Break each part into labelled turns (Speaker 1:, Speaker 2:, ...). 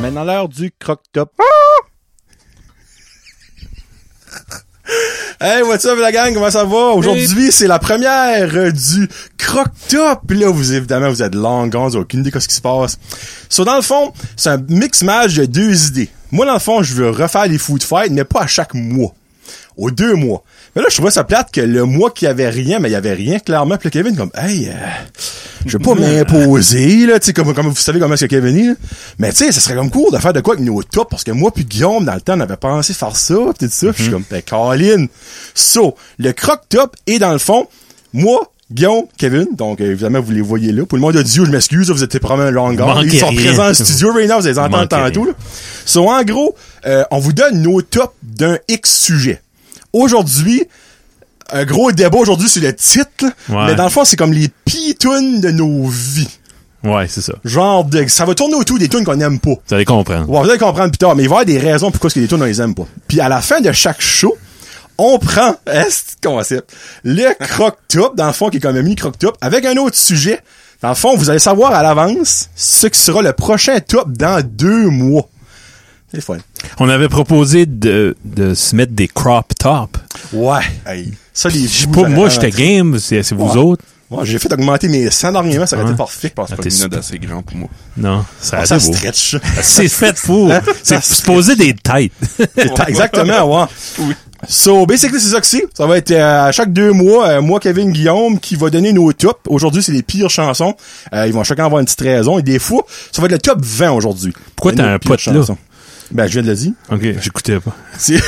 Speaker 1: maintenant l'heure du croque-top.
Speaker 2: Hey, what's up la gang, comment ça va? Aujourd'hui, c'est la première euh, du Croc Top. Puis là, vous évidemment, vous êtes long gone, vous avez aucune idée de ce qui se passe. So, dans le fond, c'est un mix match de deux idées. Moi, dans le fond, je veux refaire les food fights, mais pas à chaque mois. Aux deux mois. Mais là, je trouvais ça plate que le mois qu'il y avait rien, mais il y avait rien clairement. Puis là, Kevin, comme, hey, euh, je vais pas m'imposer, là, tu sais, comme, comme vous savez comment est-ce que Kevin est, là. Mais tu sais, ça serait comme cool de faire de quoi avec nos tops, parce que moi puis Guillaume, dans le temps, on avait pensé faire ça, pis tout ça. Puis je suis comme, ben, Colin. So, le croc-top est dans le fond, moi, Guillaume, Kevin, donc euh, évidemment vous les voyez là. Pour le monde de Dieu, je m'excuse, vous étiez probablement long gone.
Speaker 3: Manquez
Speaker 2: Ils sont
Speaker 3: rien.
Speaker 2: présents en studio right now, vous les entendez
Speaker 3: Manquez
Speaker 2: tantôt.
Speaker 3: rien.
Speaker 2: Là. So, en gros, euh, on vous donne nos tops d'un X sujet. Aujourd'hui, un gros débat aujourd'hui sur le titre,
Speaker 3: Ouais.
Speaker 2: mais dans le fond, c'est comme les pitounes de nos vies.
Speaker 3: Ouais, c'est ça.
Speaker 2: Genre, de, ça va tourner autour des tunes qu'on aime pas.
Speaker 3: Vous allez comprendre.
Speaker 2: Ouais, vous allez comprendre plus tard, mais il va y avoir des raisons pourquoi est-ce que les tunes, on les aime pas. Puis à la fin de chaque show, on prend, est concept, le croc-top, dans le fond, qui est comme un mini-croc-top, avec un autre sujet. Dans le fond, vous allez savoir à l'avance ce qui sera le prochain top dans deux mois. C'est le fun.
Speaker 3: On avait proposé de, de se mettre des crop tops.
Speaker 2: Ouais. Hey. Ça, les hein.
Speaker 3: Je sais
Speaker 2: vous,
Speaker 3: pas,
Speaker 2: vous
Speaker 3: moi,
Speaker 2: allez-
Speaker 3: j'étais game, c'est c'est vous
Speaker 2: Ouais.
Speaker 3: autres.
Speaker 2: Ouais, j'ai fait augmenter mes 100 dernièrement, ça aurait été parfait.
Speaker 4: Je pense
Speaker 3: Ah,
Speaker 4: pas
Speaker 3: t'es
Speaker 4: qu'il y en a
Speaker 3: sp-
Speaker 4: d'assez grand pour moi.
Speaker 3: Non, ça a
Speaker 2: Ah, Ça
Speaker 3: été beau.
Speaker 2: stretch.
Speaker 3: C'est fait pour.
Speaker 2: Ça
Speaker 3: C'est
Speaker 2: se-
Speaker 3: supposé des têtes.
Speaker 2: T'as- Exactement, ouais.
Speaker 4: Oui.
Speaker 2: So, basically, c'est ça que c'est. Ça va être euh, à chaque deux mois, euh, moi, Kevin, Guillaume, qui va donner nos tops. Aujourd'hui, c'est les pires chansons. Euh, ils vont chacun avoir une petite raison. Et des fois, ça va être le top 20 aujourd'hui.
Speaker 3: Pourquoi
Speaker 2: Donner
Speaker 3: t'as
Speaker 2: nos
Speaker 3: un
Speaker 2: pires
Speaker 3: pote là?
Speaker 2: chansons. Ben, je viens de le dire.
Speaker 3: ok, j'écoutais pas.
Speaker 2: C'est...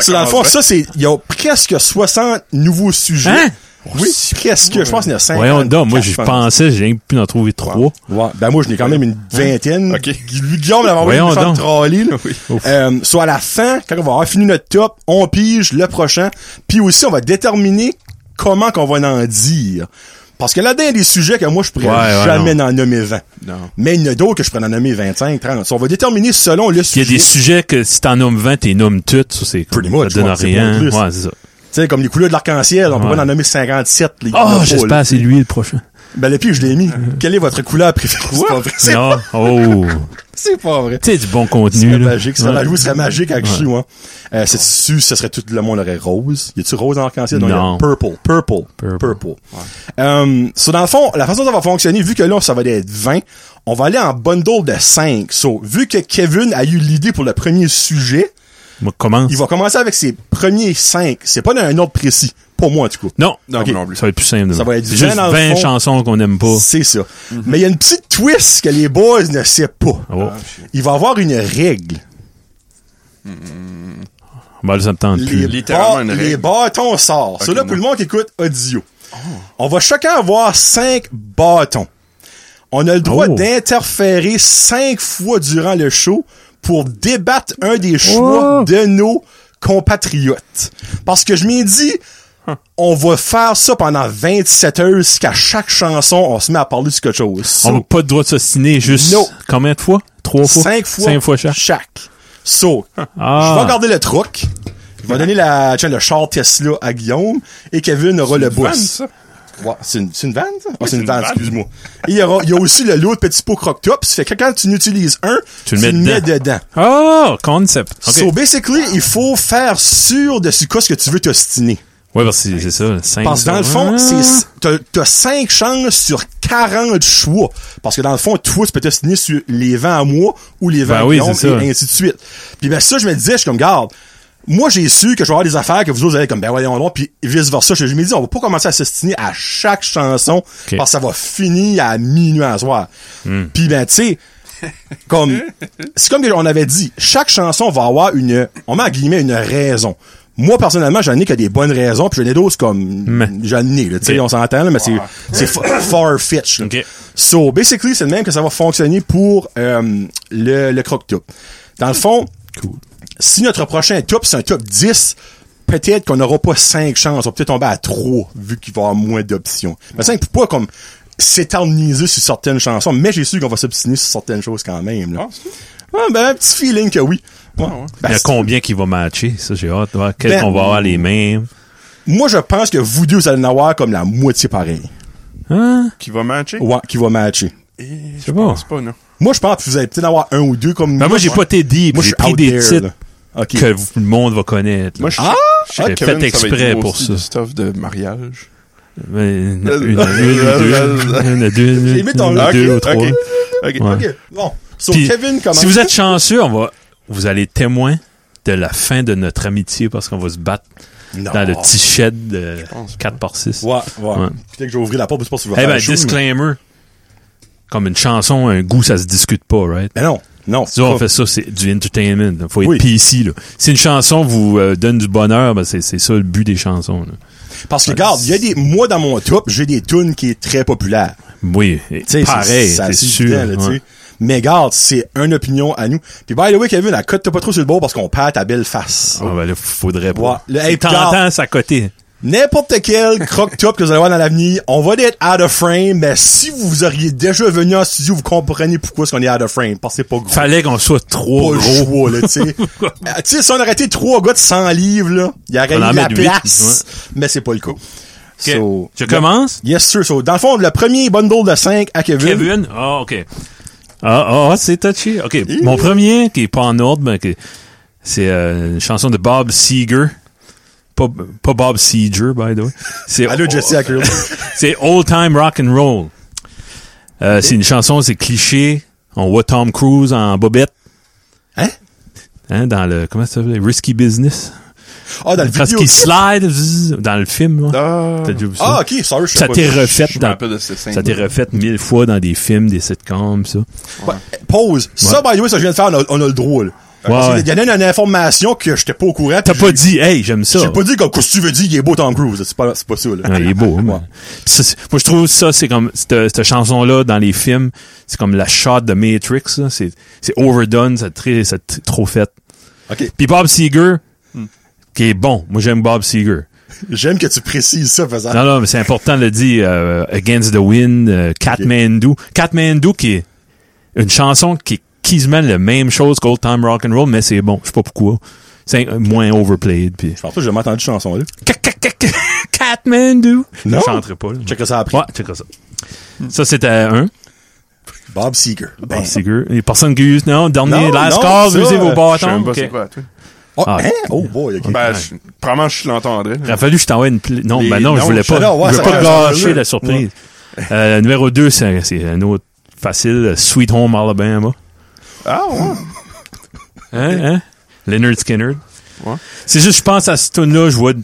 Speaker 2: So, dans le fond,
Speaker 4: commence
Speaker 2: ça, c'est... Il y a presque 60 nouveaux sujets.
Speaker 3: Hein?
Speaker 2: Oui, presque. Je pense qu'il y en a 50.
Speaker 3: Voyons donc, moi, je
Speaker 2: je pense.
Speaker 3: pensais, j'ai même pu en trouver trois.
Speaker 2: Ben, Ouais, ben moi, je n'ai quand même une vingtaine.
Speaker 4: Ok.
Speaker 2: Gu- Guillaume l'avait envoyé
Speaker 3: Voyons
Speaker 2: une
Speaker 3: donc.
Speaker 2: trolley, là. Euh, soit à la fin, quand on va avoir fini notre top, on pige le prochain. Puis aussi, on va déterminer comment qu'on va en dire. Parce que là, il y a des sujets que moi, je pourrais
Speaker 3: Ouais, ouais,
Speaker 2: jamais en nommer 20.
Speaker 4: Non.
Speaker 2: Mais il y en a d'autres que je pourrais en nommer 25, 30. So, on va déterminer selon le
Speaker 3: Il y
Speaker 2: sujet.
Speaker 3: a des sujets que si t'en nommes 20, t'es nommes toutes. Ça, c'est
Speaker 2: Pretty much,
Speaker 3: ça donne
Speaker 2: ouais, c'est
Speaker 3: rien.
Speaker 2: bon, plus.
Speaker 3: Ouais, c'est ça.
Speaker 2: Tu sais, comme les couleurs de l'arc-en-ciel, on
Speaker 3: Ouais.
Speaker 2: pourrait en nommer 57. là, il y en a
Speaker 3: Oh,
Speaker 2: Ah, pas,
Speaker 3: j'espère
Speaker 2: là.
Speaker 3: c'est lui le prochain.
Speaker 2: Ben, le pire, je l'ai mis. Quelle est votre couleur préférée? C'est pas vrai. C'est-
Speaker 3: Non, oh.
Speaker 2: C'est pas vrai.
Speaker 3: Tu sais, du bon
Speaker 2: C'est
Speaker 3: contenu. là.
Speaker 2: magique. Ça
Speaker 3: Ouais.
Speaker 2: serait, ça serait magique, actually, ouais. Euh, c'est su, ce serait tout le monde aurait rose. Y a-tu rose en arc-en-ciel? il y a
Speaker 3: Non.
Speaker 2: Purple. Purple. Purple.
Speaker 3: Purple.
Speaker 2: Euh, so, dans le fond, la façon dont ça va fonctionner, vu que là, ça va être 20, on va aller en bundle de 5. So, vu que Kevin a eu l'idée pour le premier sujet,
Speaker 3: Moi, commence.
Speaker 2: il va commencer avec ses premiers 5. C'est pas dans un ordre précis. Pour moi, en tout cas.
Speaker 3: Non,
Speaker 4: Non,
Speaker 2: Ok.
Speaker 4: moi non plus.
Speaker 3: ça va être plus simple. demain.
Speaker 2: Ça va être
Speaker 3: C'est
Speaker 2: 20
Speaker 3: juste
Speaker 2: dans le
Speaker 3: 20
Speaker 2: fond.
Speaker 3: chansons qu'on aime pas.
Speaker 2: C'est ça. Mais il y a une petite twist que les boys ne savent pas.
Speaker 3: Oh.
Speaker 2: Il va avoir une règle.
Speaker 3: Bah, là, ça me tente
Speaker 2: les,
Speaker 3: plus.
Speaker 4: Littéralement
Speaker 2: bâ-
Speaker 4: une
Speaker 2: les
Speaker 4: règle. Oh.
Speaker 2: bâtons sortent. C'est là
Speaker 4: non.
Speaker 2: pour le monde qui écoute audio. On va chacun avoir cinq bâtons. On a le droit
Speaker 3: Oh.
Speaker 2: d'interférer cinq fois durant le show pour débattre un
Speaker 4: Oh.
Speaker 2: des choix de nos compatriotes. Parce que je m'ai dit, on va faire ça pendant 27 heures, c'est qu'à chaque chanson, on se met à parler de quelque chose.
Speaker 3: On n'a
Speaker 2: So,
Speaker 3: pas le droit de s'ostiner juste
Speaker 2: No.
Speaker 3: combien de fois? Trois fois?
Speaker 2: cinq fois,
Speaker 3: Cinq fois chaque.
Speaker 2: So, Je vais
Speaker 3: Ah,
Speaker 2: regarder le truc. Je vais donner la, tiens, le char Tesla à Guillaume et Kevin aura le
Speaker 4: Van,
Speaker 2: bus.
Speaker 4: ça.
Speaker 2: Ouais, c'est une, c'est une vanne, ça? Ah, c'est une
Speaker 4: une
Speaker 2: vanne,
Speaker 4: vanne.
Speaker 2: excuse-moi. Et il y, aura, il y a aussi le lot de petits pots croque-top. Ça fait que quand tu en utilises un,
Speaker 3: Tu le mets dedans.
Speaker 2: dedans.
Speaker 3: Ah, concept. OK.
Speaker 2: So, basically, il faut faire sûr de ce, quoi ce que tu veux t'ostiner.
Speaker 3: ouais, parce que c'est- c'est ça. Cinq
Speaker 2: Parce que dans le fond,
Speaker 3: Ah.
Speaker 2: c'est- t'as- t'as 5 chances sur 40 choix. Parce que dans le fond, toi, tu peux te signer sur les 20 à moi ou les 20
Speaker 3: Ben
Speaker 2: à
Speaker 3: oui,
Speaker 2: Guillaume,
Speaker 3: c'est ça.
Speaker 2: et ainsi de suite. Puis ben ça, je me disais, je suis comme, garde, moi, j'ai su que je vais avoir des affaires que vous autres allez comme, ben voyons donc, puis vice-versa. Je, je me dis, on va pas commencer à se signer à chaque chanson
Speaker 3: Ok. Hmm.
Speaker 2: parce que ça va finir à minuit à soir. Puis ben, tu sais, comme c'est comme on avait dit, chaque chanson va avoir une on met en guillemets une raison. Moi personnellement, j'en ai que des bonnes raisons, puis j'en ai d'autres comme
Speaker 3: Mais.
Speaker 2: j'en ai, là, tu sais,
Speaker 3: Ok.
Speaker 2: on s'entend là, mais c'est c'est far fetched.
Speaker 3: Ok.
Speaker 2: So basically, c'est le même que ça va fonctionner pour euh, le le croque-top. Dans le fond, si notre prochain top, c'est un top 10, peut-être qu'on n'aura pas 5 chances. On va peut-être tomber à 3, vu qu'il va y avoir moins d'options. Mais 5, pas comme s'éterniser sur certaines chansons, mais j'ai su qu'on va s'obstiner sur certaines choses quand même. Là.
Speaker 4: Ah, c'est- Ah,
Speaker 2: Ouais, ben, un petit feeling que oui. Ouais. Ben,
Speaker 3: Il y a
Speaker 2: c'est-
Speaker 3: combien qui va matcher? Ça, j'ai hâte. de voir. Quel
Speaker 2: Ben-
Speaker 3: qu'on va avoir les mêmes?
Speaker 2: moi, je pense que vous deux, vous allez en avoir comme la moitié pareil.
Speaker 3: Hein?
Speaker 4: Qui va matcher?
Speaker 2: Ouais, qui va matcher.
Speaker 4: Eh, Je
Speaker 1: Oh,
Speaker 3: sais pas.
Speaker 4: pense pas, non.
Speaker 2: Moi, je pense que vous allez peut-être en avoir un ou deux comme
Speaker 3: Mais Ben, moi, j'ai pas Teddy,
Speaker 2: Moi, je
Speaker 3: j'ai
Speaker 2: suis
Speaker 3: pris
Speaker 2: out
Speaker 3: des
Speaker 2: there,
Speaker 3: titres
Speaker 2: là. OK.
Speaker 3: que vous- le monde va connaître. là.
Speaker 1: Moi, je
Speaker 2: Ah!
Speaker 1: je-
Speaker 3: Ah,
Speaker 1: Kevin,
Speaker 3: fait
Speaker 1: ça va être
Speaker 3: exprès
Speaker 1: nous
Speaker 3: pour
Speaker 1: aussi
Speaker 3: ça.
Speaker 1: du stuff de mariage.
Speaker 3: Mais Une, une, une, une, une, deux, une,
Speaker 2: J'ai mis ton-
Speaker 3: une,
Speaker 2: Ah,
Speaker 3: deux
Speaker 1: ok,
Speaker 3: ou trois.
Speaker 1: ok. OK.
Speaker 3: Ouais.
Speaker 2: OK. Bon. So,
Speaker 3: Puis,
Speaker 2: Kevin commence.
Speaker 3: Si vous êtes chanceux, on va, vous allez être témoin de la fin de notre amitié parce qu'on va se battre
Speaker 2: Non.
Speaker 3: dans le petit shed de
Speaker 1: pense pas.
Speaker 3: 4 par 6.
Speaker 2: Ouais, ouais.
Speaker 3: Ouais.
Speaker 2: Puis dès que j'ai ouvert la porte, je pense que je
Speaker 3: Eh
Speaker 2: vais faire
Speaker 3: ben,
Speaker 2: un show,
Speaker 3: disclaimer. Comme une chanson, un goût, ça se discute pas, right?
Speaker 2: mais- Mais Ben non. Non.
Speaker 3: Si on fait ça, c'est du entertainment. là. Faut être
Speaker 2: Oui.
Speaker 3: PC, là. Si une chanson vous euh, donne du bonheur, ben c'est c'est ça le but des chansons, là.
Speaker 2: Parce que, regarde, il y a des, moi, dans mon troupe, j'ai des tunes qui est très populaire.
Speaker 3: Oui, et
Speaker 2: Tu sais,
Speaker 3: pareil,
Speaker 2: c'est- c'est
Speaker 3: c'est
Speaker 2: assez
Speaker 3: sûr.
Speaker 2: évident, là, tu sais.
Speaker 3: ouais.
Speaker 2: Mais garde, c'est une opinion à nous. Puis by the way, Kevin, la cote pas trop sur le bord parce qu'on perd ta belle face.
Speaker 3: Ah, ben là, faudrait
Speaker 2: Ouais.
Speaker 3: pas.
Speaker 2: Le- hey,
Speaker 3: T'entends ça à côté.
Speaker 2: N'importe quel croque-top que vous allez voir dans l'avenir, on va être out of frame, mais si vous auriez déjà venu en studio, vous comprenez pourquoi est-ce qu'on est out of frame. Parce que c'est pas gros.
Speaker 3: Fallait qu'on soit trop
Speaker 2: pas le
Speaker 3: gros.
Speaker 2: choix, là, tu sais. Euh, Tu sais, si on aurait été trois gars de 100 livres, là, il y aurait eu
Speaker 3: On en
Speaker 2: de la
Speaker 3: met huit,
Speaker 2: place. Mais c'est pas le cas.
Speaker 3: Ok,
Speaker 2: So-
Speaker 3: Je commence?
Speaker 2: Yes, sir. So, dans le fond, le premier bundle de 5 à Kevin.
Speaker 3: Kevin? Ah, OK. Ah, ah, ah, c'est touché. OK. Mon premier, qui est pas en ordre, mais qui- c'est euh, une chanson de Bob Seger. Pas, pas Bob Seger, by the way. C'est
Speaker 2: Allô, Jesse Acker.
Speaker 3: c'est Old Time Rock and Roll. Euh, C'est une chanson, c'est cliché. On voit Tom Cruise en bobette.
Speaker 2: Hein?
Speaker 3: Hein, dans le, comment ça s'appelle? Risky Business.
Speaker 2: Ah, dans le
Speaker 3: Parce
Speaker 2: vidéo.
Speaker 3: qu'il slide zzz, dans le film. ouais.
Speaker 1: Ah,
Speaker 3: T'as déjà vu ça?
Speaker 2: Ah, ok, sorry, je sais
Speaker 3: ça
Speaker 2: pas.
Speaker 3: t'est refait
Speaker 1: je me
Speaker 3: dans,
Speaker 1: rappelle de cette scène.
Speaker 3: ça t'est refait mille fois dans des films, des sitcoms, ça.
Speaker 2: Ouais. Pause. Ça, by the way, ça que je viens de faire, on a, on a le drôle.
Speaker 3: ouais.
Speaker 2: Il y en a une, une information que j'étais pas au courant.
Speaker 3: T'as
Speaker 2: puis
Speaker 3: pas dit, hey, j'aime ça.
Speaker 2: J'ai pas dit comme, qu'est-ce que tu veux dire, il est beau Tom Cruise. C'est pas, c'est pas ça, là.
Speaker 3: Ouais, il est beau. hein, mais-
Speaker 2: Ouais.
Speaker 3: Puis ça, c'est- moi, je trouve ça, c'est comme, cette, cette chanson-là, dans les films, c'est comme la shot de Matrix, là. C'est, c'est overdone, c'est très, c'est t- trop fait.
Speaker 2: Ok.
Speaker 3: Puis Bob Seger, qui est bon. Moi, j'aime Bob Seger.
Speaker 2: J'aime que tu précises ça, faisant.
Speaker 3: Non, non, mais c'est important de le dire, euh, Against the Wind, euh, Kathmandu. Kathmandu, qui est une chanson qui est quasiment la même chose qu'Old Time Rock and Roll, mais c'est bon. Je sais pas pourquoi. C'est euh, moins overplayed, puis...
Speaker 2: Je pense pas que j'ai jamais entendu cette chanson-là.
Speaker 3: Kathmandu.
Speaker 2: Non.
Speaker 3: Je chanterai pas, là.
Speaker 2: Check ça après.
Speaker 3: Ouais, check ça. Ça, c'était un.
Speaker 2: Bob Seeger. Ben.
Speaker 3: Bob Seger. Les personnes qui usent. Non, dernier,
Speaker 2: Non,
Speaker 3: last
Speaker 2: non,
Speaker 3: call,
Speaker 2: ça,
Speaker 3: usez vos
Speaker 2: euh,
Speaker 1: Je
Speaker 3: bâtons.
Speaker 1: sais même pas
Speaker 3: Ok.
Speaker 1: c'est quoi, toi.
Speaker 2: Oh,
Speaker 3: Ah.
Speaker 2: hein? Oh boy, ok.
Speaker 1: Ben, je- probablement je l'entendrais.
Speaker 3: Il
Speaker 1: là.
Speaker 3: a fallu que je t'envoie une pla- Non,
Speaker 1: Hein? Les-
Speaker 3: ben non, je
Speaker 1: non,
Speaker 3: voulais
Speaker 1: je-
Speaker 3: pas.
Speaker 2: non, ouais,
Speaker 3: je
Speaker 2: ça
Speaker 3: voulais pas
Speaker 2: fait- ça
Speaker 3: gâcher
Speaker 2: fait-
Speaker 3: la surprise. Euh, numéro 2, c'est c'est un autre facile. Sweet Home Alabama.
Speaker 1: Ah, ouais.
Speaker 3: Hein, hein? Leonard Skinner.
Speaker 1: Ouais.
Speaker 3: C'est juste, je pense à ce tune-là, je vois,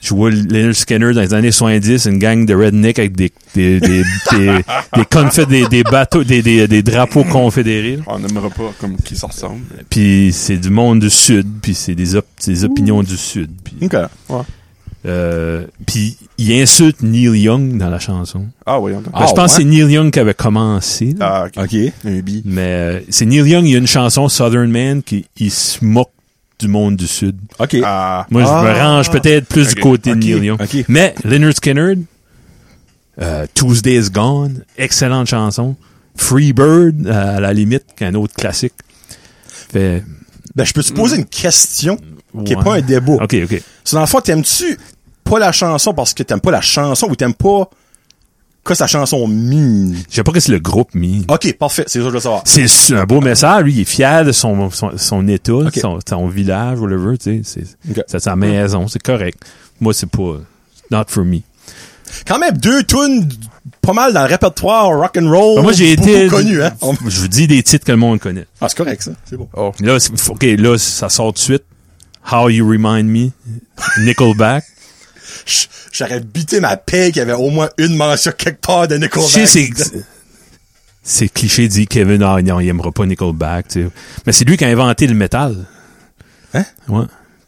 Speaker 3: je vois Leonard Skinner dans les années 70, une gang de rednecks avec des, des, des, des, des confé- des, des bateaux, des, des, des drapeaux confédérés. là.
Speaker 1: On n'aimera pas comme qui ça ressemble.
Speaker 3: Puis c'est du monde du Sud, puis c'est des, op- c'est des opinions du Sud. Puis
Speaker 2: Ok.
Speaker 3: euh, puis il insulte Neil Young dans la chanson.
Speaker 1: Ah, oui, on
Speaker 3: Ben, je pense que c'est Neil Young qui avait commencé. là.
Speaker 1: Ah, ok.
Speaker 2: Ok.
Speaker 1: Un bi.
Speaker 3: Mais euh, c'est Neil Young, il y a une chanson, Southern Man, qui il se moque du monde du Sud.
Speaker 2: Ok.
Speaker 1: Ah.
Speaker 3: Moi, je me
Speaker 2: Ah.
Speaker 3: range peut-être plus
Speaker 1: Ok,
Speaker 3: du côté
Speaker 1: ok,
Speaker 3: de Neil Young.
Speaker 2: ok.
Speaker 3: Mais Leonard Skinner, euh, Tuesday's Gone, excellente chanson. Free Bird, euh, à la limite, qu'un autre classique. Fait,
Speaker 2: Ben, je peux te poser une question qui est
Speaker 3: ouais.
Speaker 2: pas un débat.
Speaker 3: OK, OK.
Speaker 2: C'est dans le fond, t'aimes-tu pas la chanson parce que t'aimes pas la chanson ou t'aimes pas que sa chanson mine?
Speaker 3: Je sais pas que c'est le groupe mis.
Speaker 2: Ok, parfait, c'est ça que je veux savoir.
Speaker 3: C'est su- un beau message. Lui, il est fier de son, son, son état, son, son village, whatever. Tu sais, c'est,
Speaker 2: Ok.
Speaker 3: c'est sa maison, c'est correct. Moi, c'est pas... Not for me.
Speaker 2: Quand même, deux tunes d- pas mal dans le répertoire rock'n'roll.
Speaker 3: Ben, moi, j'ai
Speaker 2: beaucoup
Speaker 3: été...
Speaker 2: connu, hein? On-
Speaker 3: Je vous dis des titres que le monde connaît.
Speaker 2: Ah, c'est correct, ça. C'est bon.
Speaker 1: Oh.
Speaker 3: Là, c'est- faut- OK, là, ça sort de suite. How You Remind Me, Nickelback.
Speaker 2: Ch- J'aurais bité ma paix qu'il y avait au moins une mention quelque part de
Speaker 3: Tu
Speaker 2: Nickelback.
Speaker 3: sais, c'est... C'est cliché dit Kevin, ah non, il aimera pas Nickelback, tu sais. Mais c'est lui qui a inventé le métal.
Speaker 2: Hein?
Speaker 3: Ouais.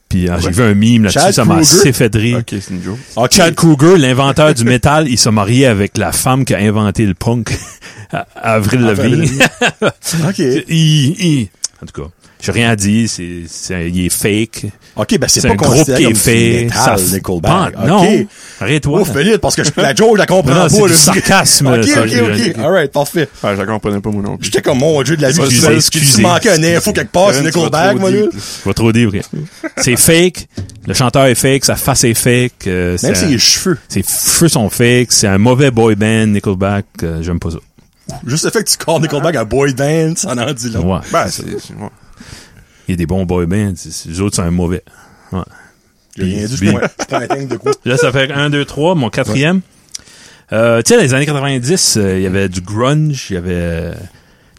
Speaker 3: Puis ah, j'ai vu un mime là-dessus,
Speaker 2: Chad
Speaker 3: ça m'a
Speaker 2: Kroeger?
Speaker 3: assez fait rire. Ah,
Speaker 1: Ok, c'est une joke.
Speaker 2: Ok.
Speaker 3: Chad Kruger, l'inventeur du métal, il s'est marié avec la femme qui a inventé le punk, à- Avril Lavigne.
Speaker 2: ok.
Speaker 3: Il- il- En tout cas, j'ai rien dit, c'est, c'est- il est fake.
Speaker 2: Ok, ben, c'est
Speaker 3: C'est
Speaker 2: pas
Speaker 3: un groupe qui
Speaker 2: considéré
Speaker 3: est
Speaker 2: comme
Speaker 3: fait.
Speaker 2: du métal,
Speaker 3: ça-
Speaker 2: Nickelback.
Speaker 3: Ah, Non,
Speaker 2: Ok.
Speaker 3: arrête-toi.
Speaker 2: Oh, Philippe, parce que je- la joke, je la comprends
Speaker 3: Non,
Speaker 2: pas.
Speaker 3: non, c'est
Speaker 2: là.
Speaker 3: du sarcasme,
Speaker 2: ok,
Speaker 3: ça,
Speaker 2: ok,
Speaker 3: je-
Speaker 2: ok. Alright, parfait.
Speaker 1: Ah, je la comprenais pas, moi non plus.
Speaker 2: J'étais comme mon dieu de la vie.
Speaker 3: Excusez,
Speaker 2: tu
Speaker 3: excusez.
Speaker 2: manquais une info quelque part, c'est
Speaker 1: Kevin, tu vas
Speaker 2: Nickelback,
Speaker 1: trop
Speaker 2: moi, là.
Speaker 1: deep, là.
Speaker 3: Je vais trop dire. ok. C'est fake, le chanteur est fake, sa face est fake. euh, c'est
Speaker 2: Même
Speaker 3: un-
Speaker 2: ses cheveux.
Speaker 3: ses cheveux sont fake, c'est un mauvais boy band, Nickelback, euh, j'aime pas ça.
Speaker 2: beaucoup. Juste le fait que tu cordes Nickelback à boy dance, on en dit là.
Speaker 3: Ouais.
Speaker 1: Ben, c'est. c'est- ouais.
Speaker 3: Il y a des bons boy bands. c'est- Les autres, c'est un mauvais. Ouais.
Speaker 2: J'ai rien dit, je
Speaker 3: Puis-
Speaker 2: prends- je prends un tank de quoi.
Speaker 3: Là, ça fait 1, 2, 3, mon quatrième. Euh, tu sais, dans les années 90, euh, il y avait du grunge, il y avait... euh,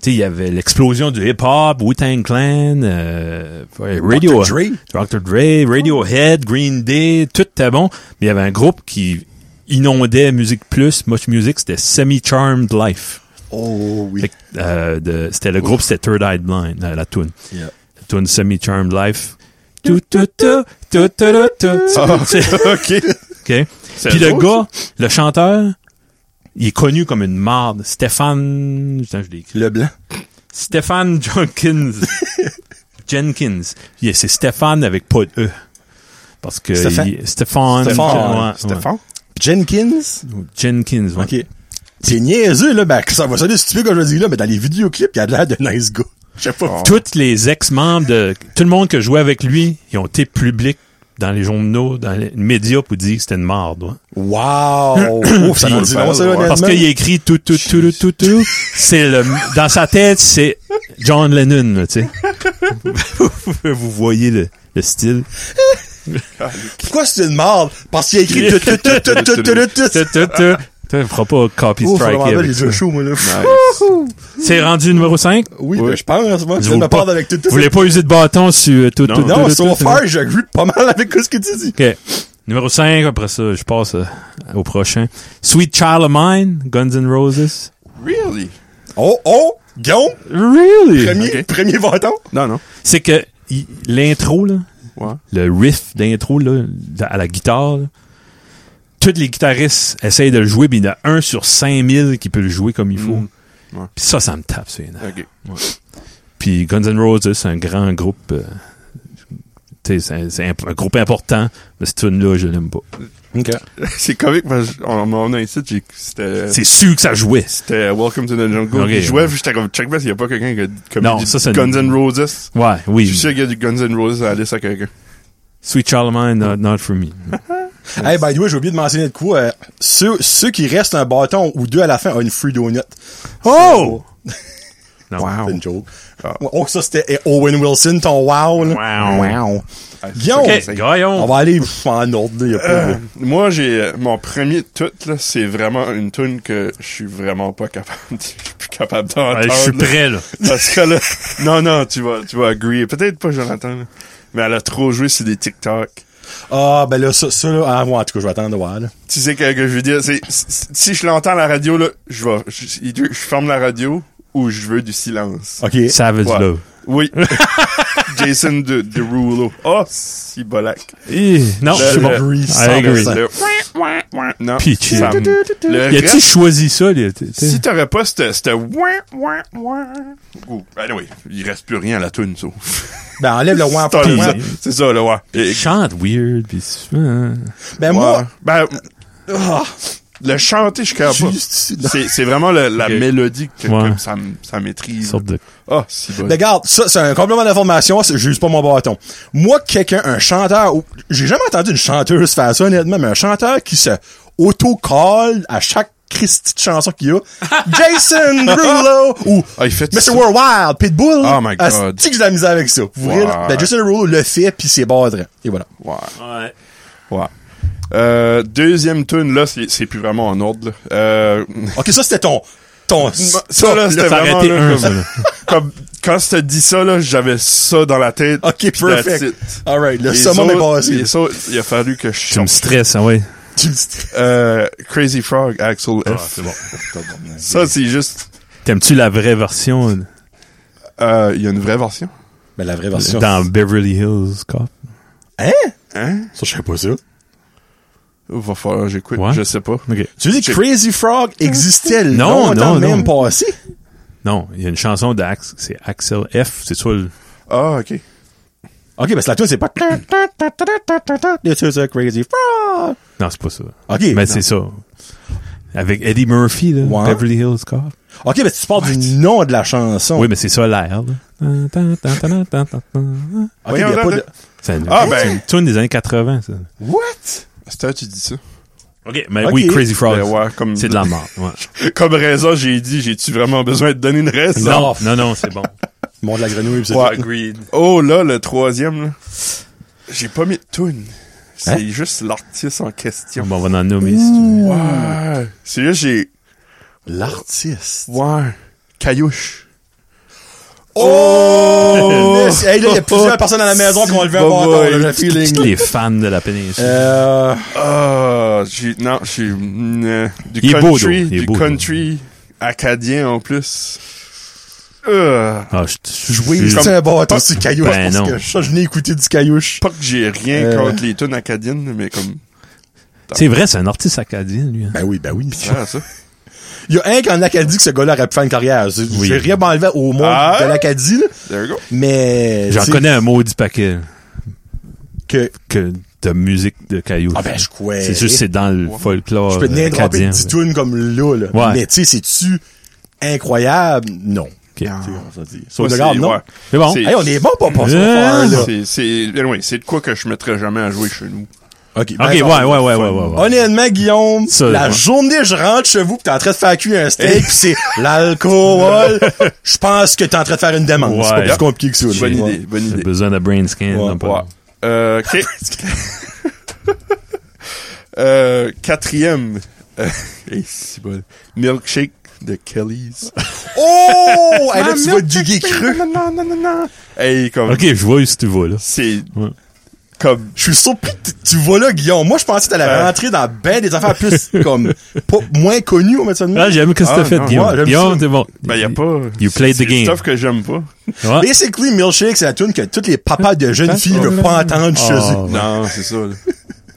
Speaker 3: Tu sais, il y avait l'explosion du hip-hop, Wu-Tang Clan, euh, ouais, Radio...
Speaker 2: Dr. Dre.
Speaker 3: Dr. Dre, Radiohead, Green Day, tout était bon. Mais il y avait un groupe qui inondait Musique Plus, Much Music, c'était Semi-Charmed Life.
Speaker 2: Oh oui.
Speaker 3: Fait que, euh, de- c'était le groupe, c'était Third Eye Blind, la, la tune.
Speaker 2: Yeah.
Speaker 3: La tune Semi-Charmed Life. Tout, tout, tout, tout, tout, tout. C'est-
Speaker 1: ok.
Speaker 3: OK? Puis
Speaker 1: eux
Speaker 3: le
Speaker 1: autres,
Speaker 3: gars, le chanteur, il est connu comme une marde. Stéphane... Putain, je l'ai écrit.
Speaker 2: Le blanc.
Speaker 3: Stéphane Jenkins. Jenkins. Yeah, c'est Stéphane avec pas de E. Parce que...
Speaker 2: Stéphane.
Speaker 3: il- Stéphane.
Speaker 2: Stéphane.
Speaker 3: Ouais, ouais.
Speaker 1: Stéphane?
Speaker 2: Jenkins.
Speaker 3: Ou Jenkins, ouais.
Speaker 2: Ok. C'est niaiseux, là, ben, ça va sonner stupide quand je le dis là, mais dans les vidéoclips, il a l'air de nice gars. Je sais pas.
Speaker 3: Toutes les ex-membres de... Tout le monde que jouait avec lui, ils ont été publics dans les journaux, dans les médias pour dire que c'était une marde. ouais.
Speaker 2: Wow! Ouf, ça en dit long, ça, là,
Speaker 1: Parce
Speaker 3: Ben, Parce
Speaker 2: honnêtement.
Speaker 3: qu'il écrit tout, tout, tout, tout, tout, tout. C'est le, dans sa tête, c'est John Lennon, là, tu sais. Vous voyez le, le style.
Speaker 2: Pourquoi c'est une marde? Parce qu'il a écrit tout, tout, tout, tout, tout, tout, tout, tout.
Speaker 3: Tu ne feras pas copy
Speaker 2: Ouf,
Speaker 3: strike.
Speaker 2: vraiment, là,
Speaker 3: avec
Speaker 2: les
Speaker 3: ça.
Speaker 2: yeux chauds, moi, là.
Speaker 3: C'est rendu numéro 5.
Speaker 2: Oui,
Speaker 1: Oui.
Speaker 2: ben, je pense, moi,
Speaker 3: Vous
Speaker 2: tu viens de me
Speaker 3: voulez
Speaker 2: perdre
Speaker 3: pas-
Speaker 2: avec tout, tout,
Speaker 3: Vous voulez pas user de bâton sur euh, tout, tout,
Speaker 1: Non.
Speaker 3: tout,
Speaker 2: Non,
Speaker 3: tout,
Speaker 2: so
Speaker 3: tout, tout.
Speaker 2: far, j'agree pas mal avec ce que tu dis.
Speaker 3: OK. Numéro 5, après ça, je passe euh, au prochain. Sweet Child of Mine, Guns N' Roses.
Speaker 1: Really?
Speaker 2: Oh, oh! Guillaume,
Speaker 3: Really?
Speaker 2: premier,
Speaker 1: Ok.
Speaker 2: premier voton.
Speaker 1: Non, non.
Speaker 3: C'est que y- l'intro, là,
Speaker 1: Ouais.
Speaker 3: le riff d'intro là, de- à la guitare. là. Tous les guitaristes essayent de le jouer, puis il y en a un sur 5000 qui peut le jouer comme il faut.
Speaker 1: Mm. Ouais.
Speaker 3: Puis ça, ça me tape, c'est énorme.
Speaker 1: Ok.
Speaker 3: Puis Guns N' Roses, c'est un grand groupe. euh, tu sais, c'est un, c'est un- un groupe important, mais cette tune-là, je l'aime pas.
Speaker 2: OK.
Speaker 1: C'est comique parce qu'on on a un site, j'ai- c'était.
Speaker 3: C'est sûr que ça jouait.
Speaker 1: C'était Welcome to the Jungle.
Speaker 3: Ok,
Speaker 1: je jouais,
Speaker 3: ouais.
Speaker 1: puis j'étais comme, check back, il y a pas quelqu'un qui a comme
Speaker 3: Non,
Speaker 1: du
Speaker 3: ça, c'est-
Speaker 1: Guns N' Roses.
Speaker 3: Ouais, oui.
Speaker 1: Je suis sûr qu'il y a du Guns N' Roses à la liste à quelqu'un.
Speaker 3: Sweet Charlemagne, not, not for me.
Speaker 2: Hey, by the way, j'ai oublié de mentionner de quoi. euh, ceux, ceux qui restent un bâton ou deux à la fin ont une free donut.
Speaker 3: Oh! Non.
Speaker 2: C'est une joke.
Speaker 1: Ah.
Speaker 2: Oh, ça, c'était eh, Owen Wilson, ton wow, là.
Speaker 3: Wow.
Speaker 2: Wow. Guillaume!
Speaker 1: Ok,
Speaker 3: OK,
Speaker 2: On
Speaker 3: gaillon.
Speaker 2: va aller pff, en ordre, là, y a pas de-
Speaker 1: Euh, moi, j'ai euh, mon premier tout là, c'est vraiment une tune que je suis vraiment pas capable, de- je suis plus capable d'entendre.
Speaker 3: Ouais, je suis
Speaker 1: là.
Speaker 3: prêt, là.
Speaker 1: Parce que là, non, non, tu vas, tu vas agree. Peut-être pas Jonathan, là. mais elle a trop joué sur des TikTok.
Speaker 2: Ah, ben là, ça, ça là, ah, ouais, en tout cas, je vais attendre de voir, là.
Speaker 1: Tu sais que, que je veux dire, c'est c'est- si je l'entends à la radio là, je vais, je, je ferme la radio ou je veux du silence.
Speaker 2: OK.
Speaker 3: Savage
Speaker 1: Ouais.
Speaker 3: Love.
Speaker 1: Oui. Jason de Derulo. Oh, si bolac.
Speaker 3: Eh, non,
Speaker 1: Le-
Speaker 3: c'est bon.
Speaker 2: le-
Speaker 3: I agree.
Speaker 1: Le- Non.
Speaker 3: Pitchy.
Speaker 1: ça me- le
Speaker 3: Y a-tu
Speaker 1: reste-
Speaker 3: choisi ça, les- t'sais-
Speaker 1: Euh, Si t'aurais pas cette, cette ouin, ouin, ouin. Ouh, anyway, il reste plus rien à la toune, sauf.
Speaker 2: Ben, enlève le ouin
Speaker 1: T'as
Speaker 2: pour
Speaker 1: le
Speaker 2: moi.
Speaker 1: ouin. C'est ça, le ouin. Et-
Speaker 3: Il chante weird, pis c'est- hein.
Speaker 2: Ben,
Speaker 1: ouin.
Speaker 2: moi,
Speaker 1: Ben, ah, le chanter, je capte pas.
Speaker 2: juste,
Speaker 1: C'est, c'est vraiment le- la
Speaker 3: Ok.
Speaker 1: mélodie que,
Speaker 3: Ouais.
Speaker 1: que ça, m- ça
Speaker 3: Une
Speaker 1: maîtrise.
Speaker 3: sorte de...
Speaker 1: Ah, si bon.
Speaker 2: Ben, Regarde, ça, c'est un complément d'information, c'est- j'use pas mon bâton. Moi, quelqu'un, un chanteur, ou- j'ai jamais entendu une chanteuse faire ça, honnêtement, mais un chanteur qui se auto-call à chaque Christie de chanson qu'il y a. Jason Rulo ou
Speaker 1: Ah, il fait
Speaker 2: Mr.
Speaker 1: ça.
Speaker 2: Worldwide, Pitbull.
Speaker 1: Oh my
Speaker 2: Ah,
Speaker 1: God.
Speaker 2: c'est-tu que j'ai de la misère avec ça. Vous
Speaker 1: Ouais.
Speaker 2: voyez, ben, Jason Rulo le fait, puis c'est badré. Et voilà.
Speaker 1: Ouais.
Speaker 3: Ouais.
Speaker 1: Ouais. Euh, deuxième tune, là, c'est, c'est plus vraiment en ordre, là. Euh,
Speaker 2: OK, ça, c'était ton, ton,
Speaker 1: ça, là, Ah, c'était
Speaker 3: ça aurait
Speaker 1: vraiment,
Speaker 3: été
Speaker 1: là,
Speaker 3: un,
Speaker 1: comme-
Speaker 3: ça, là.
Speaker 1: comme, quand je te dis ça, là, j'avais ça dans la tête.
Speaker 2: OK,
Speaker 1: Puis that's
Speaker 2: perfect.
Speaker 1: it.
Speaker 2: Alright, le
Speaker 1: Les
Speaker 2: summum est
Speaker 1: autres-
Speaker 2: passé.
Speaker 1: les autres, il a fallu que je
Speaker 3: Tu me
Speaker 1: chante.
Speaker 3: stresses, hein, ouais.
Speaker 2: Tu me dis-
Speaker 1: Euh, Crazy Frog, Axel F.
Speaker 3: bon.
Speaker 1: Ça, c'est juste...
Speaker 3: T'aimes-tu la vraie version là,
Speaker 1: euh, Il y a une vraie version.
Speaker 2: Mais la vraie version.
Speaker 3: dans Beverly Hills Cop?
Speaker 2: Hein?
Speaker 1: Hein?
Speaker 2: Ça, je sais pas ça.
Speaker 1: Va falloir, j'écoute.
Speaker 3: Ouais.
Speaker 1: Je sais pas.
Speaker 3: OK.
Speaker 2: Tu dis que Crazy Frog existait
Speaker 3: Non,
Speaker 2: longtemps
Speaker 3: non,
Speaker 2: même
Speaker 3: non.
Speaker 2: passé?
Speaker 3: Non, il y a une chanson d'Ax, c'est Axel F, c'est ça le...
Speaker 1: Ah, OK.
Speaker 2: Ok, parce que la tune c'est pas. This is a Crazy Frog.
Speaker 3: Non, c'est pas ça.
Speaker 2: Ok.
Speaker 3: Mais
Speaker 2: non.
Speaker 3: c'est ça. Avec Eddie Murphy, là,
Speaker 2: Ouais.
Speaker 3: Beverly Hills Cop.
Speaker 2: Ok, mais tu parles du nom de la chanson.
Speaker 3: Oui, mais c'est ça l'air, là. Tan, tan, tan, tan, tan, tan,
Speaker 2: Ok, il
Speaker 3: tan.
Speaker 2: y a
Speaker 1: Voyons,
Speaker 2: pas
Speaker 1: là,
Speaker 2: de.
Speaker 3: C'est une,
Speaker 1: Ah,
Speaker 3: c'est
Speaker 1: ben.
Speaker 3: une tune des années 80, ça.
Speaker 2: What?
Speaker 1: C'était tu dis ça.
Speaker 3: OK, mais
Speaker 2: Ok.
Speaker 3: oui, Crazy Frog,
Speaker 1: Ben ouais, comme-
Speaker 3: c'est de la mort. ouais.
Speaker 1: Comme raison, j'ai dit, j'ai-tu vraiment besoin de donner une raison?
Speaker 3: Non, non, non, c'est bon.
Speaker 2: Monde de la grenouille, pis c'est
Speaker 1: Ouais.
Speaker 2: tout.
Speaker 1: agreed. Oh là, le troisième, là. J'ai pas mis de tune. C'est
Speaker 2: Hein?
Speaker 1: juste l'artiste en question.
Speaker 3: Bon, on va en nommer. si tu veux.
Speaker 1: Ouais. C'est juste, j'ai...
Speaker 2: L'artiste.
Speaker 1: Ouais. Caillouche.
Speaker 2: Oh! hey, là, il y a plusieurs
Speaker 1: Oh!
Speaker 2: personnes à la maison qui vont lever un bon
Speaker 1: Bon boy,
Speaker 2: ton, là.
Speaker 1: feeling.
Speaker 3: Tous les fans de la péninsule.
Speaker 2: Euh,
Speaker 1: Ah, j'ai... Non, j'ai... mm, euh, du
Speaker 3: Il est beau,
Speaker 1: country,
Speaker 3: though. Il est
Speaker 1: du
Speaker 3: beau,
Speaker 1: country acadien, en plus. Euh,
Speaker 3: Ah, je- je-
Speaker 2: jouer,
Speaker 3: je-
Speaker 2: c'est un bon temps sur Caillouche.
Speaker 3: Ben
Speaker 2: parce
Speaker 3: non.
Speaker 2: que ça, je n'ai écouté du Caillouche.
Speaker 1: pas que j'ai rien
Speaker 2: Euh.
Speaker 1: contre les tunes acadiennes, mais comme...
Speaker 3: C'est vrai, c'est un artiste acadien, lui. hein.
Speaker 2: Ben oui, ben oui.
Speaker 1: Ah, ça.
Speaker 2: Il y a un qui en Acadie que ce gars-là aurait pu faire une carrière. C'est-
Speaker 3: Oui.
Speaker 2: J'ai rien enlevé au monde
Speaker 1: Ah!
Speaker 2: de l'Acadie, là.
Speaker 1: There you go.
Speaker 2: Mais.
Speaker 3: J'en
Speaker 2: tu sais,
Speaker 3: connais un maudit paquet
Speaker 2: Ben, Que...
Speaker 3: que de musique de Caillouche.
Speaker 2: Ah ben, je crois.
Speaker 3: C'est juste, c'est dans le folklore
Speaker 2: Je peux te
Speaker 3: euh,
Speaker 2: naître
Speaker 3: acadien.
Speaker 2: des petits tunes comme là, là.
Speaker 3: Ouais.
Speaker 2: Mais tu sais, c'est-tu incroyable? Non.
Speaker 3: Ok.
Speaker 2: Tu sais, on s'en dit. Sur
Speaker 1: Moi,
Speaker 2: le garde,
Speaker 1: c'est-
Speaker 2: non.
Speaker 1: ouais.
Speaker 3: C'est bon.
Speaker 1: C'est-
Speaker 2: Hey, on est bon pour passer
Speaker 3: Euh,
Speaker 2: au fort, là.
Speaker 1: C'est, c'est, anyway, c'est de quoi que je mettrais jamais à jouer chez nous.
Speaker 2: Ok, ben,
Speaker 3: Ok, ouais,
Speaker 2: attends.
Speaker 3: ouais, ouais, ouais, ouais, ouais.
Speaker 2: Honnêtement, Guillaume,
Speaker 3: Ça,
Speaker 2: la
Speaker 3: ouais.
Speaker 2: journée je rentre chez vous pis t'es en train de faire cuire un steak pis c'est l'alcool, je pense que t'es en train de faire une demande. C'est pas
Speaker 3: Ouais.
Speaker 2: plus compliqué que ça. là.
Speaker 1: Bonne
Speaker 2: Ouais.
Speaker 1: idée, bonne
Speaker 3: J'ai
Speaker 1: idée.
Speaker 3: besoin de brain scan.
Speaker 2: Ouais,
Speaker 3: non, pas-
Speaker 1: Ouais. Euh, ok. euh, quatrième. Euh, hey, c'est bon. Milkshake de Kelly's.
Speaker 2: Oh! Hey,
Speaker 1: Ah,
Speaker 2: là, tu vas duguer creux.
Speaker 1: Non, non, non, non, non. Hey, comme,
Speaker 3: Ok, je vois où tu vas,
Speaker 2: Mm.
Speaker 3: là.
Speaker 1: c'est,
Speaker 3: Ouais.
Speaker 1: comme,
Speaker 2: Je suis surpris que t- tu vois là, Guillaume. Moi, je pensais que t'allais
Speaker 1: Ouais.
Speaker 2: rentrer dans ben des affaires plus, comme, pas, moins connues, on va dire ça de
Speaker 3: Ah,
Speaker 2: même.
Speaker 3: j'aime que ce que
Speaker 1: Ah,
Speaker 3: t'as fait,
Speaker 1: non,
Speaker 3: Guillaume.
Speaker 2: ouais, j'aime
Speaker 3: Guillaume,
Speaker 2: ça.
Speaker 3: c'est bon.
Speaker 1: ben, y a pas.
Speaker 3: You played
Speaker 1: c'est
Speaker 3: the game. Ah
Speaker 1: stuff que j'aime pas.
Speaker 3: Ouais.
Speaker 2: Basically, Milkshake, c'est la tune que tous les papas de jeunes filles veulent pas entendre chez
Speaker 3: Hein? Oh,
Speaker 2: eux.
Speaker 3: ouais.
Speaker 1: Non, c'est ça, là.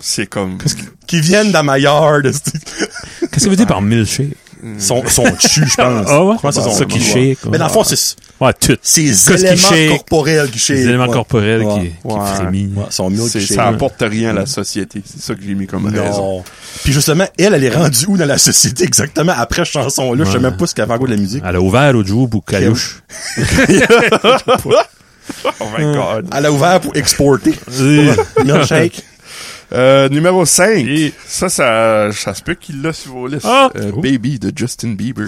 Speaker 1: C'est comme,
Speaker 2: Qui viennent dans ma yard.
Speaker 3: Qu'est-ce que vous dites par milkshake?
Speaker 2: Son, son chus, je pense.
Speaker 3: Ah ouais?
Speaker 2: Je pense que
Speaker 3: C'est
Speaker 2: son-
Speaker 3: ça qui shake.
Speaker 2: Mais dans le fond, c'est,
Speaker 3: Ouais, tout.
Speaker 2: ces
Speaker 3: Qu'est-ce qui shake?
Speaker 2: éléments corporels qui shake.
Speaker 3: Les éléments
Speaker 2: ouais.
Speaker 3: corporels qui,
Speaker 2: Ouais.
Speaker 3: qui
Speaker 1: Ouais.
Speaker 3: frémit.
Speaker 2: Ouais, son
Speaker 1: c'est,
Speaker 2: milkshake.
Speaker 1: ça apporte rien à la société. C'est ça que j'ai mis comme raison.
Speaker 2: Non. Puis justement, elle, elle est rendue où dans la société exactement après cette chanson-là? Je sais même pas ce qu'elle fait en gros de la musique.
Speaker 3: Elle a ouvert l'autre jour pour Caillouche.
Speaker 1: Oh
Speaker 3: Ah.
Speaker 1: my god.
Speaker 2: Elle a ouvert pour exporter. Milkshake.
Speaker 1: Euh, numéro 5.
Speaker 3: Et-
Speaker 1: Ça, ça, ça se peut qu'il l'a sur vos listes.
Speaker 3: Ah!
Speaker 1: Euh,
Speaker 3: Oh.
Speaker 1: Baby de Justin Bieber.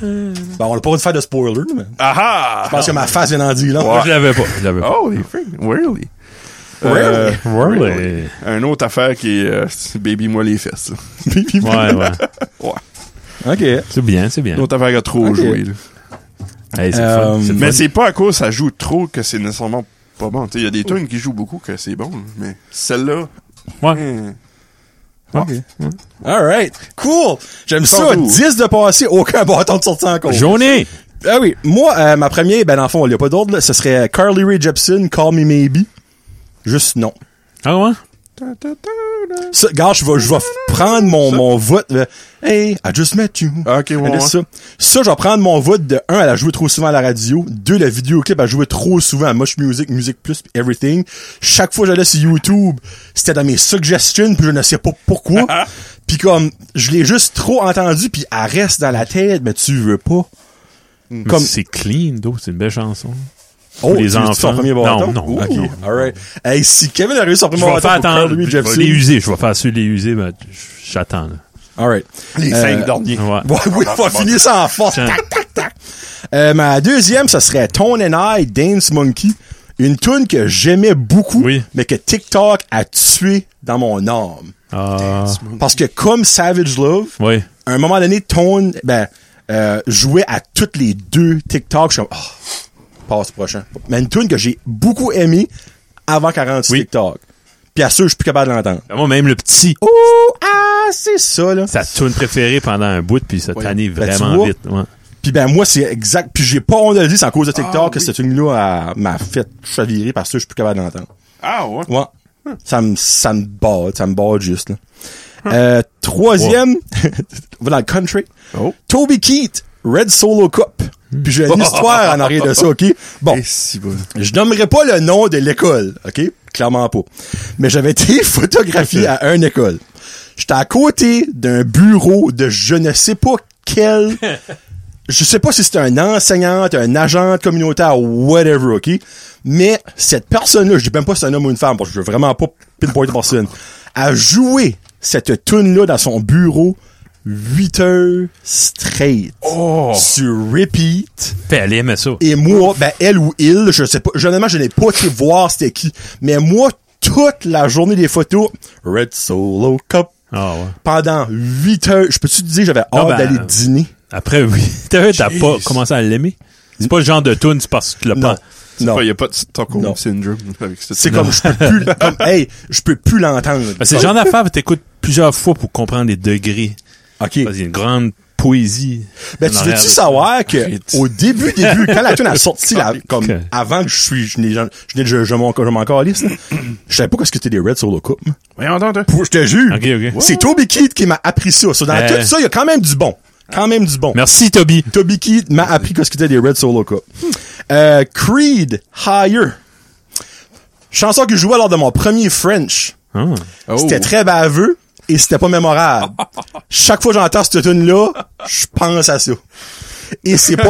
Speaker 2: Ben, on n'a pas le droit de faire de spoiler, mais.
Speaker 1: Ah
Speaker 2: Je pense que ma face vient d'en dire, là.
Speaker 3: Moi, je l'avais pas. Je l'avais
Speaker 2: Ah,
Speaker 3: pas.
Speaker 1: Oh, les freaks. Really?
Speaker 2: Euh,
Speaker 1: Euh,
Speaker 3: Really?
Speaker 1: Un autre affaire qui est euh, c'est Baby moi les fesses. là.
Speaker 3: Ouais, ouais.
Speaker 1: Ouais.
Speaker 2: OK.
Speaker 3: C'est bien, c'est bien.
Speaker 1: Une autre affaire qui a trop
Speaker 2: Ok.
Speaker 1: joué. là.
Speaker 3: Hey, c'est le
Speaker 2: Euh,
Speaker 3: fun, c'est le
Speaker 1: Mais
Speaker 3: fun.
Speaker 1: c'est pas à cause ça joue trop que c'est nécessairement pas bon. Tu sais, Il y a des tunes qui jouent beaucoup que c'est bon. Mais celle-là.
Speaker 3: Ouais.
Speaker 1: hein.
Speaker 2: All right. Cool. J'aime ça.
Speaker 1: Tantôt.
Speaker 2: 10 de passé, aucun bâton de sortie encore.
Speaker 3: Journée!
Speaker 2: Ah oui. Moi, euh, ma première, ben, dans le fond, il n'y a pas d'autre, là. Ce serait Carly Rae Jepsen, Call Me Maybe. Juste non.
Speaker 3: Ah ouais?
Speaker 2: Ça, gars, je vais, je vais prendre mon, mon vote. là. Hey, I just met you.
Speaker 1: Ah, ok, ouais,
Speaker 2: Elle est
Speaker 1: ouais.
Speaker 2: Ça. ça, je vais prendre mon vote de 1, elle a joué trop souvent à la radio. 2, le vidéoclip a joué trop souvent à Much Music, Music Plus, puis Everything. Chaque fois que j'allais sur YouTube, c'était dans mes suggestions, puis je ne sais pas pourquoi.
Speaker 3: Ah,
Speaker 2: puis comme, je l'ai juste trop entendu, puis elle reste dans la tête, mais tu veux pas.
Speaker 3: Comme...
Speaker 2: Comme,
Speaker 3: C'est clean, d'eau. C'est une belle chanson.
Speaker 2: oh,
Speaker 3: les
Speaker 2: tu- tu
Speaker 3: enfants.
Speaker 2: son premier
Speaker 3: Non,
Speaker 2: bâton?
Speaker 3: non,
Speaker 2: Ouh,
Speaker 3: ok.
Speaker 2: all right. Hey, si Kevin a réussi son premier
Speaker 3: Je vais
Speaker 2: bâton
Speaker 3: faire
Speaker 2: pour
Speaker 3: attendre.
Speaker 2: Carly Rae
Speaker 3: Je vais
Speaker 2: Jepsen-
Speaker 3: les user. Je vais faire ceux les user, mais j- j'attends, là.
Speaker 2: All right.
Speaker 1: Les
Speaker 2: Euh,
Speaker 1: cinq derniers.
Speaker 3: Ouais.
Speaker 2: Ouais, oui, on va finir ça en force.
Speaker 3: Tiens.
Speaker 2: Tac, tac, tac. Euh, ma deuxième, ça serait Tone and I, Dance Monkey. Une tune que j'aimais beaucoup,
Speaker 3: Oui.
Speaker 2: mais que TikTok a tué dans mon âme.
Speaker 3: Ah.
Speaker 2: Parce que comme Savage Love,
Speaker 3: Oui.
Speaker 2: à un moment donné, Tone, ben, euh, jouait à toutes les deux TikTok. Je suis comme, oh, passe prochain. Mais une tune que j'ai beaucoup aimée avant 40
Speaker 3: Oui.
Speaker 2: TikTok. Puis à ceux, je suis plus capable de l'entendre.
Speaker 3: Ben, Moi, même le petit,
Speaker 2: Oh, ah, c'est ça, là.
Speaker 3: sa tune préférée pendant un bout, puis ça tannait
Speaker 2: Ben, tu
Speaker 3: vraiment
Speaker 2: vois.
Speaker 3: vite. Ouais.
Speaker 2: Puis ben moi c'est exact. Puis j'ai pas honte de le dire, c'est à cause de TikTok
Speaker 1: Ah,
Speaker 2: que
Speaker 1: oui.
Speaker 2: cette tune-là elle m'a fait chavirer parce que je suis plus capable d'entendre.
Speaker 1: Ah ouais.
Speaker 2: Ouais. Ça me ça me barre, ça me barre juste là.
Speaker 1: Hum.
Speaker 2: Euh, troisième, on va dans le country.
Speaker 1: Oh.
Speaker 2: Toby Keith, Red Solo Cup. Puis j'ai une histoire en arrière de ça, ok? Bon,
Speaker 1: Eh, si bon.
Speaker 2: je nommerai pas le nom de l'école, ok? Clairement pas. Mais j'avais été photographié à une école. J'étais à côté d'un bureau de je ne sais pas quel je sais pas si c'était un enseignant, un agent communautaire, whatever, ok? Mais cette personne-là, je dis même pas si c'est un homme ou une femme, parce que je veux vraiment pas pinpoint de personne, a joué cette tune-là dans son bureau 8 heures straight.
Speaker 3: Oh!
Speaker 2: Sur repeat.
Speaker 3: Puis elle aimait ça.
Speaker 2: Et moi, ben elle ou il, je sais pas, généralement je n'ai pas été voir c'était qui, mais moi, toute la journée des photos, Red Solo Cup,
Speaker 3: Ah ouais.
Speaker 2: pendant 8 heures, je peux-tu te dire, j'avais
Speaker 3: Non,
Speaker 2: hâte
Speaker 3: ben,
Speaker 2: d'aller dîner?
Speaker 3: Après, oui. T'as t'as
Speaker 2: Jeez.
Speaker 3: pas commencé à l'aimer? C'est pas le genre de tune, c'est parce que tu l'as
Speaker 2: Non.
Speaker 3: pas.
Speaker 2: Non.
Speaker 1: Il y a pas de Stockholm
Speaker 2: Non.
Speaker 1: syndrome avec cette
Speaker 2: C'est
Speaker 1: tune-là.
Speaker 2: comme, je peux plus, comme, hey, je peux plus l'entendre.
Speaker 3: Ben, c'est le genre d'affaire que t'écoutes plusieurs fois pour comprendre les degrés.
Speaker 2: OK.
Speaker 3: Parce qu'il y a une grande poésie.
Speaker 2: Ben, tu
Speaker 3: en
Speaker 2: veux-tu
Speaker 3: arrière.
Speaker 2: savoir que,
Speaker 3: Arrête.
Speaker 2: au début, début, quand la tune a sorti, la, comme,
Speaker 3: Ok.
Speaker 2: avant que je suis, je n'ai, je, n'ai- je, je m'en, je m'en calisse, là, je savais pas qu'est-ce que c'était des Red Solo Cup. moi.
Speaker 1: Voyons donc, toi.
Speaker 2: Pour- Je te jure.
Speaker 3: Ok, ok.
Speaker 2: C'est Toby Keith qui m'a appris ça. So, dans
Speaker 3: Euh.
Speaker 2: tout ça, il y a quand même du bon. Quand même du bon.
Speaker 3: Merci, Toby.
Speaker 2: Toby Keith m'a appris qu'est-ce que c'était des Red Solo Cup. Euh, Creed, Higher. Chanson que je jouais lors de mon premier French.
Speaker 3: Ah.
Speaker 1: Oh,
Speaker 2: C'était très baveux et c'était pas mémorable. Chaque fois que j'entends cette tune-là, je pense à ça. Et c'est pas...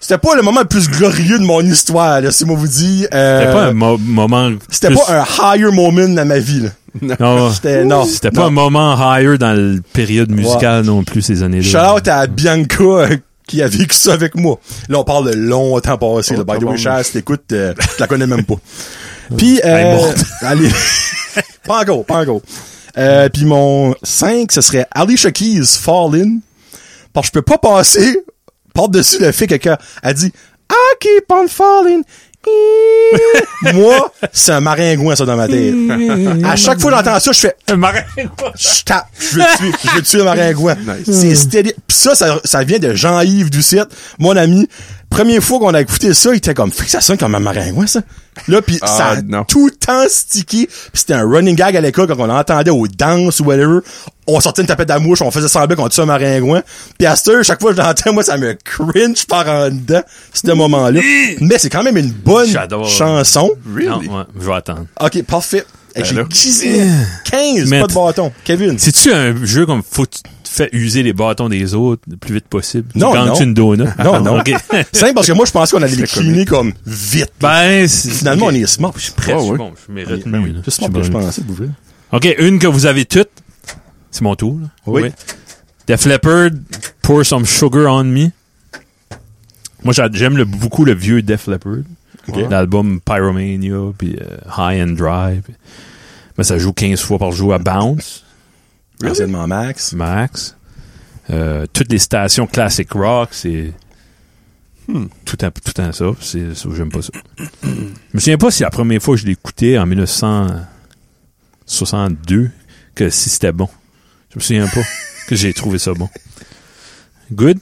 Speaker 2: C'était pas le moment le plus glorieux de mon histoire, là, si moi vous dis. Euh,
Speaker 3: C'était pas un mo- moment...
Speaker 2: c'était
Speaker 3: plus-
Speaker 2: pas un higher moment dans ma vie. là.
Speaker 3: Non,
Speaker 2: C'était- non.
Speaker 3: C'était pas un moment higher dans le période musicale non plus ces
Speaker 2: Shout
Speaker 3: années-là.
Speaker 2: out à Bianca euh, qui a vécu ça avec moi. Là, on parle de longtemps passé.
Speaker 1: Oh,
Speaker 2: là. By the
Speaker 1: pardon.
Speaker 2: way, Charles, si t'écoutes, euh, je la connais même pas. Puis, euh,
Speaker 3: Elle est morte.
Speaker 2: allez. pas encore, pas encore. Euh, puis mon 5, ce serait Alicia Keys, Fall In. Parce que je peux pas passer par-dessus le fait que quelqu'un a dit I keep on falling. Moi, c'est un maringouin, ça, dans ma tête. À chaque fois que j'entends ça, je fais
Speaker 3: Un marin.
Speaker 2: je tape, je veux tuer, je veux tuer le maringouin.
Speaker 1: Hmm.
Speaker 2: C'est stérile. Pis ça, ça, ça vient de Jean-Yves Ducette, mon ami. Première fois qu'on a écouté ça, il était comme, fait que ça sonne comme un maringouin, ça. Là, pis
Speaker 1: Ah,
Speaker 2: ça a
Speaker 1: non.
Speaker 2: tout le temps stické. Pis c'était un running gag à l'école quand on entendait aux danses ou whatever. On sortait une tapette à mouche, on faisait semblant qu'on tuait un maringouin. Pis à cette heure, chaque fois que je l'entends, moi, ça me cringe par en dedans, ce moment-là.
Speaker 1: Mmh.
Speaker 2: Mais c'est quand même une bonne
Speaker 3: J'adore.
Speaker 2: chanson.
Speaker 3: Non, ouais, je vais attendre.
Speaker 2: Ok, parfait. Hey, J'ai
Speaker 1: Ben là.
Speaker 2: 15, 15,
Speaker 3: Mais
Speaker 2: pas de bâton. Kevin.
Speaker 3: C'est-tu un jeu comme faut que tu te fais user les bâtons des autres le plus vite possible?
Speaker 2: Non,
Speaker 3: tu gagnes
Speaker 2: non.
Speaker 3: une donut?
Speaker 2: Non, non.
Speaker 3: Ok.
Speaker 2: C'est parce que moi, je pensais qu'on allait les cleaner comme vite.
Speaker 3: ben, c'est-
Speaker 2: Finalement,
Speaker 3: ok.
Speaker 2: on est smart. Je suis prêt.
Speaker 3: Presque,
Speaker 1: Ah ouais.
Speaker 3: bon, je m'ai
Speaker 2: Ben
Speaker 3: retenu.
Speaker 2: oui,
Speaker 3: là.
Speaker 2: c'est smart
Speaker 3: Je
Speaker 2: que
Speaker 3: suis
Speaker 2: je
Speaker 3: bon.
Speaker 2: pensais, vous voulez.
Speaker 3: OK, une que vous avez toutes. C'est mon tour. là.
Speaker 2: Oui.
Speaker 3: Def Leppard, Pour Some Sugar On Me. Moi, j'a- j'aime le- beaucoup le vieux Def Leppard.
Speaker 2: Ok.
Speaker 3: L'album Pyromania, puis euh, High and Dry. puis- Mais ça joue 15 fois par jour à Bounce,
Speaker 2: Anciennement Max.
Speaker 3: Max. Euh, toutes les stations classic rock, c'est...
Speaker 2: Hmm.
Speaker 3: Tout un, tout un ça, c'est ça, j'aime pas ça. Je me souviens pas si la première fois que je l'écoutais en 1962 que si c'était bon. Je me souviens pas que j'ai trouvé ça bon. Good.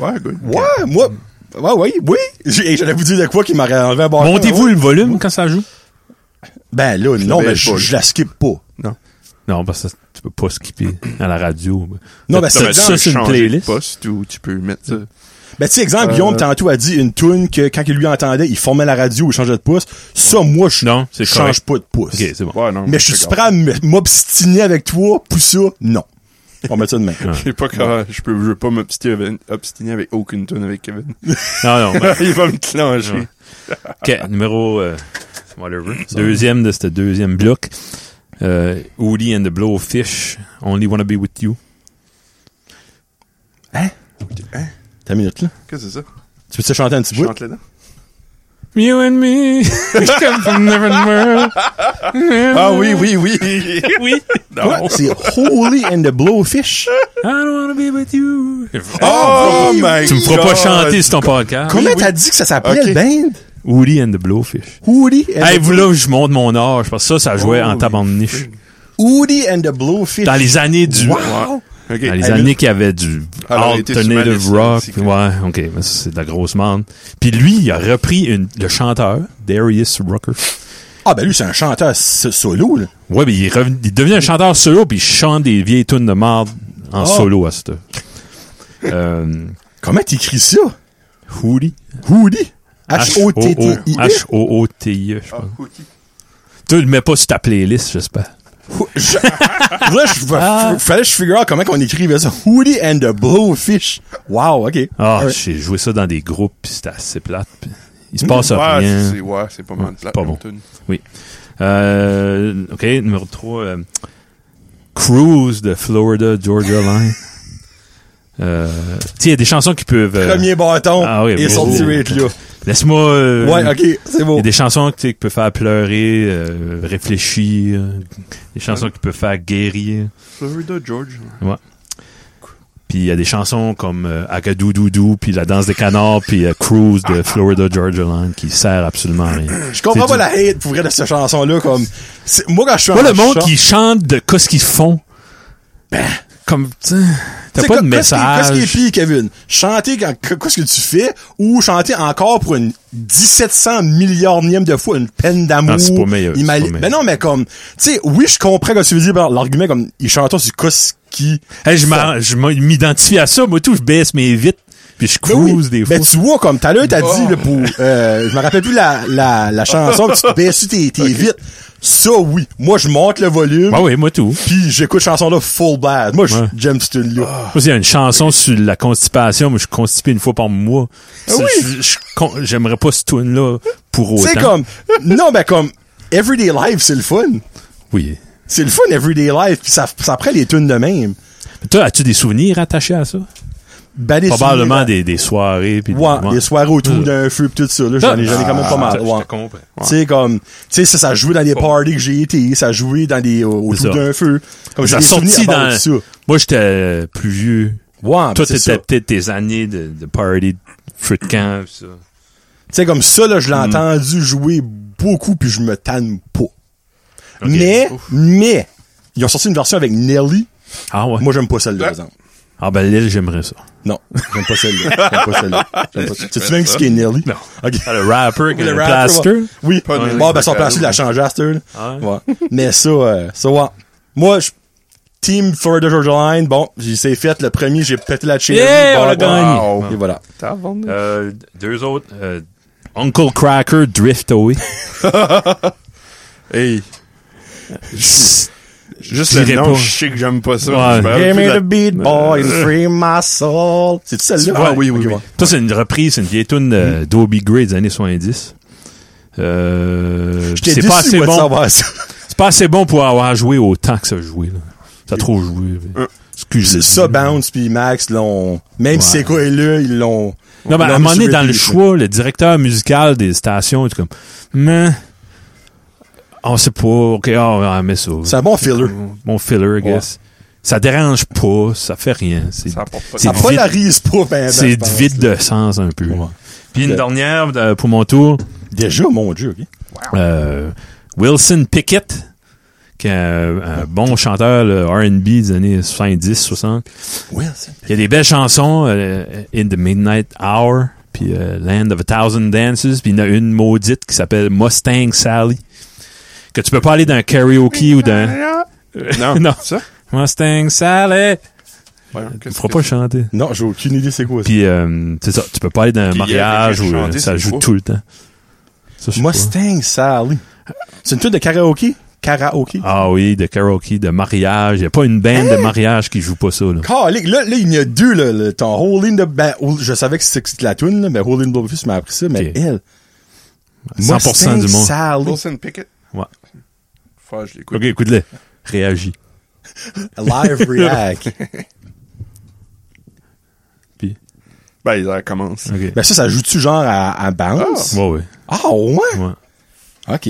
Speaker 1: Ouais, good.
Speaker 2: Ouais, moi. Ouais, oui, oui. J'ai- hey, J'allais vous dire de quoi qui m'aurait enlevé un bâton.
Speaker 3: Montez-vous
Speaker 2: Ah, Ouais.
Speaker 3: le volume quand ça joue?
Speaker 2: Ben là, non, ben,
Speaker 1: le baisse
Speaker 2: je
Speaker 1: pas,
Speaker 2: je la skip pas.
Speaker 3: Non, parce que ça, tu peux pas skipper à la radio.
Speaker 2: Non, ben,
Speaker 3: mais
Speaker 2: ça-
Speaker 1: Ça,
Speaker 3: ça, c'est une playlist.
Speaker 1: Poste où tu peux mettre ça.
Speaker 2: Ben, tu sais, exemple,
Speaker 1: Euh,
Speaker 2: Guillaume, tantôt, a dit une tune que quand il lui entendait, il formait la radio ou il changeait de pouce. Ça, moi, je
Speaker 3: Non, c'est
Speaker 2: je change
Speaker 3: correct.
Speaker 2: pas de pouce.
Speaker 3: Ok, c'est bon.
Speaker 1: Ouais, non.
Speaker 2: Mais je suis
Speaker 1: d'accord.
Speaker 2: prêt à m- m'obstiner avec toi pour ça. Non. On met ça de même.
Speaker 1: Je sais pas quand je peux, je veux pas m'obstiner avec, obstiner avec aucune tune avec Kevin.
Speaker 3: Non, non. ben,
Speaker 1: Il va me clencher.
Speaker 3: Ouais. OK, numéro... euh, whatever. Deuxième de ce deuxième bloc. Euh, Woody and the Blowfish, Only Wanna Be With You.
Speaker 2: T'as une minute, là.
Speaker 1: Qu'est-ce que c'est ça?
Speaker 2: Tu peux-tu chanter un petit
Speaker 1: Je
Speaker 2: bout?
Speaker 1: chante là-dedans?
Speaker 3: You and me, we come from different worlds.
Speaker 1: Ah oui, oui, oui!
Speaker 3: Oui.
Speaker 2: Quoi? C'est Holy and the Blowfish.
Speaker 3: I don't wanna be with you.
Speaker 1: Oh, my
Speaker 3: Ah! tu me feras pas
Speaker 1: God.
Speaker 3: chanter sur ton podcast.
Speaker 2: Comment
Speaker 1: oui.
Speaker 2: t'as dit que ça s'appelait
Speaker 1: Ok.
Speaker 2: le band?
Speaker 3: Woody and the Blowfish.
Speaker 2: Woody and,
Speaker 3: Hey,
Speaker 2: the,
Speaker 3: vous là, je monte mon âge, parce que ça, ça jouait en
Speaker 1: Oh,
Speaker 3: tabarniche.
Speaker 2: Woody and the Blowfish.
Speaker 3: Dans les années du...
Speaker 2: Wow!
Speaker 1: Ok. Ah,
Speaker 3: Dans les
Speaker 2: Hey,
Speaker 3: années qu'il y avait du
Speaker 1: Alors, il était sur ma liste,
Speaker 3: alternative rock.
Speaker 1: c'est cool.
Speaker 3: Ouais, ok, mais ça, c'est de la grosse merde. Puis lui, il a repris une- le chanteur, Darius Rucker.
Speaker 2: Ah, ben lui, c'est un chanteur so- solo, là.
Speaker 3: Ouais, mais il, est revenu- il est devenu un chanteur solo, puis il chante des vieilles tunes de merde en
Speaker 1: Ah.
Speaker 2: Oh.
Speaker 3: solo à cette heure. euh,
Speaker 2: Comment t'écris ça?
Speaker 3: Hoodie.
Speaker 2: Hoody?
Speaker 1: E?
Speaker 2: H-O-T-T-I-E?
Speaker 3: H-O-O-T-I-E, E,
Speaker 1: ah,
Speaker 3: je pense. Tu le mets pas sur ta playlist, j'espère.
Speaker 2: Je- Là, je va- f- fallait que je figure out comment qu'on écrivait ça. Woody and the Blowfish. Wow, ok.
Speaker 3: Ah,
Speaker 2: Alright.
Speaker 3: j'ai joué ça dans des groupes, puis c'était assez plate. puis il se passe
Speaker 1: Hmm. Ouais,
Speaker 3: rien.
Speaker 1: c'est- ouais, c'est pas mal
Speaker 3: Ouais,
Speaker 1: de plate
Speaker 3: pas
Speaker 1: comme
Speaker 3: bon.
Speaker 1: tune.
Speaker 3: Euh, OK, numéro 3. euh, Cruise de Florida Georgia Line. Euh, tu sais, il y a des chansons qui peuvent. euh,
Speaker 2: Premier bâton.
Speaker 3: ah oui,
Speaker 2: et
Speaker 3: bon.
Speaker 2: sorti rate, là.
Speaker 3: Laisse-moi. euh,
Speaker 2: Ouais, ok, c'est
Speaker 3: Il y
Speaker 2: beau.
Speaker 3: a des chansons tu sais, qui peuvent faire pleurer, euh, réfléchir, des chansons qui peuvent faire guérir.
Speaker 1: Florida George.
Speaker 3: Puis il y a des chansons comme euh, Agadoudou, puis La danse des canards, puis euh, Cruise de Florida Georgia Line qui sert absolument à rien.
Speaker 2: Je comprends
Speaker 3: C'est
Speaker 2: pas
Speaker 3: du-
Speaker 2: la hate pour vrai de cette chanson-là, comme, c'est- moi quand je suis en
Speaker 3: Pas le monde
Speaker 2: char-
Speaker 3: qui chante de qu'est-ce qu'ils font. Ben, comme tu sais,
Speaker 2: Tu
Speaker 3: t'as
Speaker 2: sais,
Speaker 3: pas de
Speaker 2: qu'est-
Speaker 3: message.
Speaker 2: Qu'est-ce qui, qu'est-ce qui est pire, Kevin? Chanter quand, que- qu'est-ce que tu fais ou chanter encore pour une 1700 milliardième de fois une peine d'amour.
Speaker 3: Non, c'est pas meilleur,
Speaker 2: il m'a-
Speaker 3: c'est pas meilleur.
Speaker 2: Ben non, mais comme, tu sais, oui, je comprends quand tu veux dire par l'argument comme, il chante sur qu'est-ce qui.
Speaker 3: Hey, je m'en- je m'en- m'identifie à ça, moi tout, je baisse mes vitres, puis je
Speaker 2: Ben oui.
Speaker 3: cruise des fois.
Speaker 2: Ben tu vois, comme tout à l'heure, t'as
Speaker 1: Oh.
Speaker 2: dit, là, pour, euh, je me rappelle plus la, la, la chanson, que tu baisses tes, tes vite. Ça, oui. Moi, je monte le volume.
Speaker 3: Ben oui, moi tout.
Speaker 2: Puis j'écoute chanson-là full bad. Moi, je-
Speaker 3: Ouais.
Speaker 2: j'aime cette tune-là.
Speaker 3: Moi, il y a une chanson sur la constipation, mais je suis constipé une fois par mois.
Speaker 2: Ah oui?
Speaker 3: Je- je- con- J'aimerais pas ce tune-là pour autant.
Speaker 2: C'est comme, non, ben comme, Everyday Life, c'est le fun.
Speaker 3: Oui.
Speaker 2: C'est le fun, Everyday Life, pis ça, ça prend les tunes de même.
Speaker 3: Toi, as-tu des souvenirs attachés à ça?
Speaker 2: Ben, des
Speaker 3: Probablement des, des soirées. Puis
Speaker 2: souvenirs- Ouais,
Speaker 3: des,
Speaker 2: des soirées autour d'un feu pis tout ça, là, j'en ai, j'en ai quand même pas mal. ouais. Tu sais, comme, tu sais, ça, ça jouait dans des parties que j'ai été, ça jouait dans des, au-
Speaker 3: C'est
Speaker 2: autour
Speaker 3: ça.
Speaker 2: d'un feu. Comme, j'ai
Speaker 3: Ça
Speaker 2: des
Speaker 3: sortit
Speaker 2: souvenirs
Speaker 3: dans...
Speaker 2: about ça.
Speaker 3: Moi, j'étais euh, plus vieux.
Speaker 2: Ouais,
Speaker 3: Toi,
Speaker 2: ben, c'est ça.
Speaker 3: t'étais peut-être tes années de, de party, de feu de camp, pis ça.
Speaker 2: Tu sais, comme ça, là, je l'ai
Speaker 3: Hmm.
Speaker 2: entendu jouer beaucoup, puis je me tanne pas. Mais, mais, ils ont sorti une version avec Nelly.
Speaker 3: Ah ouais?
Speaker 2: Moi, j'aime pas celle-là, par exemple.
Speaker 3: Ah ben, l'île, j'aimerais ça.
Speaker 2: Non, j'aime pas celle-là. J'aime pas celle-là. J'aime pas- Sais-tu même ce qui est Nelly?
Speaker 3: Non.
Speaker 2: Ok.
Speaker 3: Ah, le rapper,
Speaker 2: Le
Speaker 3: le
Speaker 2: rapper,
Speaker 3: plaster.
Speaker 2: ouais. Oui.
Speaker 1: Pas de-
Speaker 2: bon, ben, son plaster, il l'a changé à cette heure, là.
Speaker 3: Ah ouais?
Speaker 2: Ouais. Mais ça, euh, ça, ouais. Moi, je, Team Florida Georgia Line, bon, j'ai- c'est fait. Le premier, j'ai pété la chaîne.
Speaker 3: Yeah,
Speaker 2: bon,
Speaker 3: on a
Speaker 2: bon,
Speaker 3: gagné.
Speaker 2: Et voilà.
Speaker 3: Euh, deux autres. euh, Uncle Cracker, Drift Away.
Speaker 1: Hey, juste
Speaker 3: J'irai
Speaker 1: le
Speaker 3: pas.
Speaker 1: nom, je sais que j'aime pas ça.
Speaker 3: Ouais.
Speaker 1: Je me rappelle
Speaker 2: Give
Speaker 1: plus
Speaker 2: me
Speaker 1: la-
Speaker 2: the beat, boy, and free my soul. C'est celle-là?
Speaker 3: Ouais, Ah, oui,
Speaker 2: Ok,
Speaker 3: oui, oui.
Speaker 2: ouais. Hmm.
Speaker 3: Ça, c'est une reprise, c'est une vieille tune euh, d'Obi Gray des années 70. Euh,
Speaker 2: J'étais
Speaker 3: c'est
Speaker 2: déçu,
Speaker 3: pas assez
Speaker 2: moi, de
Speaker 3: bon.
Speaker 2: savoir ça.
Speaker 3: C'est pas assez bon pour avoir joué autant que ça joué. Là. Ça a trop joué.
Speaker 1: Euh,
Speaker 3: Excusez.
Speaker 2: C'est ça, Bounce puis Max l'ont. Même
Speaker 3: Ouais.
Speaker 2: si c'est quoi, là, ils l'ont.
Speaker 3: Non, mais
Speaker 2: ils
Speaker 3: à
Speaker 2: l'ont
Speaker 3: un moment
Speaker 2: mis
Speaker 3: donné,
Speaker 2: sur
Speaker 3: dans le
Speaker 2: repeat,
Speaker 3: choix, le directeur musical des stations est comme, mais on sait pas. Ok, ah, on met ça.
Speaker 2: C'est un bon filler.
Speaker 3: Mon filler, I guess. Ça dérange pas, ça fait rien. C'est
Speaker 1: Ça apporte pas
Speaker 3: c'est
Speaker 2: Ça
Speaker 3: vide.
Speaker 2: polarise pas, ben, ben,
Speaker 3: c'est
Speaker 2: ben,
Speaker 3: vide de sens un peu.
Speaker 2: Ouais.
Speaker 3: Puis une
Speaker 2: Ouais.
Speaker 3: dernière euh, pour mon tour.
Speaker 2: Déjà, mon Dieu, ok.
Speaker 3: Euh, Wilson Pickett, qui est un, un bon chanteur le R&B des années 70, 60.
Speaker 2: Ouais, c'est-
Speaker 3: Il y a des belles chansons, euh, In the Midnight Hour, puis euh, Land of a Thousand Dances, puis il y en a une maudite qui s'appelle Mustang Sally, que tu peux pas aller d'un karaoke ou d'un
Speaker 1: Euh, Non,
Speaker 3: Non.
Speaker 1: ça?
Speaker 3: Mustang Sally. Tu feras pas chanter.
Speaker 2: Non, j'ai aucune idée c'est quoi ça.
Speaker 3: Puis euh, c'est ça, tu peux pas aller d'un
Speaker 1: Puis il y a
Speaker 3: mariage
Speaker 1: quelqu'un
Speaker 3: où
Speaker 1: qui
Speaker 3: euh,
Speaker 1: chantait,
Speaker 3: ça
Speaker 1: c'est
Speaker 3: joue
Speaker 1: quoi?
Speaker 3: tout le temps. Ça, je sais pas.
Speaker 2: Mustang Sally. C'est une tune de karaoké? Karaoké?
Speaker 3: Ah oui, de karaoke, de mariage. Il a pas une bande de mariage qui joue pas ça. Là.
Speaker 2: Calique, là, là, il y en a deux, là, là, ton Holding the, ben, Hol- je savais que c'était que c'était la tune, là, mais Holding Blowfish m'a appris ça, mais
Speaker 3: Ok.
Speaker 2: elle.
Speaker 3: 100% du monde.
Speaker 2: Sally.
Speaker 1: Wilson Pickett?
Speaker 3: Ouais.
Speaker 1: Faut que je l'écoute.
Speaker 3: Ok, écoute-le. Réagis.
Speaker 2: Live React.
Speaker 3: Puis,
Speaker 1: Ben, il recommence.
Speaker 3: ok.
Speaker 2: ben, ça, ça joue-tu genre à, à bounce?
Speaker 1: Oh.
Speaker 3: Ouais, ouais.
Speaker 2: Ah, ouais?
Speaker 3: ouais.
Speaker 2: Ok.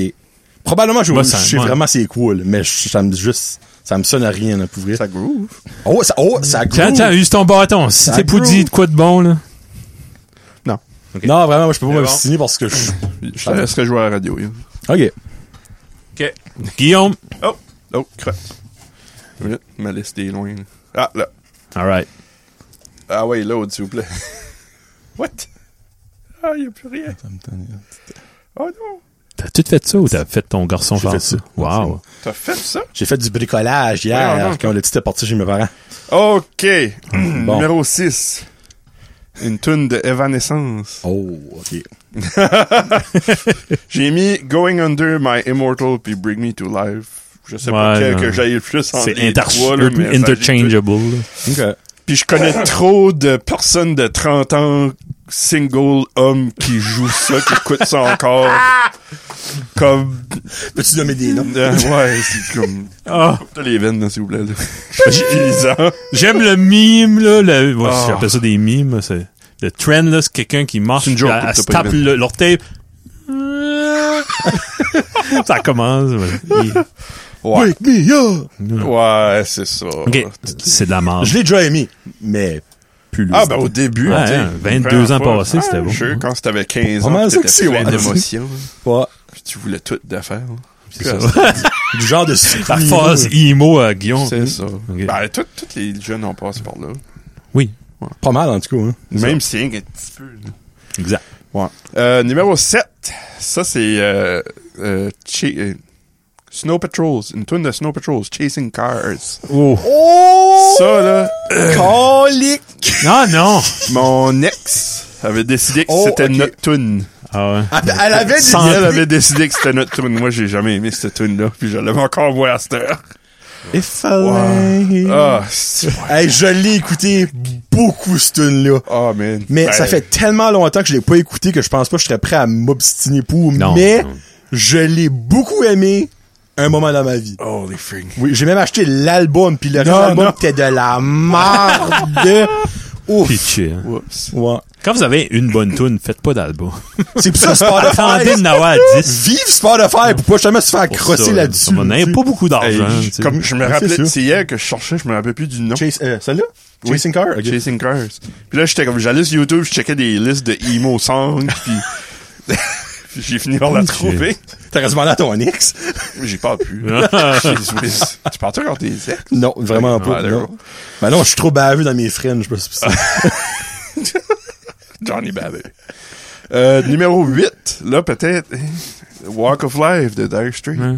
Speaker 2: Probablement, je,
Speaker 3: Moi,
Speaker 2: je
Speaker 3: ça-
Speaker 2: sais
Speaker 3: ouais.
Speaker 2: vraiment c'est cool, mais je- ça me juste, ça me sonne à rien, là, pour vrai.
Speaker 1: Ça groove.
Speaker 2: Oh, ça, oh, ça
Speaker 3: Tiens,
Speaker 2: groove.
Speaker 3: tiens, use ton bâton. Si
Speaker 2: Ça
Speaker 3: t'es pour
Speaker 2: groove.
Speaker 3: dire de quoi de bon, là.
Speaker 1: Non.
Speaker 2: Non, vraiment, moi, je peux pas
Speaker 3: bon.
Speaker 2: m'obstiner parce que je,
Speaker 1: Je te laisserai jouer à la radio. hein. yo.
Speaker 2: ok.
Speaker 3: Ok. Guillaume.
Speaker 1: Oh! Oh, crap. Une minute, Ma liste est loin. là. Ah, là.
Speaker 3: Alright.
Speaker 1: Ah ouais, l'autre, s'il vous plaît. What? Ah, il n'y a plus rien. Oh non!
Speaker 3: T'as tout fait ça ou t'as fait ton garçon
Speaker 2: J'ai
Speaker 3: faire
Speaker 2: fait
Speaker 3: ça?
Speaker 2: ça.
Speaker 3: Wow.
Speaker 1: T'as fait ça?
Speaker 2: J'ai fait du bricolage
Speaker 1: Ouais,
Speaker 2: hier,
Speaker 1: ouais, ouais.
Speaker 2: quand on l'a dit, t'es parti chez mes parents.
Speaker 1: OK.
Speaker 2: Bon.
Speaker 1: Numéro 6. Une toune de Evanescence.
Speaker 2: Oh, ok.
Speaker 1: J'ai mis Going Under My Immortal puis Bring Me to Life. Je sais pas
Speaker 3: Ouais,
Speaker 1: quel
Speaker 3: non.
Speaker 1: que j'aille le plus en
Speaker 3: C'est
Speaker 1: les
Speaker 3: inter-
Speaker 1: trois, là, mais ça, j'ai-
Speaker 3: interchangeable. là.
Speaker 2: Ok.
Speaker 1: Puis je connais trop de personnes de 30 ans, single hommes qui jouent ça, qui écoutent ça encore. Comme.
Speaker 2: Peux-tu nommer des noms?
Speaker 1: euh, ouais, c'est comme.
Speaker 3: Ah,
Speaker 1: Coupe-toi les veines, là, s'il vous plaît. là. Je suis lisant.
Speaker 3: J'aime le mime, là. Le, ouais,
Speaker 1: Ah.
Speaker 3: J'appelle ça des mimes. là, C'est, le trend, là, c'est quelqu'un qui marche,
Speaker 1: C'est une joke,
Speaker 3: elle- elle
Speaker 1: t'as
Speaker 3: se
Speaker 1: pas
Speaker 3: tape
Speaker 1: aimé.
Speaker 3: le- l'orteil. ça commence. ouais. Il-
Speaker 1: Ouais,
Speaker 2: Wake me up!
Speaker 1: ouais Ah, c'est ça.
Speaker 3: OK, c'est de la merde.
Speaker 2: Je l'ai déjà aimé, mais plus lourd.
Speaker 1: Ah, ben au début,
Speaker 3: Ouais,
Speaker 1: tu sais,
Speaker 3: hein,
Speaker 1: la
Speaker 3: 22
Speaker 1: première
Speaker 3: ans
Speaker 1: fois,
Speaker 3: passés, c'était
Speaker 1: ah,
Speaker 3: bon.
Speaker 1: Je sais, quand t'avais 15
Speaker 2: Comment
Speaker 1: ans,
Speaker 2: ça que c'est
Speaker 1: t'étais plein
Speaker 2: wild?
Speaker 1: d'émotions.
Speaker 2: Ouais,
Speaker 1: puis Tu voulais tout d'affaires. hein.
Speaker 3: C'est ça.
Speaker 2: du genre de
Speaker 3: La
Speaker 2: super
Speaker 3: phase emo à Guillaume.
Speaker 1: C'est ça.
Speaker 3: Ok.
Speaker 1: Ben, tout- tous les jeunes ont passé par là.
Speaker 3: Oui,
Speaker 2: Pas mal, en tout cas. Hein.
Speaker 1: Même si un petit peu. là.
Speaker 3: exact.
Speaker 1: Ouais. Euh, numéro 7. Ça, c'est euh, euh, Chi- euh, Snow Patrols. Une tune de Snow Patrols. Chasing Cars.
Speaker 3: Oh.
Speaker 2: Oh!
Speaker 1: Ça, là,
Speaker 2: Colique!
Speaker 3: Non, non.
Speaker 1: mon ex avait décidé que
Speaker 2: Oh,
Speaker 1: c'était
Speaker 2: ok.
Speaker 1: notre tune.
Speaker 3: Ah ouais.
Speaker 2: Elle, ben, elle avait des...
Speaker 3: Sans-
Speaker 1: Elle avait décidé que c'était notre tune. Moi, j'ai jamais aimé cette tune-là. Puis je l'avais encore moi à cette heure.
Speaker 2: If I
Speaker 1: Wow.
Speaker 2: lay-
Speaker 1: Ah, c'est-
Speaker 2: Hey, je l'ai écouté beaucoup, ce tune-là.
Speaker 1: Ah, man.
Speaker 2: Mais
Speaker 1: Ben,
Speaker 2: ça fait tellement longtemps que je l'ai pas écouté que je pense pas que je serais prêt à m'obstiner pour.
Speaker 3: Non,
Speaker 2: mais
Speaker 3: non.
Speaker 2: je l'ai beaucoup aimé un moment dans ma vie.
Speaker 1: Holy frig.
Speaker 2: Oui, j'ai même acheté l'album, puis le reste de
Speaker 1: Non,
Speaker 2: l'album
Speaker 1: non.
Speaker 2: était de la merde. Ouf.
Speaker 3: Pitché. hein.
Speaker 1: Oups.
Speaker 2: Ouais.
Speaker 3: Quand vous avez une bonne tune, faites pas d'album.
Speaker 2: C'est pour ça
Speaker 3: Attendez de
Speaker 2: Spotify.
Speaker 3: n'avoir à 10.
Speaker 2: Vive Spotify pour pas jamais se faire crosser
Speaker 3: Ça,
Speaker 2: là-dessus.
Speaker 3: ça m'en aime pas beaucoup
Speaker 1: Hey,
Speaker 3: d'argent. tu
Speaker 1: je-
Speaker 3: sais.
Speaker 1: comme je me
Speaker 2: C'est
Speaker 1: rappelais,
Speaker 2: sûr.
Speaker 1: c'est hier que je cherchais, je me rappelais plus du nom.
Speaker 2: Chase, euh, celle-là?
Speaker 1: Oui.
Speaker 2: Chasing Car? ok.
Speaker 1: Chasing Cars. Puis là, j'étais comme, j'allais sur YouTube, je checkais des listes de emo songs, puis, puis j'ai fini par la trouver.
Speaker 2: T'as raison demandé à ton ex?
Speaker 1: J'ai pas pu. Jesus. tu parles encore des ex?
Speaker 2: Non, vraiment pas.
Speaker 1: Ah,
Speaker 2: non.
Speaker 1: d'accord.
Speaker 2: Ben non, je suis trop baveux dans mes friends, je sais pas si
Speaker 1: Johnny Babbitt. Euh, numéro 8, là, peut-être, eh, Walk of Life de Dire Street.
Speaker 3: Ouais.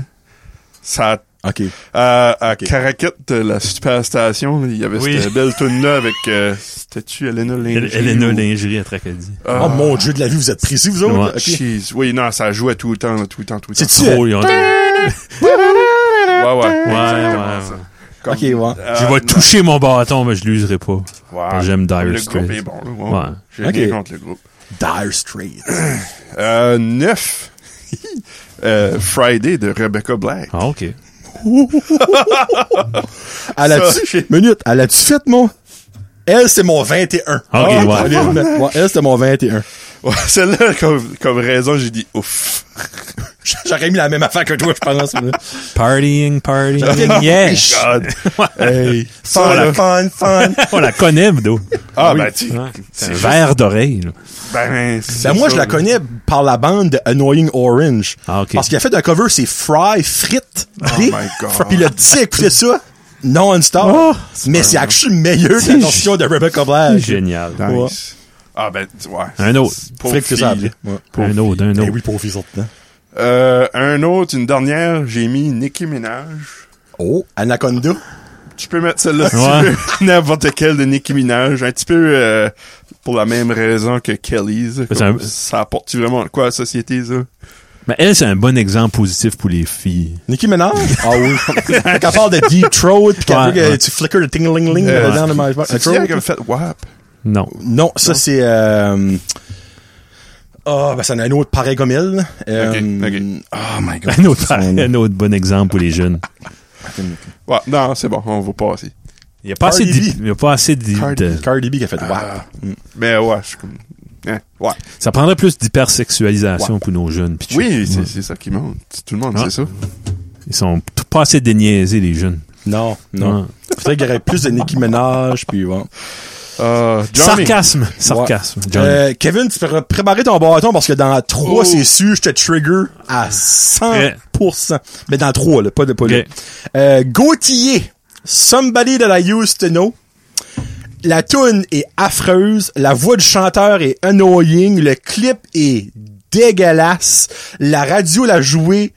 Speaker 1: Ça,
Speaker 2: OK.
Speaker 1: à, à Caracat, de la superstation, il y avait
Speaker 3: Oui.
Speaker 1: cette belle tune-là avec, euh, c'était-tu Elena Lingerie?
Speaker 3: Elle- Elena
Speaker 1: ou-
Speaker 3: Lingerie à Tracadie.
Speaker 1: Ah,
Speaker 2: Oh mon dieu de la vie, vous êtes précis, vous autres?
Speaker 3: Ouais.
Speaker 2: Ok.
Speaker 1: jeez. Oui, non, ça jouait tout le temps, là, tout le temps, tout le temps.
Speaker 2: C'est-tu-
Speaker 3: Trop, ils ont-
Speaker 1: euh, Ouais, ouais.
Speaker 3: Ouais,
Speaker 1: exactement
Speaker 3: ouais,
Speaker 1: ça.
Speaker 3: ouais.
Speaker 1: Comme-
Speaker 2: Ok, ouais.
Speaker 1: Euh,
Speaker 3: Je vais
Speaker 1: non.
Speaker 3: toucher mon bâton, mais je l'userai pas.
Speaker 1: Ouais.
Speaker 3: J'aime Dire
Speaker 1: Le
Speaker 3: Straits.
Speaker 1: groupe est bon, là. Ouais.
Speaker 3: Ouais.
Speaker 1: J'ai
Speaker 2: Ok.
Speaker 1: rien contre le groupe.
Speaker 2: Dire Straits.
Speaker 1: Euh, 9. Friday de Rebecca Black.
Speaker 3: Ah, ok.
Speaker 2: Elle a-tu,
Speaker 1: j'ai-
Speaker 2: minute, elle a-tu fait mon, elle, c'est mon 21. Ok,
Speaker 3: Ah, ouais.
Speaker 2: ouais, elle, c'était mon 21.
Speaker 1: Ouais, Celle-là, comme, comme raison, j'ai dit ouf.
Speaker 2: J'aurais mis la même affaire que toi, je pense. là.
Speaker 3: Partying, partying, yes.
Speaker 1: God.
Speaker 2: hey.
Speaker 1: Ça,
Speaker 3: Ah,
Speaker 2: Fun, fun,
Speaker 1: là.
Speaker 2: fun.
Speaker 3: On la connaît, Bdo.
Speaker 1: Ah, ben, tu.
Speaker 3: Ouais. C'est un
Speaker 1: C'est
Speaker 3: verre d'oreille. là.
Speaker 1: Ben, c'est
Speaker 2: Ben, moi,
Speaker 1: ça,
Speaker 2: je la
Speaker 1: là.
Speaker 2: connais par la bande de Annoying Orange.
Speaker 3: Ah, ok.
Speaker 2: Parce qu'il a fait un cover, c'est Fry Frites.
Speaker 1: Oh my God.
Speaker 2: Ah. Puis le petit a écouté ça non-stop.
Speaker 3: Oh,
Speaker 2: mais Ah, c'est actually meilleur que la version de Rebecca Black.
Speaker 3: Génial.
Speaker 1: euh, Nice. Ah, ben, tu- ouais.
Speaker 3: Un autre.
Speaker 1: Pour
Speaker 2: Frick que ça
Speaker 1: fille.
Speaker 2: appelait. Ouais.
Speaker 3: Un autre, un
Speaker 2: Ben
Speaker 3: autre.
Speaker 2: oui, pour fils dedans.
Speaker 1: Euh, un autre, une dernière, j'ai mis Nicki Minaj.
Speaker 2: Oh, Anaconda.
Speaker 1: Tu peux mettre celle-là si
Speaker 3: Ouais.
Speaker 1: tu veux. N'importe quelle de Nicki Minaj. Un petit peu euh, pour la même raison que Kelly's.
Speaker 3: C'est
Speaker 1: Comme
Speaker 3: un-
Speaker 1: Ça apporte-tu vraiment de quoi à la société, ça?
Speaker 3: Mais elle, c'est un bon exemple positif pour les filles.
Speaker 2: Nicki Minaj? Ah oui. Quand elle parle de Deep Throat, pis qu'après
Speaker 3: Ouais,
Speaker 2: que
Speaker 3: ouais.
Speaker 2: euh, tu flicker le ting-ling-ling
Speaker 1: Euh,
Speaker 2: dans le ma-
Speaker 1: C'est
Speaker 2: throat.
Speaker 1: elle qui a fait WAP.
Speaker 3: Non.
Speaker 2: Non, ça c'est... euh, Ah, ben ça en a un autre pareil comme elle. Euh,
Speaker 1: ok.
Speaker 2: Oh my god.
Speaker 3: Un autre,
Speaker 2: Son-
Speaker 3: un autre bon exemple pour les jeunes.
Speaker 1: Ouais, non, c'est bon, on va passer.
Speaker 3: Il n'y a pas assez
Speaker 2: Cardi
Speaker 3: d'i-
Speaker 2: B.
Speaker 3: il y a pas assez d'i-
Speaker 1: Cardi-
Speaker 3: de...
Speaker 2: Cardi B qui a fait WAP.
Speaker 1: Mais ouais, je suis comme. hein, ouais.
Speaker 3: Ça prendrait plus d'hypersexualisation pour nos jeunes. pis tu-
Speaker 1: Oui, c'est
Speaker 3: Ouais.
Speaker 1: c'est ça qui monte. Tout le monde
Speaker 3: Ah.
Speaker 1: sait ça.
Speaker 3: Ils sont t- pas assez déniaisés, les jeunes.
Speaker 2: Non, non.
Speaker 3: Ouais.
Speaker 2: Peut-être qu'il y aurait plus de Nicki Minaj, puis bon.
Speaker 1: Euh, Johnny.
Speaker 3: Sarcasme. Sarcasme. Johnny.
Speaker 2: Euh, Kevin, tu peux préparer ton bâton parce que dans 3, c'est sûr, je te trigger à 100%. Mais dans 3, là, pas de pas là.
Speaker 3: Ok.
Speaker 2: Euh, Gauthier, Somebody That I Used To Know. La tune est affreuse, la voix du chanteur est annoying, le clip est dégueulasse, la radio l'a joué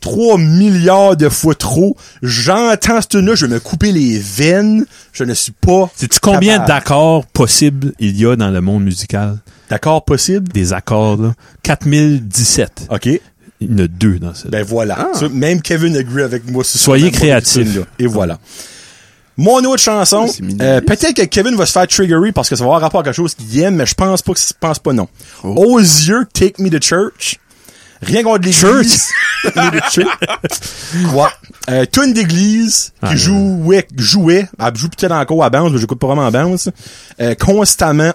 Speaker 2: 3 milliards de fois trop. J'entends ce tune-là, je vais me couper les veines, je ne suis pas...
Speaker 3: Sais-tu combien
Speaker 2: capable.
Speaker 3: d'accords possibles il y a dans le monde musical?
Speaker 2: D'accord possible?
Speaker 3: Des accords, là. 4017.
Speaker 2: OK.
Speaker 3: Il y en a deux dans cette.
Speaker 1: Ah.
Speaker 2: Ben voilà. Ça, Même Kevin agree avec moi. sur
Speaker 3: Soyez
Speaker 2: ce qu'on a
Speaker 3: créatifs.
Speaker 2: dit, là. Et voilà. Mon autre chanson,
Speaker 1: Ouais, c'est mignon.
Speaker 2: euh, peut-être que Kevin va se faire triggery parce que ça va avoir rapport à quelque chose qu'il aime, mais je pense pas que je pense pas non.
Speaker 1: Oh.
Speaker 2: Aux yeux, Take Me to Church. Rien contre l'église. Take me to church. Quoi? Euh, tune d'église qui
Speaker 3: Ah,
Speaker 2: jouait, jouait, elle joue peut-être encore à Bounce, mais j'écoute pas vraiment Bounce, euh, constamment.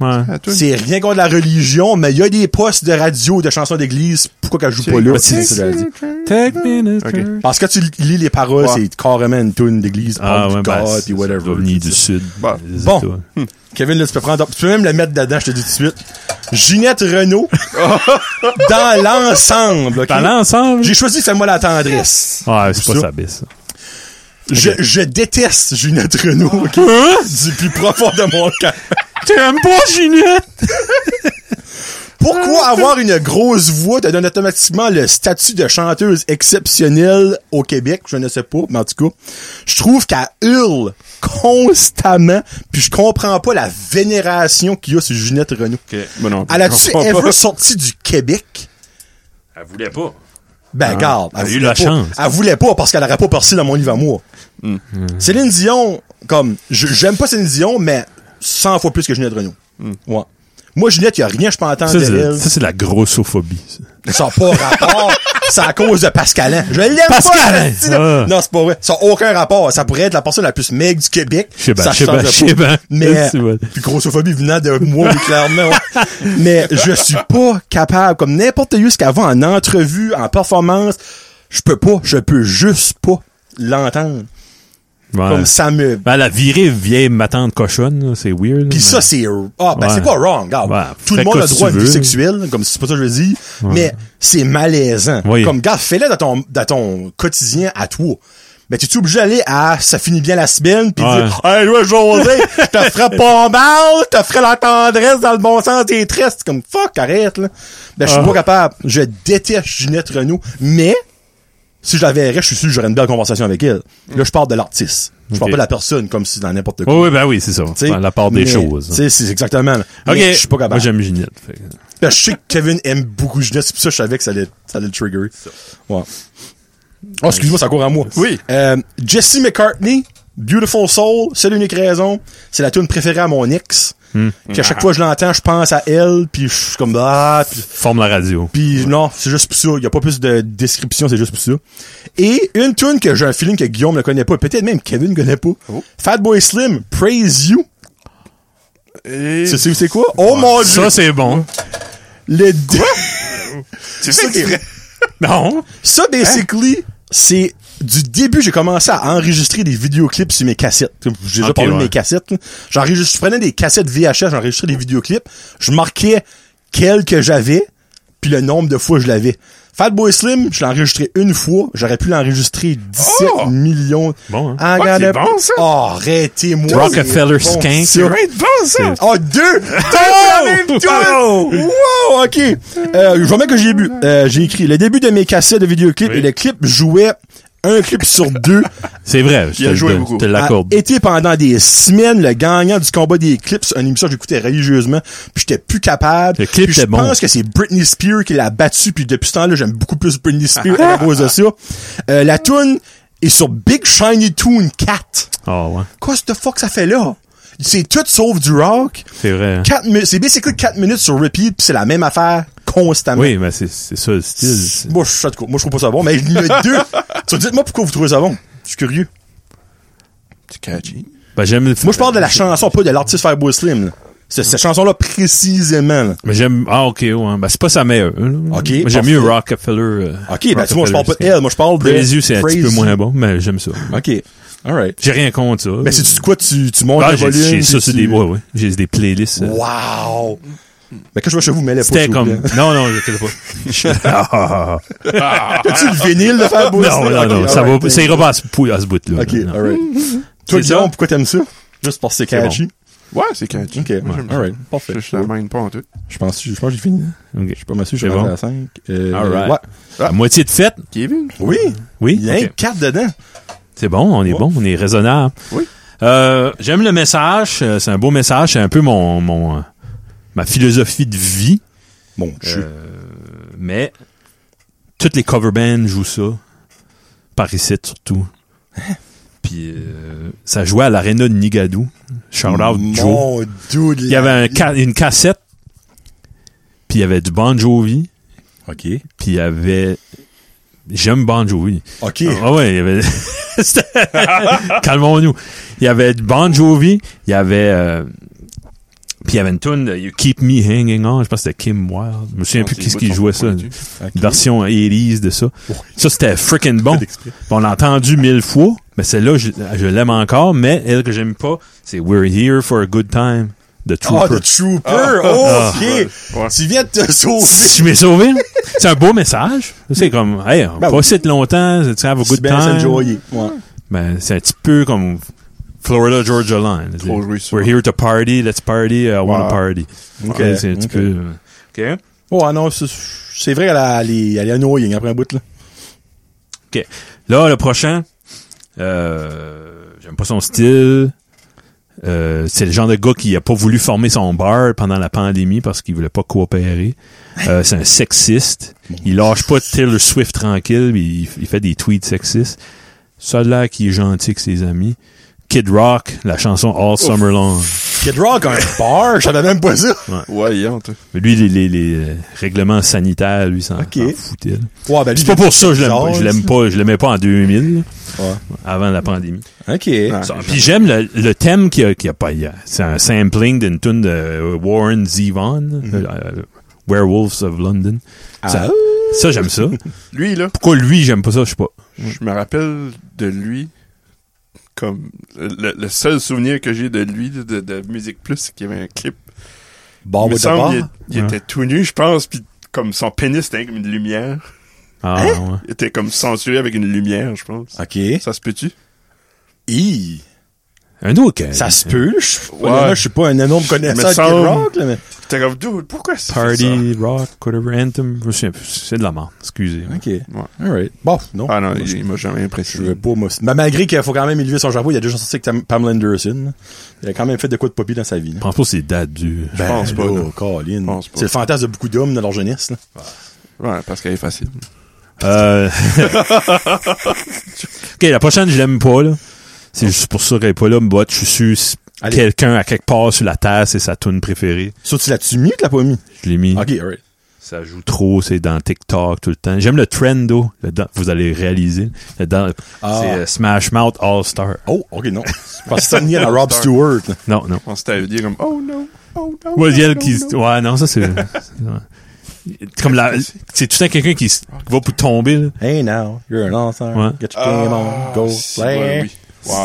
Speaker 3: Ouais.
Speaker 2: Euh,
Speaker 1: Ah, toi,
Speaker 2: C'est rien contre la religion, mais il y a des postes de radio de chansons d'église, pourquoi qu'elle joue pas là?
Speaker 3: Bah,
Speaker 2: C'est
Speaker 3: c'est-
Speaker 2: ça que j'allais dire.
Speaker 3: Take me to
Speaker 1: Ok.
Speaker 3: church.
Speaker 2: Parce que tu lis les paroles,
Speaker 1: Ouais.
Speaker 2: c'est carrément une tune d'église,
Speaker 3: Ah,
Speaker 2: parle
Speaker 3: ouais,
Speaker 2: du
Speaker 3: ben,
Speaker 2: God,
Speaker 3: c'est-
Speaker 2: puis whatever.
Speaker 3: c'est venu du sud.
Speaker 1: Bon.
Speaker 3: Les
Speaker 2: Bon.
Speaker 3: États.
Speaker 2: Kevin, là, tu peux prendre, tu peux même le mettre dedans, je te dis tout de suite. Ginette Renault. dans l'ensemble, ok?
Speaker 3: Dans l'ensemble.
Speaker 2: J'ai choisi Fais-moi la tendresse.
Speaker 3: Ah, c'est
Speaker 2: Ça.
Speaker 3: pas sa bise.
Speaker 2: Je, je déteste Ginette Renault, ok?
Speaker 3: Hein?
Speaker 2: du plus profond de mon cœur.
Speaker 3: T'aimes pas Ginette?
Speaker 1: Ah,
Speaker 2: Pourquoi avoir une grosse voix te donne automatiquement le statut de chanteuse exceptionnelle au Québec? Je ne sais pas, mais en tout cas, je trouve qu'elle hurle constamment, puis je comprends pas la vénération qu'il y a sur Ginette Renault.
Speaker 1: Ben non,
Speaker 2: Elle a-tu
Speaker 1: je comprends
Speaker 2: ever
Speaker 1: pas.
Speaker 2: sorti du Québec?
Speaker 3: Elle voulait pas.
Speaker 2: Ben, garde.
Speaker 3: Ah, elle a eu
Speaker 2: voulait
Speaker 3: la
Speaker 2: pas.
Speaker 3: chance.
Speaker 2: Elle voulait pas parce qu'elle aurait pas percé dans mon livre à moi.
Speaker 1: Hmm.
Speaker 2: Hmm. Céline Dion, comme, je- j'aime pas Céline Dion, mais 100 fois plus que Ginette Renault.
Speaker 1: Hmm.
Speaker 2: Ouais. Moi, Ginette, y a rien, je peux entendre
Speaker 3: Ça,
Speaker 2: d'elle.
Speaker 3: c'est ça, c'est la grossophobie. ça.
Speaker 2: Ça n'a pas rapport. C'est à cause de Pascalin. Je l'aime
Speaker 3: Pascalin!
Speaker 2: pas. la-
Speaker 3: Ah.
Speaker 2: Non, c'est pas vrai. Ça n'a aucun rapport. Ça pourrait être la personne la plus maigre du Québec.
Speaker 3: Je sais bien,
Speaker 2: Ça
Speaker 3: je sais
Speaker 2: change
Speaker 3: bien,
Speaker 2: pas.
Speaker 3: je sais bien.
Speaker 2: Mais,
Speaker 3: C'est vrai.
Speaker 2: puis grossophobie venant de moi, oui, clairement. ouais. Mais je suis pas capable, comme n'importe qui ce qu'avant en entrevue, en performance, je peux pas, je peux juste pas l'entendre.
Speaker 3: Ouais.
Speaker 2: Comme ça me...
Speaker 3: Ben, elle a viré vieille matante cochonne, là, c'est weird.
Speaker 2: Pis
Speaker 3: mais-
Speaker 2: ça, c'est... Ah, ben
Speaker 3: euh, Ouais.
Speaker 2: c'est pas wrong, regarde.
Speaker 3: Ouais,
Speaker 2: Tout le
Speaker 3: fais
Speaker 2: monde
Speaker 3: quoi
Speaker 2: a
Speaker 3: si
Speaker 2: droit à
Speaker 3: tu
Speaker 2: une vie
Speaker 3: veux.
Speaker 2: sexuelle, comme c'est pas ça que je dis, mais c'est malaisant.
Speaker 3: Oui.
Speaker 2: Comme, regarde, fais-le dans ton, dans ton quotidien à toi. Mais tu es obligé d'aller à ça finit bien la semaine puis
Speaker 3: Ouais.
Speaker 2: dire Hey ouais, José, je te ferai pas mal, je te ferai la tendresse dans le bon sens des tresses. C'est comme fuck, arrête là. Ben je suis
Speaker 3: Ah.
Speaker 2: pas capable. Je déteste Ginette Renault, mais si je la verrais, je suis sûr que j'aurais une belle conversation avec elle. Là, je parle de l'artiste. Je parle
Speaker 3: Ok.
Speaker 2: pas de la personne comme si dans n'importe quoi.
Speaker 3: Ouais, ouais, ben oui, c'est ça.
Speaker 2: T'sais,
Speaker 3: Ben, la part des
Speaker 2: mais,
Speaker 3: choses.
Speaker 2: t'sais, C'est exactement.
Speaker 3: Ok.
Speaker 2: Mais Je suis pas
Speaker 3: Moi,
Speaker 2: capable.
Speaker 3: j'aime Ginette. fait que-
Speaker 2: Ben, je sais que Kevin aime beaucoup Ginette, c'est pour ça que je savais que ça allait, ça allait le trigger. Ouais. Oh, excuse-moi, ça court à moi.
Speaker 1: Oui.
Speaker 2: Euh, Jesse McCartney, Beautiful Soul, c'est l'unique raison. C'est la tune préférée à mon ex.
Speaker 3: Hmm.
Speaker 2: Puis à chaque fois que je l'entends, je pense à elle, puis je suis comme ah, puis,
Speaker 3: Forme la radio.
Speaker 2: puis non, c'est juste pour ça. Il y a pas plus de description, c'est juste pour ça. Et une tune que j'ai un feeling que Guillaume ne connaît pas, peut-être même Kevin ne connaît pas. Fatboy Slim, Praise You.
Speaker 1: Et-
Speaker 2: Tu sais où c'est quoi? Oh mon dieu!
Speaker 3: Ça, c'est bon.
Speaker 2: le dé-
Speaker 1: C'est ça qui est vrai.
Speaker 3: Non.
Speaker 2: Ça, basically, Hein? c'est du début, j'ai commencé à enregistrer des vidéoclips sur mes cassettes. J'ai déjà
Speaker 3: Ok,
Speaker 2: parlé de
Speaker 3: ouais.
Speaker 2: mes cassettes. là. J'enregistre, je prenais des cassettes VHS, j'enregistrais des vidéoclips, je marquais quel que j'avais, puis le nombre de fois que je l'avais. Fatboy Slim, je l'ai enregistré une fois, j'aurais pu l'enregistrer 17
Speaker 1: Oh!
Speaker 2: millions.
Speaker 3: Bon, hein.
Speaker 2: Ah,
Speaker 1: Ouais,
Speaker 2: regarde-
Speaker 1: c'est bon, ça.
Speaker 2: Oh, arrêtez-moi. c'est bon.
Speaker 3: Rockefeller Skank.
Speaker 1: C'est vrai de bon, ça.
Speaker 2: Oh, deux! Deux, c'est la même tune!
Speaker 3: Wow!
Speaker 2: Wow! Oh, OK. Euh, je vois bien que j'ai bu. Euh, j'ai écrit le début de mes cassettes de vidéoclips
Speaker 3: Oui.
Speaker 2: et le clip jouait un clip sur deux.
Speaker 3: C'est vrai. Je
Speaker 1: Il a
Speaker 3: te,
Speaker 1: joué
Speaker 3: je te-
Speaker 1: beaucoup.
Speaker 3: te
Speaker 2: a Ah,
Speaker 3: l'accorde.
Speaker 2: été pendant des semaines le gagnant du combat des clips. C'est Une émission que j'écoutais religieusement. Puis j'étais plus capable.
Speaker 3: Le clip
Speaker 2: Puis je
Speaker 3: était bon.
Speaker 2: pense que c'est Britney Spears qui l'a battu. Puis depuis ce temps-là, j'aime beaucoup plus Britney Spears
Speaker 3: Ah.
Speaker 2: à cause de ça. Euh, la tune est sur Big Shiny Toon 4.
Speaker 3: Ah, ouais.
Speaker 2: Qu'est-ce que fuck ça fait là? C'est tout sauf du rock.
Speaker 3: C'est vrai. hein.
Speaker 2: Quatre minutes, c'est basically 4 minutes sur repeat, pis c'est la même affaire constamment.
Speaker 3: Oui, mais c'est c'est ça le style.
Speaker 2: Moi, je, ça de quoi. moi, je trouve pas ça bon, mais le 2, tu dites-moi pourquoi vous trouvez ça bon. Je suis curieux.
Speaker 1: Tu catchy.
Speaker 3: Ben, j'aime le-
Speaker 2: Moi, je parle de la chanson, pas de l'artiste Fireboy Slim. là. C'est cette chanson-là précisément. là.
Speaker 3: Mais j'aime. Ah, ok, ouais. Ben, c'est pas sa meilleure. là.
Speaker 2: Ok,
Speaker 3: Moi, J'aime
Speaker 2: parfait.
Speaker 3: mieux Rockefeller. euh,
Speaker 2: Ok, ben tu vois, je
Speaker 3: Rockefeller
Speaker 2: parle pas
Speaker 3: Skank.
Speaker 2: d'elle, moi je parle de...
Speaker 3: Praise You, c'est un petit peu
Speaker 2: Praise
Speaker 3: moins
Speaker 2: You.
Speaker 3: bon, mais j'aime ça.
Speaker 2: Ok, alright.
Speaker 3: J'ai rien contre ça.
Speaker 2: Mais c'est-tu de quoi, tu, tu montes
Speaker 3: Ah,
Speaker 2: le
Speaker 3: j'ai
Speaker 2: volume?
Speaker 3: j'ai ça,
Speaker 2: puis
Speaker 3: c'est
Speaker 2: tu-
Speaker 3: des. Ouais, ouais. J'ai des playlists. euh,
Speaker 2: Wow! Mais quand je vois chez vous, mets les pas.
Speaker 3: C'était
Speaker 2: s'il vous
Speaker 3: comme.
Speaker 2: plaît.
Speaker 3: Non, non, je sais pas. Ah, ah,
Speaker 2: As-tu le vinyle de
Speaker 3: ah.
Speaker 2: Fireboy
Speaker 3: Non,
Speaker 2: Slim?
Speaker 3: non,
Speaker 2: Ok,
Speaker 3: non. Ça
Speaker 2: alright,
Speaker 3: va pas- ça ira pas à ce pou- à ce bout-là.
Speaker 2: Ok,
Speaker 3: non.
Speaker 2: alright. Toi,
Speaker 3: C'est
Speaker 2: Guillaume,
Speaker 3: ça?
Speaker 2: pourquoi t'aimes ça? Juste parce que c'est
Speaker 3: C'est bon.
Speaker 2: catchy.
Speaker 1: Ouais, c'est catchy.
Speaker 2: Ok,
Speaker 1: Moi, j'aime ça.
Speaker 2: alright, parfait.
Speaker 1: Je- Je la mène pas en tout.
Speaker 2: Je pense, je pense que j'ai fini.
Speaker 3: Ok.
Speaker 2: Je suis pas mal sûr, je suis
Speaker 3: C'est
Speaker 2: rendu
Speaker 3: bon.
Speaker 2: à 5. Euh,
Speaker 3: All right.
Speaker 2: ouais.
Speaker 3: À moitié de fête.
Speaker 1: Kevin?
Speaker 2: Oui,
Speaker 3: Oui.
Speaker 2: il y a un
Speaker 3: Ok.
Speaker 2: 4 dedans.
Speaker 3: C'est bon, on est
Speaker 2: Ouais.
Speaker 3: bon, on est raisonnable.
Speaker 1: Oui.
Speaker 3: Euh, J'aime le message. euh, C'est un beau message. C'est un peu mon, mon euh, ma philosophie de vie.
Speaker 2: Bon, je
Speaker 3: Euh, Mais toutes les
Speaker 2: Hein?
Speaker 3: cover bands jouent ça. Par ici, surtout. Puis euh, ça jouait à l'aréna de Nigadou. Shout out Joe.
Speaker 2: Mon dude.
Speaker 3: Il y avait un ca- une cassette, puis il y avait du Bon Jovi,
Speaker 2: OK.
Speaker 3: puis il y avait... J'aime Bon Jovi.
Speaker 2: OK.
Speaker 3: Ah ouais, il y avait... C'était- Calmons-nous. Il y avait du Bon Jovi, il y avait... euh, Puis il y avait une tune de You Keep Me Hanging On, je pense que c'était Kim Wilde. Je me souviens
Speaker 1: Ah,
Speaker 3: plus qui ce qui jouait ça. Une
Speaker 2: OK.
Speaker 3: version 80s de ça.
Speaker 2: Ouais.
Speaker 3: Ça, c'était freaking bon.
Speaker 2: Fait d'exprès.
Speaker 3: On l'a entendu mille fois, mais celle-là, je, je l'aime encore, mais elle que j'aime pas, c'est We're Here for a Good Time de
Speaker 2: Ah,
Speaker 3: Trooper.
Speaker 2: The Trooper!
Speaker 3: Ah.
Speaker 2: OK!
Speaker 1: Ouais.
Speaker 2: Tu viens de te sauver!
Speaker 3: je m'ai sauvé. là. C'est un beau message. C'est comme, hey, on
Speaker 2: Ben
Speaker 3: va
Speaker 2: oui.
Speaker 3: si longtemps, tu have a
Speaker 2: C'est
Speaker 3: good
Speaker 2: bien
Speaker 3: time.
Speaker 2: s'enjoyer. Ouais.
Speaker 3: Ben, c'est un petit peu comme Florida Georgia Line.
Speaker 1: Trop joué, ça.
Speaker 3: We're here to party, let's party, I wanna
Speaker 1: Ouais.
Speaker 3: party.
Speaker 2: Ah. Ok,
Speaker 3: Ouais, c'est un petit
Speaker 2: ok.
Speaker 3: peu. euh, OK.
Speaker 2: Ouais, non, c'est- c'est vrai qu'elle a- elle est elle est annoying après un bout, là.
Speaker 3: OK. Là, le prochain, euh, j'aime pas son style. Euh, c'est le genre de gars qui a pas voulu former son bar pendant la pandémie parce qu'il voulait pas coopérer. Euh, c'est un sexiste. Il lâche pas Taylor Swift tranquille, mais il, il fait des tweets sexistes. Celui-là qui est gentil avec ses amis. Kid Rock, la chanson All Summer Long.
Speaker 2: Kid Rock a un bar, je savais même pas ça.
Speaker 1: Ouais, hier, toi.
Speaker 3: Mais lui, les, les, les, euh, règlements sanitaires, lui, s'en
Speaker 2: Ok.
Speaker 3: s'en foutait. là.
Speaker 2: Ouais, ben lui,
Speaker 3: C'est pas pour ça que je l'aime pas.
Speaker 2: bizarre,
Speaker 3: Je l'aime
Speaker 2: ça.
Speaker 3: pas. Je l'aimais pas en 2000,
Speaker 2: Ouais.
Speaker 3: avant la pandémie.
Speaker 2: OK.
Speaker 3: Ça, Puis j'aime le, le thème qu'il y a, qu'il y a pas hier. C'est un sampling d'une tune de Warren Zevon, euh, euh, Werewolves of London. Ça,
Speaker 2: Mhm. Ah.
Speaker 3: ça, j'aime ça.
Speaker 1: Lui, là,
Speaker 3: Pourquoi lui, j'aime pas ça, je sais pas.
Speaker 1: je me rappelle de lui comme le, le seul souvenir que j'ai de lui de, de- de Musique Plus, c'est qu'il y avait un clip.
Speaker 2: Bar
Speaker 1: il me
Speaker 2: de
Speaker 1: semble
Speaker 2: bar.
Speaker 1: il, il
Speaker 3: Ouais.
Speaker 1: était tout nu, je pense, puis comme son pénis était comme une lumière.
Speaker 3: Ah,
Speaker 2: Hein?
Speaker 3: ouais.
Speaker 1: Il était comme censuré avec une lumière, je pense.
Speaker 2: OK.
Speaker 1: Ça se peut-tu?
Speaker 2: Hi.
Speaker 3: Un autre. euh,
Speaker 2: Ça se peut. Je suis-
Speaker 1: Ouais.
Speaker 2: là, je suis pas un énorme connaisseur de Kid
Speaker 1: semble-
Speaker 2: Rock, là, mais...
Speaker 1: T'es comme, dude, pourquoi c'est ça?
Speaker 3: Party, rock, whatever, anthem. Je me souviens plus. C'est de la merde. Excusez.
Speaker 2: OK. All right. Bon, non.
Speaker 1: Ah non, il, il m'a jamais
Speaker 2: Je
Speaker 1: impressionné.
Speaker 2: veux pas, moi. Mais malgré qu'il faut quand même élever son chapeau, il a déjà sorti avec Tam- Pamela Anderson. là. Il a quand même fait de quoi de poppy dans sa vie. là.
Speaker 3: Je pense pas que c'est date du.
Speaker 1: Je pense pas,
Speaker 2: Ben, là,
Speaker 1: non.
Speaker 2: Oh, Colin.
Speaker 1: Je pense pas.
Speaker 2: C'est le fantasme de beaucoup d'hommes dans leur jeunesse. là.
Speaker 1: Ouais, parce qu'elle est facile.
Speaker 3: Euh... ok, la prochaine, je l'aime pas, là. C'est juste pour ça qu'elle est pas là, mais bah, je suis sûr, si
Speaker 2: Allez.
Speaker 3: quelqu'un à quelque part sur la terre, c'est sa tune préférée.
Speaker 2: Ça, tu l'as-tu mis ou tu l'as pas mis?
Speaker 3: Je l'ai mis.
Speaker 2: OK, all right.
Speaker 3: Ça joue trop, c'est dans TikTok tout le temps. J'aime le trendo, le dan- vous allez réaliser. Le dan-
Speaker 2: Ah.
Speaker 3: C'est euh, Smash Mouth All Star.
Speaker 2: Oh, OK, non. Je pensais que ça venait à Rob Stewart. là.
Speaker 3: Non, non.
Speaker 1: Je pense que t'avais dit comme, oh non, oh non.
Speaker 3: Ouais,
Speaker 1: non,
Speaker 3: il y a le
Speaker 1: non,
Speaker 3: qui-
Speaker 1: non.
Speaker 3: ouais, non, ça c'est. c'est- ouais. Comme la, c'est tout le temps quelqu'un qui s- qui va pour tomber. là.
Speaker 2: Hey now, you're an author.
Speaker 3: Ouais.
Speaker 2: Get your game
Speaker 1: Ah,
Speaker 2: on. Go
Speaker 1: si,
Speaker 2: play.
Speaker 1: ouais, oui. Ouais,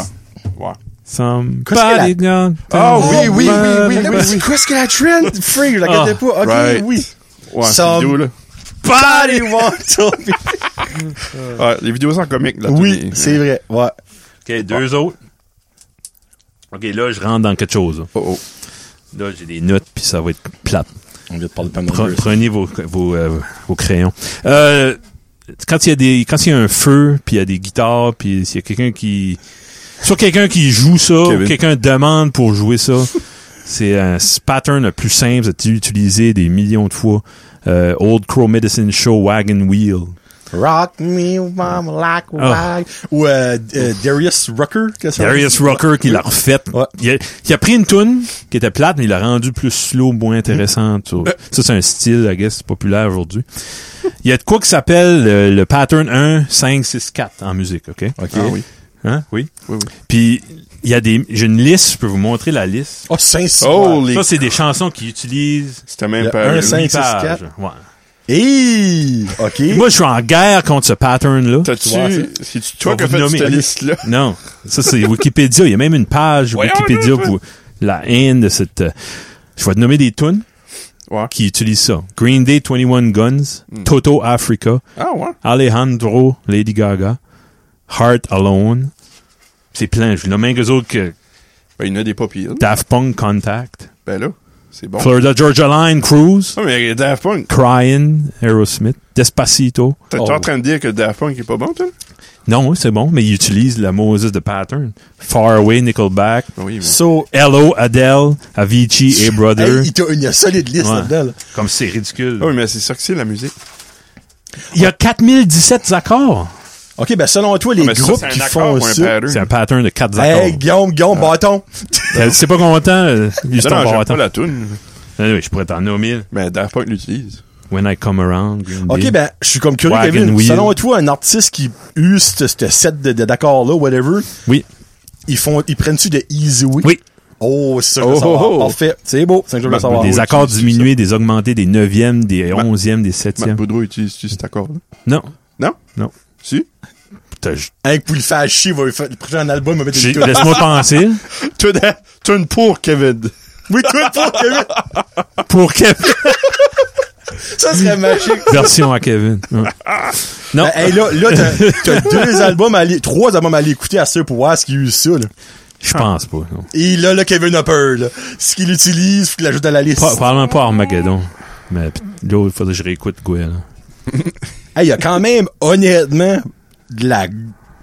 Speaker 1: ouais.
Speaker 3: Somebody
Speaker 2: Qu'est-ce qu'elle
Speaker 3: gone
Speaker 1: Ah,
Speaker 3: down
Speaker 1: oui, oui, oui,
Speaker 3: the
Speaker 1: oui,
Speaker 2: Oh, Ah, Mais
Speaker 1: oui.
Speaker 2: c'est quoi ce que la trend? Free, je la
Speaker 3: Ah,
Speaker 2: gardais pas. OK,
Speaker 1: right.
Speaker 2: oui.
Speaker 1: Ouais, ces
Speaker 2: Some-
Speaker 1: vidéos, là.
Speaker 2: Body want to be-
Speaker 1: Ouais, les vidéos sont comiques, là.
Speaker 2: Oui,
Speaker 1: Tony.
Speaker 2: c'est vrai. Ouais.
Speaker 3: OK, deux autres. OK, là, je rentre dans quelque chose. là.
Speaker 1: Oh, oh.
Speaker 3: Là, j'ai des notes, puis ça va être plate.
Speaker 2: On vient de parler de Pamela
Speaker 3: Pre-
Speaker 2: Anderson.
Speaker 3: Prenez vos, vos, euh, vos crayons. Euh, quand il y a des quand il y a un feu, puis il y a des guitares, puis s'il y a quelqu'un qui... Soit quelqu'un qui joue ça,
Speaker 1: Kevin.
Speaker 3: ou quelqu'un demande pour jouer ça. c'est un s- pattern le plus simple, c'est utilisé des millions de fois. Euh, Old Crow Medicine Show Wagon Wheel.
Speaker 2: Rock me, mama, like a
Speaker 3: Ah.
Speaker 2: wag. Ou euh, euh, Darius Rucker. qu'est-ce que ça
Speaker 3: Darius
Speaker 2: veut dire?
Speaker 3: Rucker qui l'a refaite.
Speaker 2: Ouais.
Speaker 3: Il, a, il a pris une tune qui était plate, mais il l'a rendue plus slow, moins intéressante. Ça, Ça, c'est un style, I guess, populaire aujourd'hui. Il y a de quoi qui s'appelle euh, le pattern 1, 5, 6, 4 en musique, OK?
Speaker 2: OK.
Speaker 1: Ah oui.
Speaker 3: Hein? Oui.
Speaker 1: Oui, oui.
Speaker 3: Puis, il y a des... J'ai une liste, je peux vous montrer la liste.
Speaker 2: Oh, Saint-Cyr.
Speaker 1: Oh, les...
Speaker 3: Ça, c'est des chansons qui utilisent...
Speaker 1: C'était même
Speaker 2: Le
Speaker 1: pas...
Speaker 2: un,
Speaker 1: lui.
Speaker 2: cinq.
Speaker 3: 5, 6,
Speaker 2: 6,
Speaker 3: 4.
Speaker 2: 4. Hey! OK.
Speaker 3: Moi, je suis en guerre contre ce pattern-là.
Speaker 1: T'as-tu...
Speaker 2: Tu vois, ça?
Speaker 1: C'est-tu toi
Speaker 3: On
Speaker 1: qui as
Speaker 3: va
Speaker 1: fait
Speaker 3: vous
Speaker 1: cette
Speaker 3: nommer.
Speaker 1: liste-là?
Speaker 3: Non, ça c'est Wikipédia. Il y a même une page
Speaker 1: Voyons,
Speaker 3: Wikipédia
Speaker 1: là,
Speaker 3: pour la haine de cette. euh, je vais te nommer des tunes
Speaker 1: Ouais.
Speaker 3: qui utilisent ça. Green Day, 21 Guns, Toto Africa,
Speaker 1: Ah ouais?
Speaker 3: Alejandro, Lady Gaga, Heart Alone. C'est plein. Je nomme un que autres que
Speaker 1: Ben, il y en a des pas pires.
Speaker 3: Daft Punk Contact,
Speaker 1: Ben là, c'est bon.
Speaker 3: Florida Georgia Line Cruise,
Speaker 1: Ah, mais Daft Punk,
Speaker 3: Crying, Aerosmith, Despacito.
Speaker 1: t'es
Speaker 2: Oh.
Speaker 1: en train de dire que Daft Punk est pas bon, toi?
Speaker 3: Non, c'est bon, mais ils utilisent la Moses de pattern. Far Away, Nickelback,
Speaker 1: Ben Oui, mais...
Speaker 2: So,
Speaker 3: Hello, Adele, Avicii, et Brother.
Speaker 2: hey, il t'a une solide liste
Speaker 3: Ouais. Oh.
Speaker 2: là-dedans. là.
Speaker 3: Comme c'est
Speaker 1: Euh,
Speaker 3: ridicule.
Speaker 1: Ah oui, mais c'est ça que c'est, la musique.
Speaker 3: Il y a 4017 accords.
Speaker 2: OK, ben selon toi, les
Speaker 1: Ah, mais ça,
Speaker 2: groupes
Speaker 1: c'est un
Speaker 2: qui
Speaker 1: accord
Speaker 2: font
Speaker 1: ou un
Speaker 2: ça...
Speaker 1: pattern?
Speaker 3: C'est un pattern de quatre accords.
Speaker 2: Hey, Guillaume, Guillaume, bâton!
Speaker 3: Euh, C'est pas content, euh, Houston
Speaker 1: Non, non, j'aime
Speaker 3: bâton.
Speaker 1: pas la toune.
Speaker 3: Ah oui, je pourrais t'en nommer.
Speaker 1: Mais Daft Punk l'utilise.
Speaker 3: When I Come Around. Green Day.
Speaker 2: OK, ben, je suis comme curieux,
Speaker 3: Wagon
Speaker 2: Kevin.
Speaker 3: wheel.
Speaker 2: Selon toi, un artiste qui use ce ce set de, de- d'accords-là, whatever,
Speaker 3: Oui.
Speaker 2: ils font, ils prennent-tu de Easy Way?
Speaker 3: Oui.
Speaker 2: Oh, c'est ça que je veux
Speaker 1: Oh,
Speaker 2: savoir.
Speaker 1: oh, oh.
Speaker 2: Parfait. C'est beau. C'est ça que je veux
Speaker 1: Ben,
Speaker 2: savoir.
Speaker 3: des
Speaker 1: oui,
Speaker 3: accords
Speaker 1: c'est- c'est
Speaker 3: diminués, des augmentés, des neuvièmes, des
Speaker 1: Ma-
Speaker 3: onzièmes, des
Speaker 1: Matt
Speaker 3: septièmes.
Speaker 1: Boudreau utilise-tu cet accord-là?
Speaker 3: Non.
Speaker 1: Non?
Speaker 3: Non.
Speaker 1: Si?
Speaker 3: T'as- j-
Speaker 2: Un coup, le faire chier, il va lui faire le prochain album, il va mettre
Speaker 3: j'ai-
Speaker 2: des tunes.
Speaker 3: Laisse-moi penser.
Speaker 1: Toune toune pour Kevin.
Speaker 2: Oui, écoute, pour Kevin.
Speaker 3: Pour Kevin.
Speaker 2: Ça serait magique.
Speaker 3: Version à Kevin. Ouais. Non.
Speaker 2: Ben, hey, là, là, t'as- t'as deux albums à aller, trois albums à aller écouter à ceux pour voir ce qu'il use ça, là.
Speaker 3: Je pense pas. non.
Speaker 2: Et là, là, Kevin a peur, là. Ce qu'il utilise, faut qu'il l'ajoute à la liste.
Speaker 3: Pro- probablement pas Armageddon. Mais p- là, il faudrait que je réécoute quoi, là.
Speaker 2: Hey, il y a quand même, honnêtement, de la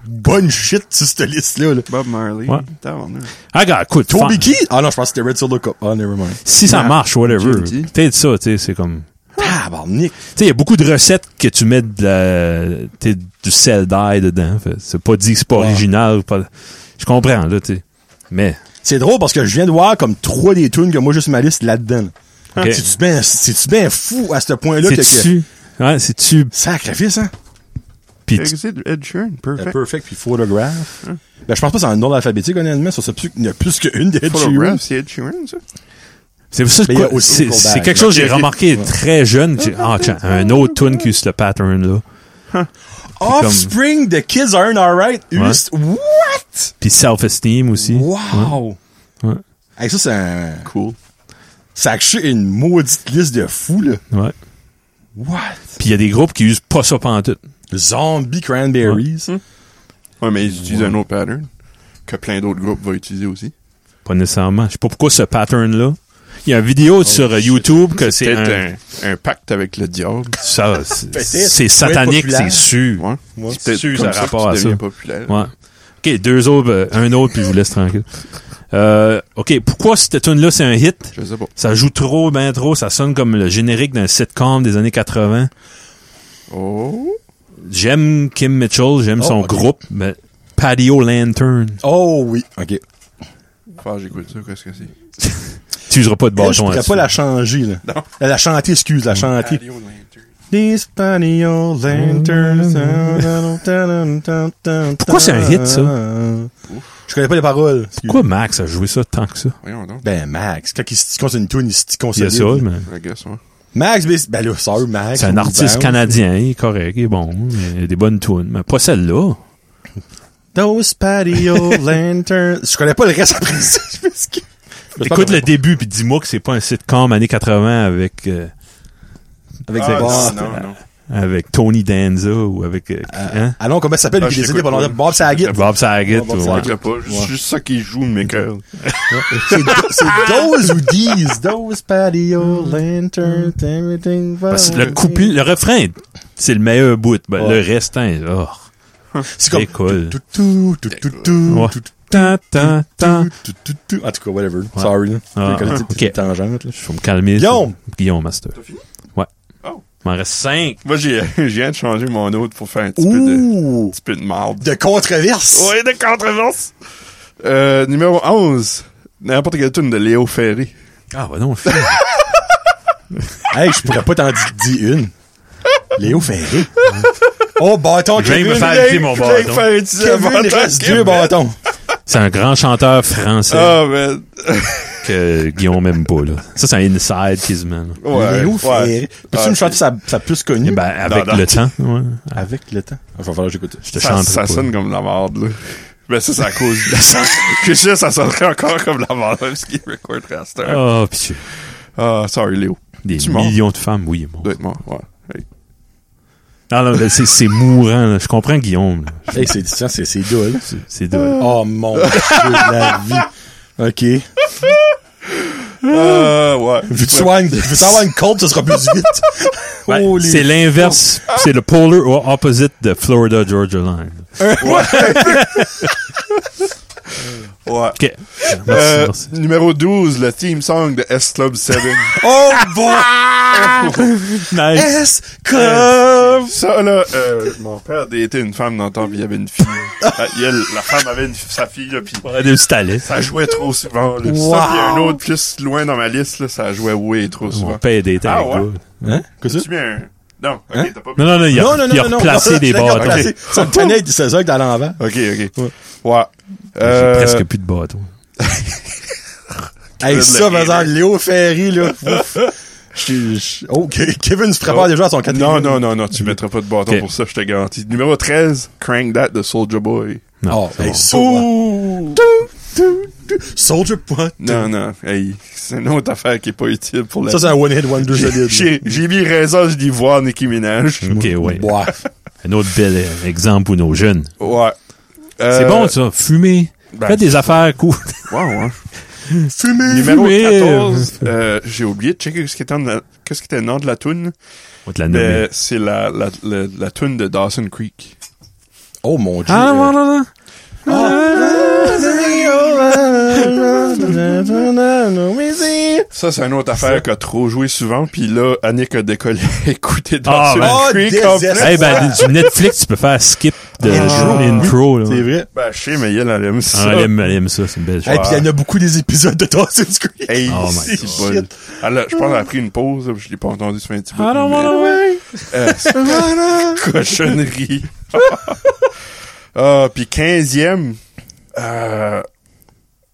Speaker 2: bonne shit sur cette liste-là, là.
Speaker 1: Bob Marley.
Speaker 3: Ouais.
Speaker 1: Tabarnak.
Speaker 3: Ah, gars, écoute.
Speaker 2: Toby
Speaker 3: fan-
Speaker 2: qui? Ah non, je pense que c'était Red Solo Cup. Ah, never mind.
Speaker 3: Si ça
Speaker 1: Ah,
Speaker 3: marche, whatever.
Speaker 1: tu le dis.
Speaker 3: Peut-être ça, tu sais, c'est comme...
Speaker 2: Ah, bon, Nick.
Speaker 3: Tu sais, il y a beaucoup de recettes que tu mets de la, tu sais, du sel d'ail dedans. Fait, C'est pas dit que c'est pas
Speaker 2: Ouais.
Speaker 3: original. pas- je comprends, là, tu sais. Mais,
Speaker 2: C'est drôle parce que je viens de voir comme trois des tunes que moi, juste ma liste là-dedans.
Speaker 3: Ok.
Speaker 2: Ah, C'est-tu bien, c'est-tu bien fou à ce point-là que, que...
Speaker 3: c'est-tu... Ouais, c'est-tu...
Speaker 2: Sacrifice, hein?
Speaker 3: Pis tu-
Speaker 1: Exit Ed Sheeran,
Speaker 2: Euh,
Speaker 1: perfect.
Speaker 2: Perfect puis Photograph.
Speaker 3: Hein?
Speaker 2: Ben, je pense pas que c'est un ordre alphabétique, honnêtement. Ça, c'est plus qu'il y a plus qu'une des
Speaker 1: Photograph,
Speaker 2: Sheeran.
Speaker 1: c'est Ed Sheeran, ça?
Speaker 3: c'est ça,
Speaker 2: Mais il y a
Speaker 3: quoi,
Speaker 2: aussi
Speaker 3: c'est,
Speaker 2: Nickelback,
Speaker 3: c'est quelque
Speaker 2: là.
Speaker 3: chose que j'ai
Speaker 1: Ok, ok.
Speaker 3: remarqué très jeune. que j'ai- Ah, tiens, un autre tune qui est sur le pattern, là.
Speaker 2: Offspring, The Kids Aren't Alright. Ust- What?
Speaker 3: Puis self-esteem aussi.
Speaker 2: Wow!
Speaker 3: Ouais.
Speaker 2: Hey, ça, c'est un...
Speaker 1: Cool.
Speaker 2: Ça a créé une maudite liste de fous, là.
Speaker 3: Ouais.
Speaker 2: What?
Speaker 3: Puis il y a des groupes qui usent pas ça pantoute.
Speaker 2: Zombie Cranberries.
Speaker 1: Ouais, mais ils utilisent un autre pattern que plein d'autres groupes vont utiliser aussi.
Speaker 3: Pas nécessairement. Je sais pas pourquoi ce pattern-là. Il y a une
Speaker 2: Oh,
Speaker 3: vidéo sur euh, YouTube que c'est
Speaker 1: Peut-être
Speaker 3: un,
Speaker 1: un... un pacte avec le diable.
Speaker 3: ça, c'est-
Speaker 2: Peut-être. Pour
Speaker 3: c'est
Speaker 2: être
Speaker 3: satanique,
Speaker 2: populaire.
Speaker 3: c'est sûr.
Speaker 1: Ouais.
Speaker 2: Ouais.
Speaker 1: C'est peut-être
Speaker 3: Sûr,
Speaker 1: comme
Speaker 3: ça
Speaker 1: ça,
Speaker 3: rapport
Speaker 1: que
Speaker 3: à
Speaker 1: tu
Speaker 3: ça.
Speaker 1: deviens populaire.
Speaker 3: Ouais. OK, deux autres, euh, un autre, puis je vous laisse tranquille. Euh, OK, pourquoi cette tune-là, c'est un hit?
Speaker 1: Je sais pas.
Speaker 3: Ça joue trop, ben trop, ça sonne comme le générique d'un sitcom des années 80.
Speaker 1: Oh.
Speaker 3: J'aime Kim Mitchell, j'aime
Speaker 2: Oh,
Speaker 3: son
Speaker 2: ok.
Speaker 3: groupe, mais Patio Lantern.
Speaker 2: Oh oui. OK.
Speaker 1: Faut que Ah, j'écoute ça, qu'est-ce que c'est?
Speaker 3: Tu useras pas de
Speaker 2: Elle, je
Speaker 3: bâton
Speaker 2: pourrais
Speaker 3: là-dessus. Mm.
Speaker 2: pas la changer, là.
Speaker 1: Non.
Speaker 2: La, la chanter, excuse, la chanter.
Speaker 1: Radio Lantern.
Speaker 2: These funny old lanterns. Pourquoi
Speaker 3: Pourquoi c'est un hit, ça?
Speaker 2: Je connais pas les paroles. excuse.
Speaker 3: Pourquoi Max a joué ça tant que ça?
Speaker 1: Voyons donc.
Speaker 2: Ben, Max, quand il se une tune, il se
Speaker 3: Il y a
Speaker 2: consolide.
Speaker 3: ça, mais...
Speaker 1: I guess, ouais.
Speaker 2: Max, ben, ben là, sorry, Max.
Speaker 3: C'est un
Speaker 2: Ou
Speaker 3: artiste
Speaker 2: Bounce.
Speaker 3: canadien, il est correct, il est bon, il a des bonnes tunes, mais pas celle-là.
Speaker 2: Those patio lanterns. Je connais pas le reste après ça. je m'excuse.
Speaker 3: Écoute le début puis dis-moi que c'est pas un sitcom années 80 avec euh,
Speaker 2: Avec
Speaker 1: Ah,
Speaker 2: des bars.
Speaker 1: non, non.
Speaker 3: avec Tony Danza ou avec euh, hein?
Speaker 2: Allons, comment ça s'appelle?
Speaker 1: Ah,
Speaker 2: lui,
Speaker 1: je
Speaker 2: décédé
Speaker 1: l'écoute
Speaker 2: pendant
Speaker 1: pas.
Speaker 2: longtemps? Bob Saget.
Speaker 3: Bob Saget.
Speaker 2: Bob
Speaker 3: ouais.
Speaker 1: Je
Speaker 2: Saget.
Speaker 1: l'écouterai pas. C'est
Speaker 2: Ouais.
Speaker 1: juste ça qui joue, mes cœurs.
Speaker 2: C'est c'est those ou these? Those patio lanterns. Everything.
Speaker 3: Parce que le couplet, le refrain, c'est le meilleur bout. Ben,
Speaker 2: Ouais.
Speaker 3: Le restant, oh,
Speaker 2: C'est comme.
Speaker 3: c'est cool.
Speaker 2: Tout, tout, tout, tout, tout,
Speaker 3: Ouais.
Speaker 2: tout,
Speaker 3: Tan, tan, tan.
Speaker 2: tout, tout, tout. En tout cas, whatever. Sorry. là.
Speaker 3: Ah,
Speaker 2: J'ai connu
Speaker 3: ah,
Speaker 2: des
Speaker 3: ok.
Speaker 2: petites tangentes, là.
Speaker 3: Faut me calmer. ça.
Speaker 2: Guillaume!
Speaker 3: Guillaume Master.
Speaker 1: T'as fini?
Speaker 3: Ouais.
Speaker 1: Oh.
Speaker 3: Il m'en reste cinq.
Speaker 1: Moi, j'ai, je viens de changer mon autre pour faire un petit peu de,
Speaker 2: Ouh!
Speaker 1: petit peu de marde.
Speaker 2: De controverse!
Speaker 1: Ouais, de controverse. Euh, numéro 11. N'importe quelle tune de Léo Ferré.
Speaker 3: Ah, bah non, le film.
Speaker 2: Hey, je pourrais pas t'en di- dire une. Léo Ferré. Oh, bâton,
Speaker 3: Je viens
Speaker 2: Kevin.
Speaker 3: me faire
Speaker 2: Léo-
Speaker 3: dire mon Ah,
Speaker 2: Léo-
Speaker 3: bâton.
Speaker 1: Ferré, tu sais, avant
Speaker 2: Kevin
Speaker 1: toi,
Speaker 2: reste
Speaker 1: Kevin.
Speaker 2: deux bâtons.
Speaker 3: c'est un grand chanteur français
Speaker 1: Ah, ben,
Speaker 3: que Guillaume aime pas, là. Ça, c'est un inside quasiment. là.
Speaker 1: ouais.
Speaker 2: Léo
Speaker 1: ouais.
Speaker 2: Ferré. Peux-tu
Speaker 1: Ah,
Speaker 2: me chanter sa, sa plus
Speaker 3: Eh
Speaker 2: connue?
Speaker 3: Ben, avec
Speaker 1: non.
Speaker 3: le temps, ouais.
Speaker 2: Avec le temps. Enfin, falloir que j'écoute.
Speaker 3: Je te
Speaker 1: Ça,
Speaker 3: chanterai
Speaker 1: ça
Speaker 3: pas.
Speaker 1: sonne comme de la marde, là. Ben, ça, c'est à cause de ça. Que je sais, ça sonnerait encore comme de la marde, même ce qui est record raster.
Speaker 3: Oh, pitié.
Speaker 1: Ah, sorry, Léo.
Speaker 3: Des
Speaker 1: Tu mens.
Speaker 3: millions de femmes, oui, bon.
Speaker 1: Doit être mort, ouais. Hey.
Speaker 3: Non, Ah, non, mais c'est c'est mourant, là. Je comprends Guillaume, là.
Speaker 2: Hey, c'est ça, c'est, c'est dole.
Speaker 3: C'est- C'est drôle.
Speaker 2: Oh mon dieu de la vie. Ok.
Speaker 1: Euh, ouais.
Speaker 2: Veux-tu avoir une, veux-tu avoir une cold, ce sera plus vite.
Speaker 3: Ben,
Speaker 2: Holy-
Speaker 3: c'est l'inverse, c'est le polar o- opposite de Florida Georgia Line.
Speaker 1: Ouais.
Speaker 3: OK. Merci,
Speaker 1: Euh,
Speaker 3: merci.
Speaker 1: Numéro 12, le theme song de S Club 7.
Speaker 2: Oh, bon!
Speaker 3: Nice.
Speaker 2: S comme...
Speaker 1: Ça, là, euh, mon père a daté une femme dans le temps, pis il y avait une fille. Euh, il y a- la femme avait une, sa fille, là, pis
Speaker 3: Ouais, de s'installer.
Speaker 1: ça jouait trop souvent. Là. Pis
Speaker 2: Wow.
Speaker 1: Ça, pis un autre plus loin dans ma liste, là, ça jouait way trop
Speaker 3: On
Speaker 1: souvent.
Speaker 3: paye des temps
Speaker 1: Ah,
Speaker 3: avec
Speaker 1: ouais.
Speaker 3: gars.
Speaker 2: Hein? Qu'est-ce que
Speaker 1: Tu mets un... Non, ok,
Speaker 2: Hein?
Speaker 1: t'as pas
Speaker 3: Non, non, non, il a,
Speaker 2: Non, non, non,
Speaker 3: il a
Speaker 2: non, non.
Speaker 3: replacé
Speaker 2: Non,
Speaker 3: des
Speaker 2: je l'ai
Speaker 3: bâtons.
Speaker 2: replacé. Ça me tenait, c'est ça que dans l'envers.
Speaker 1: Ok, ok.
Speaker 2: Ouais.
Speaker 1: Ouais.
Speaker 3: J'ai
Speaker 1: Euh,
Speaker 3: presque plus de bâtons.
Speaker 2: Hey,
Speaker 1: Kevin
Speaker 2: ça,
Speaker 1: Le
Speaker 2: par
Speaker 1: Hater.
Speaker 2: exemple, Ah, Léo Ferry, là. Ouf. Je- je- Oh, Ke- Kevin se prépare
Speaker 1: Oh.
Speaker 2: déjà à son quatrième.
Speaker 1: Non, non, non, non, tu mettras pas de bâton
Speaker 3: Ok.
Speaker 1: pour ça, je te garantis. Numéro 13, Crank That de Soldier Boy.
Speaker 3: Non,
Speaker 2: Oh,
Speaker 3: c'est
Speaker 2: hey,
Speaker 3: bon.
Speaker 2: ça, ouais. hein.
Speaker 1: Ouh!
Speaker 2: Soldier Point.
Speaker 1: Non, non, hey, c'est une autre affaire qui est pas utile pour la...
Speaker 2: Ça, c'est un one-hit wonder solide.
Speaker 1: J'ai j'ai mis raison, je dis voir Nicki Minaj.
Speaker 2: mm,
Speaker 3: OK, ouais.
Speaker 2: Ouais.
Speaker 3: Un autre bel euh, exemple pour nos jeunes.
Speaker 1: Ouais.
Speaker 3: C'est
Speaker 1: Euh,
Speaker 3: bon, ça. Fumer.
Speaker 1: ben,
Speaker 3: Faites des affaires cool.
Speaker 1: ouais, ouais.
Speaker 2: Fumé.
Speaker 1: Numéro
Speaker 3: Fumé.
Speaker 1: 14, euh, j'ai oublié de checker ce qui était en la- qu'est-ce qui était le nom de la toune.
Speaker 3: On va te la nommer.
Speaker 2: Euh,
Speaker 1: mais C'est la, la, la, la toune de Dawson Creek.
Speaker 2: Oh, mon Dieu.
Speaker 3: Ah, non, non, non.
Speaker 1: Ça, c'est une autre affaire qu'a trop joué souvent. Puis là, Annick a décollé écouter
Speaker 3: Ah,
Speaker 1: Dawson
Speaker 3: ben.
Speaker 2: Oh,
Speaker 1: Creek.
Speaker 2: désespoir.
Speaker 1: complet.
Speaker 3: Eh hey, ben, sur Netflix, tu peux faire skip de
Speaker 2: Intro.
Speaker 3: intro. Là.
Speaker 2: Ah, C'est vrai.
Speaker 1: Ben, je sais, mais elle, elle aime ça.
Speaker 3: Ah, elle aime, elle aime ça, c'est une belle chose.
Speaker 2: Hey, puis il y en a beaucoup des épisodes de Dawson's Creek.
Speaker 1: Hey,
Speaker 3: Oh my
Speaker 1: c'est
Speaker 2: God.
Speaker 1: bon. Elle a- Je pense qu'elle a pris une pause. là, Je l'ai pas entendu sur un petit bout.
Speaker 3: I don't
Speaker 1: mais-
Speaker 3: wanna wait.
Speaker 1: Euh, c'est- cochonnerie. Ah, puis 15e, euh,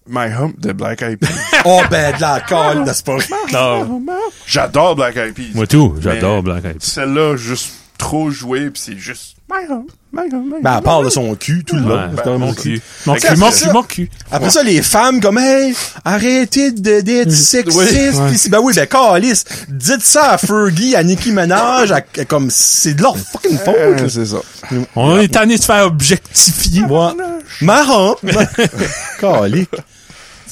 Speaker 1: My Hump de Black Eyed Peas.
Speaker 2: Oh, ben, de la colle, n'est-ce pas?
Speaker 3: Non.
Speaker 1: J'adore Black Eyed Peas.
Speaker 3: Moi, tout. J'adore Black Eyed Peas.
Speaker 1: Celle-là, juste trop jouée, puis c'est juste My Hump, My Hump, My Hump.
Speaker 2: Ben, à part de son cul, tout le long.
Speaker 3: Ouais,
Speaker 2: C'est quand même
Speaker 3: mon
Speaker 2: aussi.
Speaker 3: cul. Mon
Speaker 1: Fait que
Speaker 3: cul, mon
Speaker 2: c'est
Speaker 3: cul,
Speaker 2: ça.
Speaker 3: mon cul.
Speaker 2: Après ça, les femmes, comme, hey, arrêtez de, d'être sexiste.
Speaker 3: Ouais.
Speaker 2: pis c'est- ben oui, ben, calice. Dites ça à Fergie, à Nicki Minaj, à- à- comme, c'est de leur fucking faute.
Speaker 1: Euh, c'est ça.
Speaker 3: On est tanné de se faire objectifier.
Speaker 2: Moi, marrant. Calique.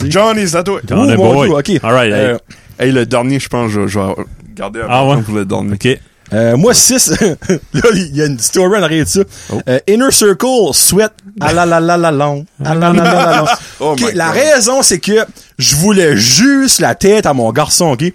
Speaker 1: Johnny's à toi.
Speaker 3: Johnny
Speaker 2: Oh, mon
Speaker 3: boy.
Speaker 2: Dieu, ok.
Speaker 3: All right.
Speaker 1: Euh,
Speaker 3: hey.
Speaker 1: hey, le dernier, je pense, je je vais garder un
Speaker 3: Ah
Speaker 1: bâton
Speaker 3: ouais?
Speaker 1: pour le dernier.
Speaker 3: OK.
Speaker 2: Euh, moi, 6. là, il y a une story en arrière de ça. Euh, Inner Circle, Sweat, ah la la la la long. Ah la la la la long.
Speaker 1: Oh
Speaker 2: Ok,
Speaker 1: my
Speaker 2: la
Speaker 1: God.
Speaker 2: raison, c'est que je voulais juste la tête à mon garçon, ok?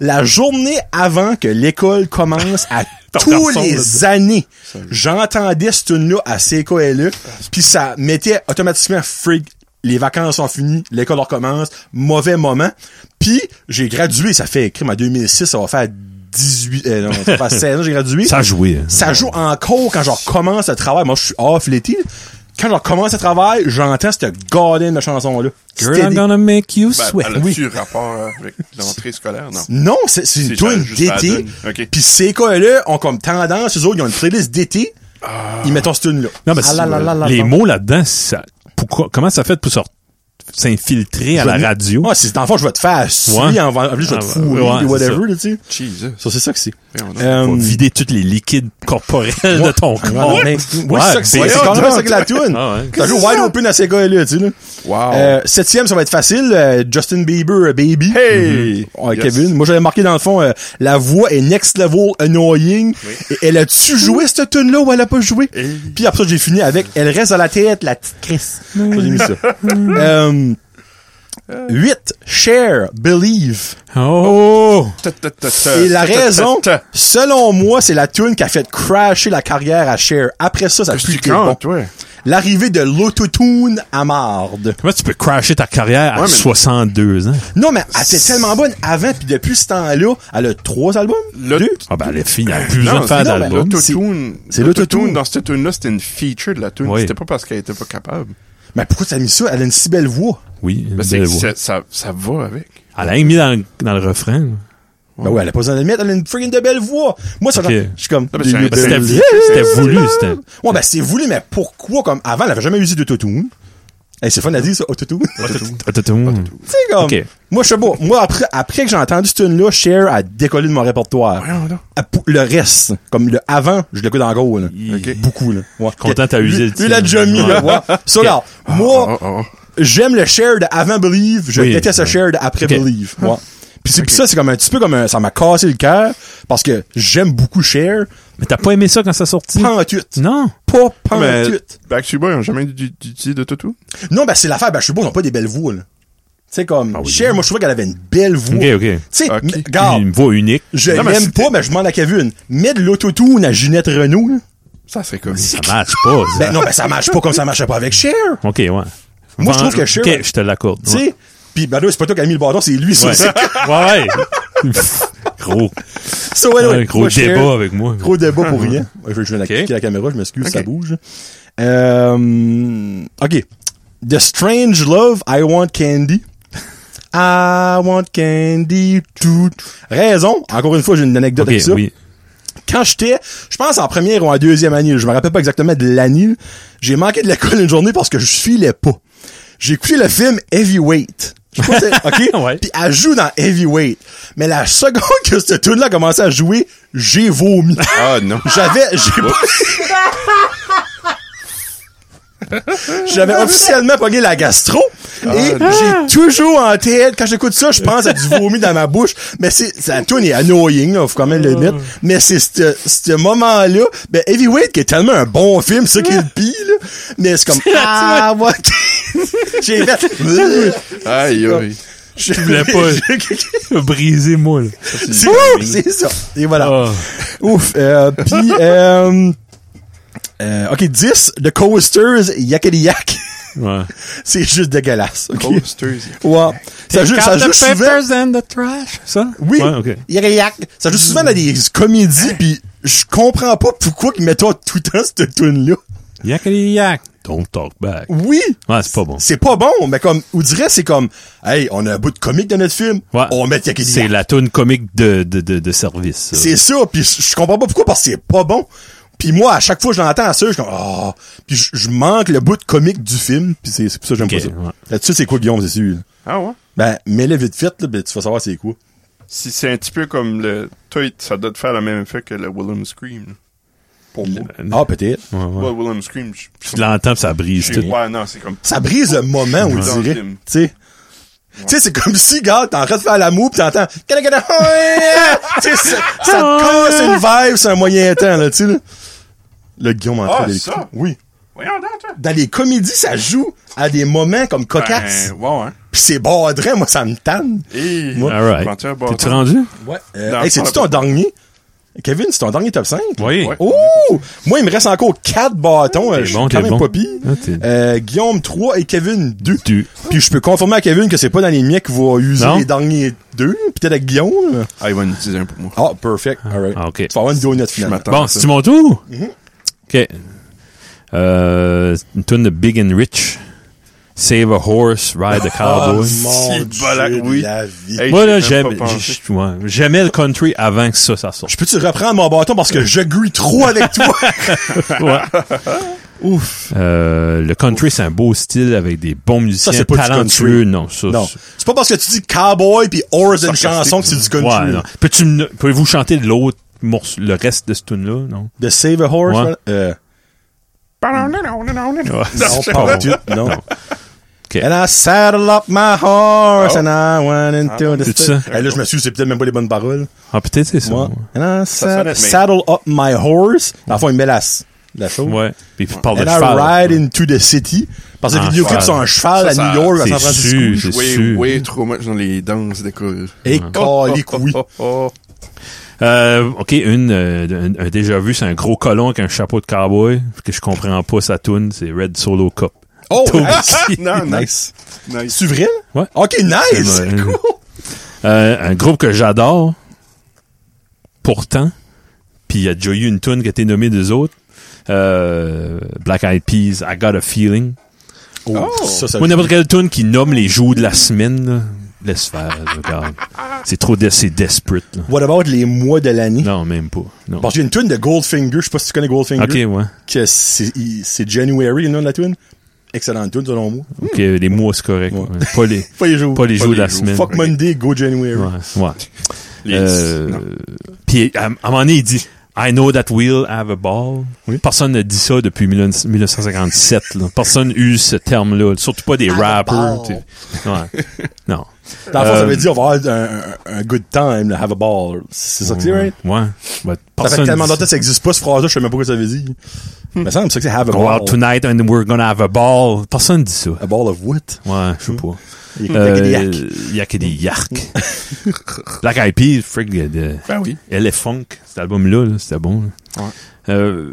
Speaker 2: La journée avant que l'école commence à tous
Speaker 3: garçon,
Speaker 2: les
Speaker 3: là,
Speaker 2: années, j'entendais cette tune-là à CKLE,
Speaker 1: Ah,
Speaker 2: puis ça mettait automatiquement freak. Les vacances sont finies, l'école recommence, mauvais moment. Puis, j'ai gradué, ça fait écrit en 2006, ça va faire 18, euh, non, ça va faire 16 ans, j'ai gradué.
Speaker 3: Ça a joué. hein.
Speaker 2: Ça joue encore quand je recommence le travail. Moi, je suis off l'été. Quand je recommence le travail, j'entends cette gardienne de chanson-là.
Speaker 3: Girl,
Speaker 2: C'était
Speaker 3: I'm
Speaker 2: des-
Speaker 3: gonna make you
Speaker 1: Ben,
Speaker 3: sweat.
Speaker 1: elle
Speaker 3: Oui.
Speaker 1: a-tu rapport hein, avec l'entrée scolaire? Non.
Speaker 2: Non, c'est c'est une
Speaker 1: C'est
Speaker 2: tune
Speaker 1: juste la
Speaker 2: d'été.
Speaker 1: donne. Ok.
Speaker 2: Puis ces gars-là ont comme tendance, eux autres, ils ont une playlist d'été.
Speaker 1: Ah.
Speaker 2: Ils mettent cette tune-là.
Speaker 3: Non, mais
Speaker 2: Ah
Speaker 3: c'est-
Speaker 2: là là là là
Speaker 3: les
Speaker 2: là.
Speaker 3: mots là-dedans, ça, pourquoi, comment ça fait pour sort- s'infiltrer à la
Speaker 2: Je-
Speaker 3: radio?
Speaker 2: Ouais, c'est dans le fond, je vais te faire suer,
Speaker 3: Ouais.
Speaker 2: en en plus, je vais te
Speaker 3: Ah,
Speaker 2: fourrer,
Speaker 3: ouais,
Speaker 2: et
Speaker 3: c'est
Speaker 2: whatever,
Speaker 3: ça.
Speaker 2: là, tu sais.
Speaker 1: Jesus.
Speaker 2: Ça, c'est ça que c'est.
Speaker 1: Voyons donc.
Speaker 2: Euh,
Speaker 3: Pour vider tous les liquides corporels de ton corps.
Speaker 2: ouais, mais- ouais, c'est ça que c'est.
Speaker 3: ben,
Speaker 2: C'est quand même ça que la
Speaker 3: Ah ouais.
Speaker 2: tune. T'as joué wide open à ces gars-là, tu sais, là.
Speaker 1: Wow.
Speaker 2: Euh, septième, ça va être facile. euh, Justin Bieber, euh, Baby.
Speaker 1: Hey!
Speaker 2: Ouais,
Speaker 1: Yes.
Speaker 2: Kevin. Moi, j'avais marqué dans le fond, euh, la voix est next level annoying. Et elle a-tu joué cette tune-là ou elle a pas joué?
Speaker 1: Hey.
Speaker 2: Puis après ça, j'ai fini avec Elle reste à la tête, la petite Chris. J'ai mis ça. 8. Share, Believe.
Speaker 3: Oh!
Speaker 1: Ta, ta, ta, ta,
Speaker 2: Et la
Speaker 1: ta, ta,
Speaker 2: raison,
Speaker 1: ta, ta.
Speaker 2: selon moi, c'est la tune qui a fait crasher la carrière à Cher. Après ça, ça a
Speaker 1: Qu'est-ce que
Speaker 2: plus
Speaker 1: tu
Speaker 2: été bon.
Speaker 1: cantes, toi?
Speaker 2: L'arrivée de l'autotune à marde.
Speaker 3: Comment tu peux crasher ta carrière à
Speaker 1: Ouais, mais-
Speaker 3: 62 ans?
Speaker 1: Oh,
Speaker 2: Non, mais elle était Ah, tellement bonne avant, puis depuis ce temps-là, elle a trois albums.
Speaker 1: Le-
Speaker 2: Deux.
Speaker 3: Ah ben, elle est fille, elle a plus
Speaker 1: Non,
Speaker 3: besoin de faire
Speaker 2: non, mais
Speaker 3: d'album.
Speaker 1: L'autotune.
Speaker 2: c'est l'autotune.
Speaker 1: l'autotune. Dans cette tune-là, c'était une feature de la tune.
Speaker 3: Oui.
Speaker 1: C'était pas parce qu'elle était pas capable.
Speaker 2: Mais pourquoi t'as mis ça? Elle a une si belle voix.
Speaker 3: Oui, une belle
Speaker 1: Mais Ben, c'est
Speaker 3: voix.
Speaker 1: c'est- ça, ça va avec.
Speaker 3: Elle a mis dans, le- dans le refrain. là.
Speaker 2: Ben ouais, elle a pas besoin de le mettre, elle a une friggin' de belle voix. Moi, ça,
Speaker 3: Ok.
Speaker 2: je suis comme,
Speaker 1: mais Ah, ben, c'est un-
Speaker 2: Belle-
Speaker 3: C'était
Speaker 2: Belle-
Speaker 3: c'était voulu. c'était-
Speaker 2: Ouais, ben c'est voulu, mais pourquoi, comme, avant, elle avait jamais usé de totune. Hey, c'est fun à dire, ça, autotune.
Speaker 3: Autotune.
Speaker 2: tu sais, comme,
Speaker 3: Ok.
Speaker 2: moi, je sais pas, moi, après, après que j'ai entendu cette tune-là, Cher a décollé de mon répertoire.
Speaker 1: Voyons donc.
Speaker 2: À pou- Le reste, comme le avant, je l'écoute en gros, là.
Speaker 1: Ok.
Speaker 2: Beaucoup, là. Ouais.
Speaker 3: Content, t'as
Speaker 2: Lui-
Speaker 3: usé le
Speaker 2: Lui,
Speaker 3: tien.
Speaker 2: l'a déjà mis, là.
Speaker 3: Ouais. Ah,
Speaker 2: Ouais. So, regarde, moi,
Speaker 1: Oh, oh, oh.
Speaker 2: J'aime le share de avant Believe, je
Speaker 3: Oui.
Speaker 2: déteste le share de après
Speaker 3: Ok.
Speaker 2: Believe. Ouais. Puis c'est-
Speaker 3: Ok.
Speaker 2: puis ça, c'est comme un petit peu comme un- ça m'a cassé le cœur parce que j'aime beaucoup Cher.
Speaker 3: Mais t'as pas aimé ça quand ça sortit?
Speaker 2: Pas en tweet.
Speaker 3: Non.
Speaker 2: Pas en
Speaker 1: Mais
Speaker 3: Euh,
Speaker 2: tweet.
Speaker 1: Backstreet Boys ils ont jamais dit- dit- dit de toutou.
Speaker 2: Non, ben c'est l'affaire, ben je suis beau, ils ont pas des belles voix, là. Tu sais, comme, Cher, moi, je trouvais qu'elle avait une belle voix.
Speaker 3: Ok, ok.
Speaker 2: Tu sais,
Speaker 1: Ok.
Speaker 2: mais regarde,
Speaker 3: Une voix unique.
Speaker 2: je
Speaker 1: Non, mais
Speaker 2: l'aime
Speaker 1: c'était-
Speaker 2: pas, mais je m'en qu'à vu une. Mets de l'autotune à Ginette Renault, là.
Speaker 1: Ça serait comme
Speaker 3: Ça marche pas, ça.
Speaker 2: Ben non, ben ça marche pas comme ça marchait pas avec Cher.
Speaker 3: Ok, ouais.
Speaker 2: Moi, je
Speaker 3: Vend-
Speaker 2: trouve que Cher-
Speaker 3: Ok, je te l'accorde.
Speaker 2: Tu sais, pis ben là, c'est pas toi qui as mis le bâton, c'est lui, ça.
Speaker 3: Ouais.
Speaker 2: c'est-
Speaker 3: ouais, ouais. gros.
Speaker 2: So, anyway,
Speaker 3: un gros
Speaker 2: moi,
Speaker 3: débat
Speaker 2: Cher,
Speaker 3: avec moi.
Speaker 2: Gros débat pour rien. Je je viens de cliquer la caméra, je m'excuse, ça bouge. Euh, OK. The Strange Love, I Want Candy. I want candy too. Raison. Encore une fois, j'ai une anecdote
Speaker 3: Ok,
Speaker 2: avec ça.
Speaker 3: oui.
Speaker 2: Quand j'étais, je pense en première ou en deuxième année, je me rappelle pas exactement de l'année, là, j'ai manqué de l'école une journée parce que je filais pas. J'ai écouté le film Heavyweight. Je sais pas si- OK?
Speaker 3: Ouais.
Speaker 2: Puis elle joue dans Heavyweight. Mais la seconde que cette tune là a commencé à jouer, j'ai vomi.
Speaker 1: Ah non.
Speaker 2: J'avais, j'ai pas... J'avais officiellement pogné la gastro et
Speaker 1: Ah,
Speaker 2: j'ai toujours en tête quand j'écoute ça, je pense à du vomi dans ma bouche, mais c'est ça tourne est annoying là, faut quand même le mettre. Mais c'est ce ce moment-là, ben Heavyweight qui est tellement un bon film, c'est ça qui est le pire là. Mais c'est comme ah moi j'ai fait
Speaker 1: Aïe, aïe.
Speaker 2: je
Speaker 3: voulais pas. Brisez-moi, là.
Speaker 2: c'est c'est ça. Et voilà.
Speaker 3: Ah.
Speaker 2: Ouf. Euh, Puis, euh, euh, OK, 10, The Coasters Yakety Yak.
Speaker 3: Ouais.
Speaker 2: C'est juste dégueulasse. OK?
Speaker 1: Coasters.
Speaker 2: Ouais. Ça joue, ça joue souvent...
Speaker 3: and the trash, ça?
Speaker 2: Oui,
Speaker 3: Ouais, ok.
Speaker 2: Yakety Yak. Ça joue souvent dans des comédies, puis je comprends pas pourquoi ils mettent tout le temps cette tune-là.
Speaker 3: Yakety yak. Don't talk back.
Speaker 2: Oui,
Speaker 3: Ouais, c'est pas bon.
Speaker 2: c'est pas bon, mais comme, on dirait, c'est comme, hey, on a un bout de comique dans notre film,
Speaker 3: Ouais.
Speaker 2: on met Yakety
Speaker 3: C'est
Speaker 2: Yak.
Speaker 3: la toune comique de, de, de, de service. ça.
Speaker 2: C'est ça, puis je je comprends pas pourquoi, parce que c'est pas bon. Puis moi, à chaque fois que j'entends ça, je suis comme, oh. Puis je- je manque le bout de comique du film, puis c'est c'est pour ça que j'aime
Speaker 3: Ok,
Speaker 2: pas ça.
Speaker 3: ouais.
Speaker 2: Là-dessus, c'est quoi, Guillaume, c'est sûr?
Speaker 1: Ah ouais?
Speaker 2: Ben, mets-le vite fait, là, ben, tu vas savoir c'est quoi.
Speaker 1: Si c'est un petit peu comme le. Toi, ça doit te faire le même effet que le Willem Scream.
Speaker 2: Pour moi. Ah, peut-être.
Speaker 3: Ouais, ouais.
Speaker 1: Ouais, Willem Scream. je-
Speaker 3: Tu l'entends, pis ça brise
Speaker 1: je-
Speaker 3: tout.
Speaker 1: Ouais, non, c'est comme.
Speaker 2: Ça brise le moment, on
Speaker 1: Dans le
Speaker 2: dirait. Tu
Speaker 1: film.
Speaker 2: sais. Tu sais, c'est comme si, gars, t'es en train de faire l'amour pis t'entends, Kada, kada, tu sais, ça, ça te casse une vibe sur un moyen temps, là, tu sais, là. Le Guillaume en train
Speaker 1: Ah,
Speaker 2: de-
Speaker 1: ça?
Speaker 2: Oui.
Speaker 1: Voyons donc, toi.
Speaker 2: Dans les comédies, ça joue à des moments comme cocasses.
Speaker 1: Ben, ouais, ouais.
Speaker 2: Pis c'est badrin, moi, ça me tanne.
Speaker 1: Et.
Speaker 2: Ouais.
Speaker 3: All right.
Speaker 1: Menteur, bâtard.
Speaker 3: T'es-tu rendu?
Speaker 2: Ouais.
Speaker 1: Dans
Speaker 2: hey, c'est-tu
Speaker 1: le-
Speaker 2: ton dernier? Kevin, c'est ton dernier top 5?
Speaker 3: Oui.
Speaker 1: Ouais.
Speaker 2: Oh! Moi, il me reste encore 4 bâtons. euh,
Speaker 3: T'es
Speaker 2: Je suis
Speaker 3: bon,
Speaker 2: quand
Speaker 3: t'es
Speaker 2: même
Speaker 3: bon.
Speaker 2: pas pire.
Speaker 3: Ah, t'es-
Speaker 2: Euh, Guillaume 3 et Kevin 2.
Speaker 3: Deux.
Speaker 2: Puis je peux confirmer à Kevin que c'est pas dans les miens qu'il va user
Speaker 3: Non.
Speaker 2: les derniers deux. Peut-être avec Guillaume.
Speaker 1: Ah, il va nous dire un pour moi.
Speaker 2: Ah, perfect. All right.
Speaker 3: Ah, ok.
Speaker 2: Tu vas avoir une donut finalement.
Speaker 1: m'attends.
Speaker 3: Bon,
Speaker 1: ça.
Speaker 3: c'est-tu mon tour?
Speaker 2: Mm-hmm.
Speaker 3: OK. Euh, une toune de Big and Rich. Save a horse, ride a cowboy.
Speaker 1: mon
Speaker 2: Ah, mon
Speaker 1: Dieu de
Speaker 2: la
Speaker 1: la
Speaker 2: vie.
Speaker 1: Hey,
Speaker 3: Moi, là,
Speaker 1: j'ai même
Speaker 3: j'aime-
Speaker 1: pas pensé.
Speaker 3: j'- ouais, j'aimais le country avant que ça, ça sorte.
Speaker 2: Je peux-tu reprendre mon bâton parce que je grue trop avec toi? Ouf.
Speaker 3: Euh, le country, c'est un beau style avec des bons musiciens
Speaker 2: c'est pas du
Speaker 3: talentueux.
Speaker 2: country.
Speaker 3: Non, ça,
Speaker 2: Non.
Speaker 3: c'est-
Speaker 2: C'est pas parce que tu dis cowboy pis horse une
Speaker 1: Sarcastique.
Speaker 2: chanson que c'est du country.
Speaker 3: Ouais, non. Peux-tu me- Pouvez-vous chanter l'autre morceau, le reste de ce tune-là? Non.
Speaker 2: De Save a Horse?
Speaker 3: Ouais.
Speaker 2: voilà. Euh, non,
Speaker 3: c'est
Speaker 2: pas
Speaker 3: pas
Speaker 2: en tout, non.
Speaker 3: Ok. Oh.
Speaker 2: And I saddle up my horse and I went into the...
Speaker 3: C'est ça?
Speaker 2: Hey, là, je me suis c'est peut-être même pas les bonnes paroles.
Speaker 3: Ah, peut-être c'est ça.
Speaker 2: Moi, and I
Speaker 1: sonne
Speaker 2: sad-
Speaker 1: être-
Speaker 2: saddle up my horse. Dans le fond, il met la, la chose.
Speaker 3: Ouais. ouais. Puis il parle
Speaker 2: And
Speaker 3: de
Speaker 2: I
Speaker 3: cheval.
Speaker 2: ride into the city. Parce que
Speaker 3: Ah,
Speaker 2: les vidéoclips
Speaker 3: cheval.
Speaker 2: sont un cheval
Speaker 1: Ça,
Speaker 2: à
Speaker 1: ça-
Speaker 2: New York, à
Speaker 3: c'est
Speaker 2: San
Speaker 3: sûr,
Speaker 2: Francisco.
Speaker 3: c'est
Speaker 1: Way,
Speaker 3: sûr.
Speaker 1: way trop much dans les danses d'école.
Speaker 3: Oh,
Speaker 2: Et calique, oui.
Speaker 1: Oh, oh,
Speaker 3: Euh, OK, une, euh, un, un déjà vu, c'est un gros colon avec un chapeau de cowboy que je comprends pas sa tune, c'est Red Solo Cup.
Speaker 2: Oh!
Speaker 3: Toby.
Speaker 1: Non, non.
Speaker 2: nice.
Speaker 1: nice.
Speaker 2: C'est vrai?
Speaker 3: Ouais.
Speaker 2: OK, nice!
Speaker 3: C'est vrai.
Speaker 2: Cool!
Speaker 3: Euh, un groupe que j'adore, pourtant, puis il y a déjà eu une tune qui a été nommée des autres, euh, Black Eyed Peas, I Got a Feeling.
Speaker 2: Oh, ça, ça-
Speaker 3: Ou n'importe quelle tune qui nomme les jours de la semaine, là, laisse faire, là, regarde. C'est trop de, c'est desperate. Là.
Speaker 2: What about les mois de l'année?
Speaker 3: Non, même pas. Non.
Speaker 2: Parce qu'il y a une tune de Goldfinger, je sais pas si tu connais Goldfinger.
Speaker 3: Ok, ouais.
Speaker 2: que c'est il- c'est January, le nom de la tune. Excellente tune, selon moi.
Speaker 3: Ok, les mois, c'est correct.
Speaker 2: Hmm. Ouais.
Speaker 3: ouais. Pas les.
Speaker 2: Pas les jours.
Speaker 3: Pas les jours de la semaine.
Speaker 2: Fuck Monday, go January.
Speaker 3: Ouais. ouais.
Speaker 1: Les-
Speaker 3: Euh,
Speaker 1: non.
Speaker 3: Puis à, à un moment donné, il dit I know that we'll have a ball.
Speaker 2: Oui.
Speaker 3: Personne ne dit ça depuis 19- 1957. là. Personne use ce terme-là. Surtout pas des
Speaker 4: Have a
Speaker 3: rappers.
Speaker 4: ball.
Speaker 3: tu- ouais. Non.
Speaker 2: Dans le fond, ça
Speaker 3: Euh,
Speaker 2: veut dire on va avoir un, un, un good time, have a ball. C'est ça que c'est, right?
Speaker 3: Ouais. But
Speaker 2: Ça fait
Speaker 3: personne
Speaker 2: tellement
Speaker 3: dit
Speaker 2: longtemps que ça existe pas, ce phrase-là, je sais même pas ce que ça veut dire. Mais ça me semble que c'est have a
Speaker 3: Go out
Speaker 2: ball.
Speaker 3: tonight and we're gonna have a ball. Personne dit ça.
Speaker 2: A ball of what?
Speaker 3: Ouais, je sais pas.
Speaker 2: Il y a Hmm. des Hmm.
Speaker 3: Euh,
Speaker 2: yaks.
Speaker 3: Il y a que des yarks. Black Eyed Peas, frig, euh, de
Speaker 1: Ben oui.
Speaker 3: Elle est funk, cet album-là, là, c'était bon. là.
Speaker 2: Ouais.
Speaker 3: Euh,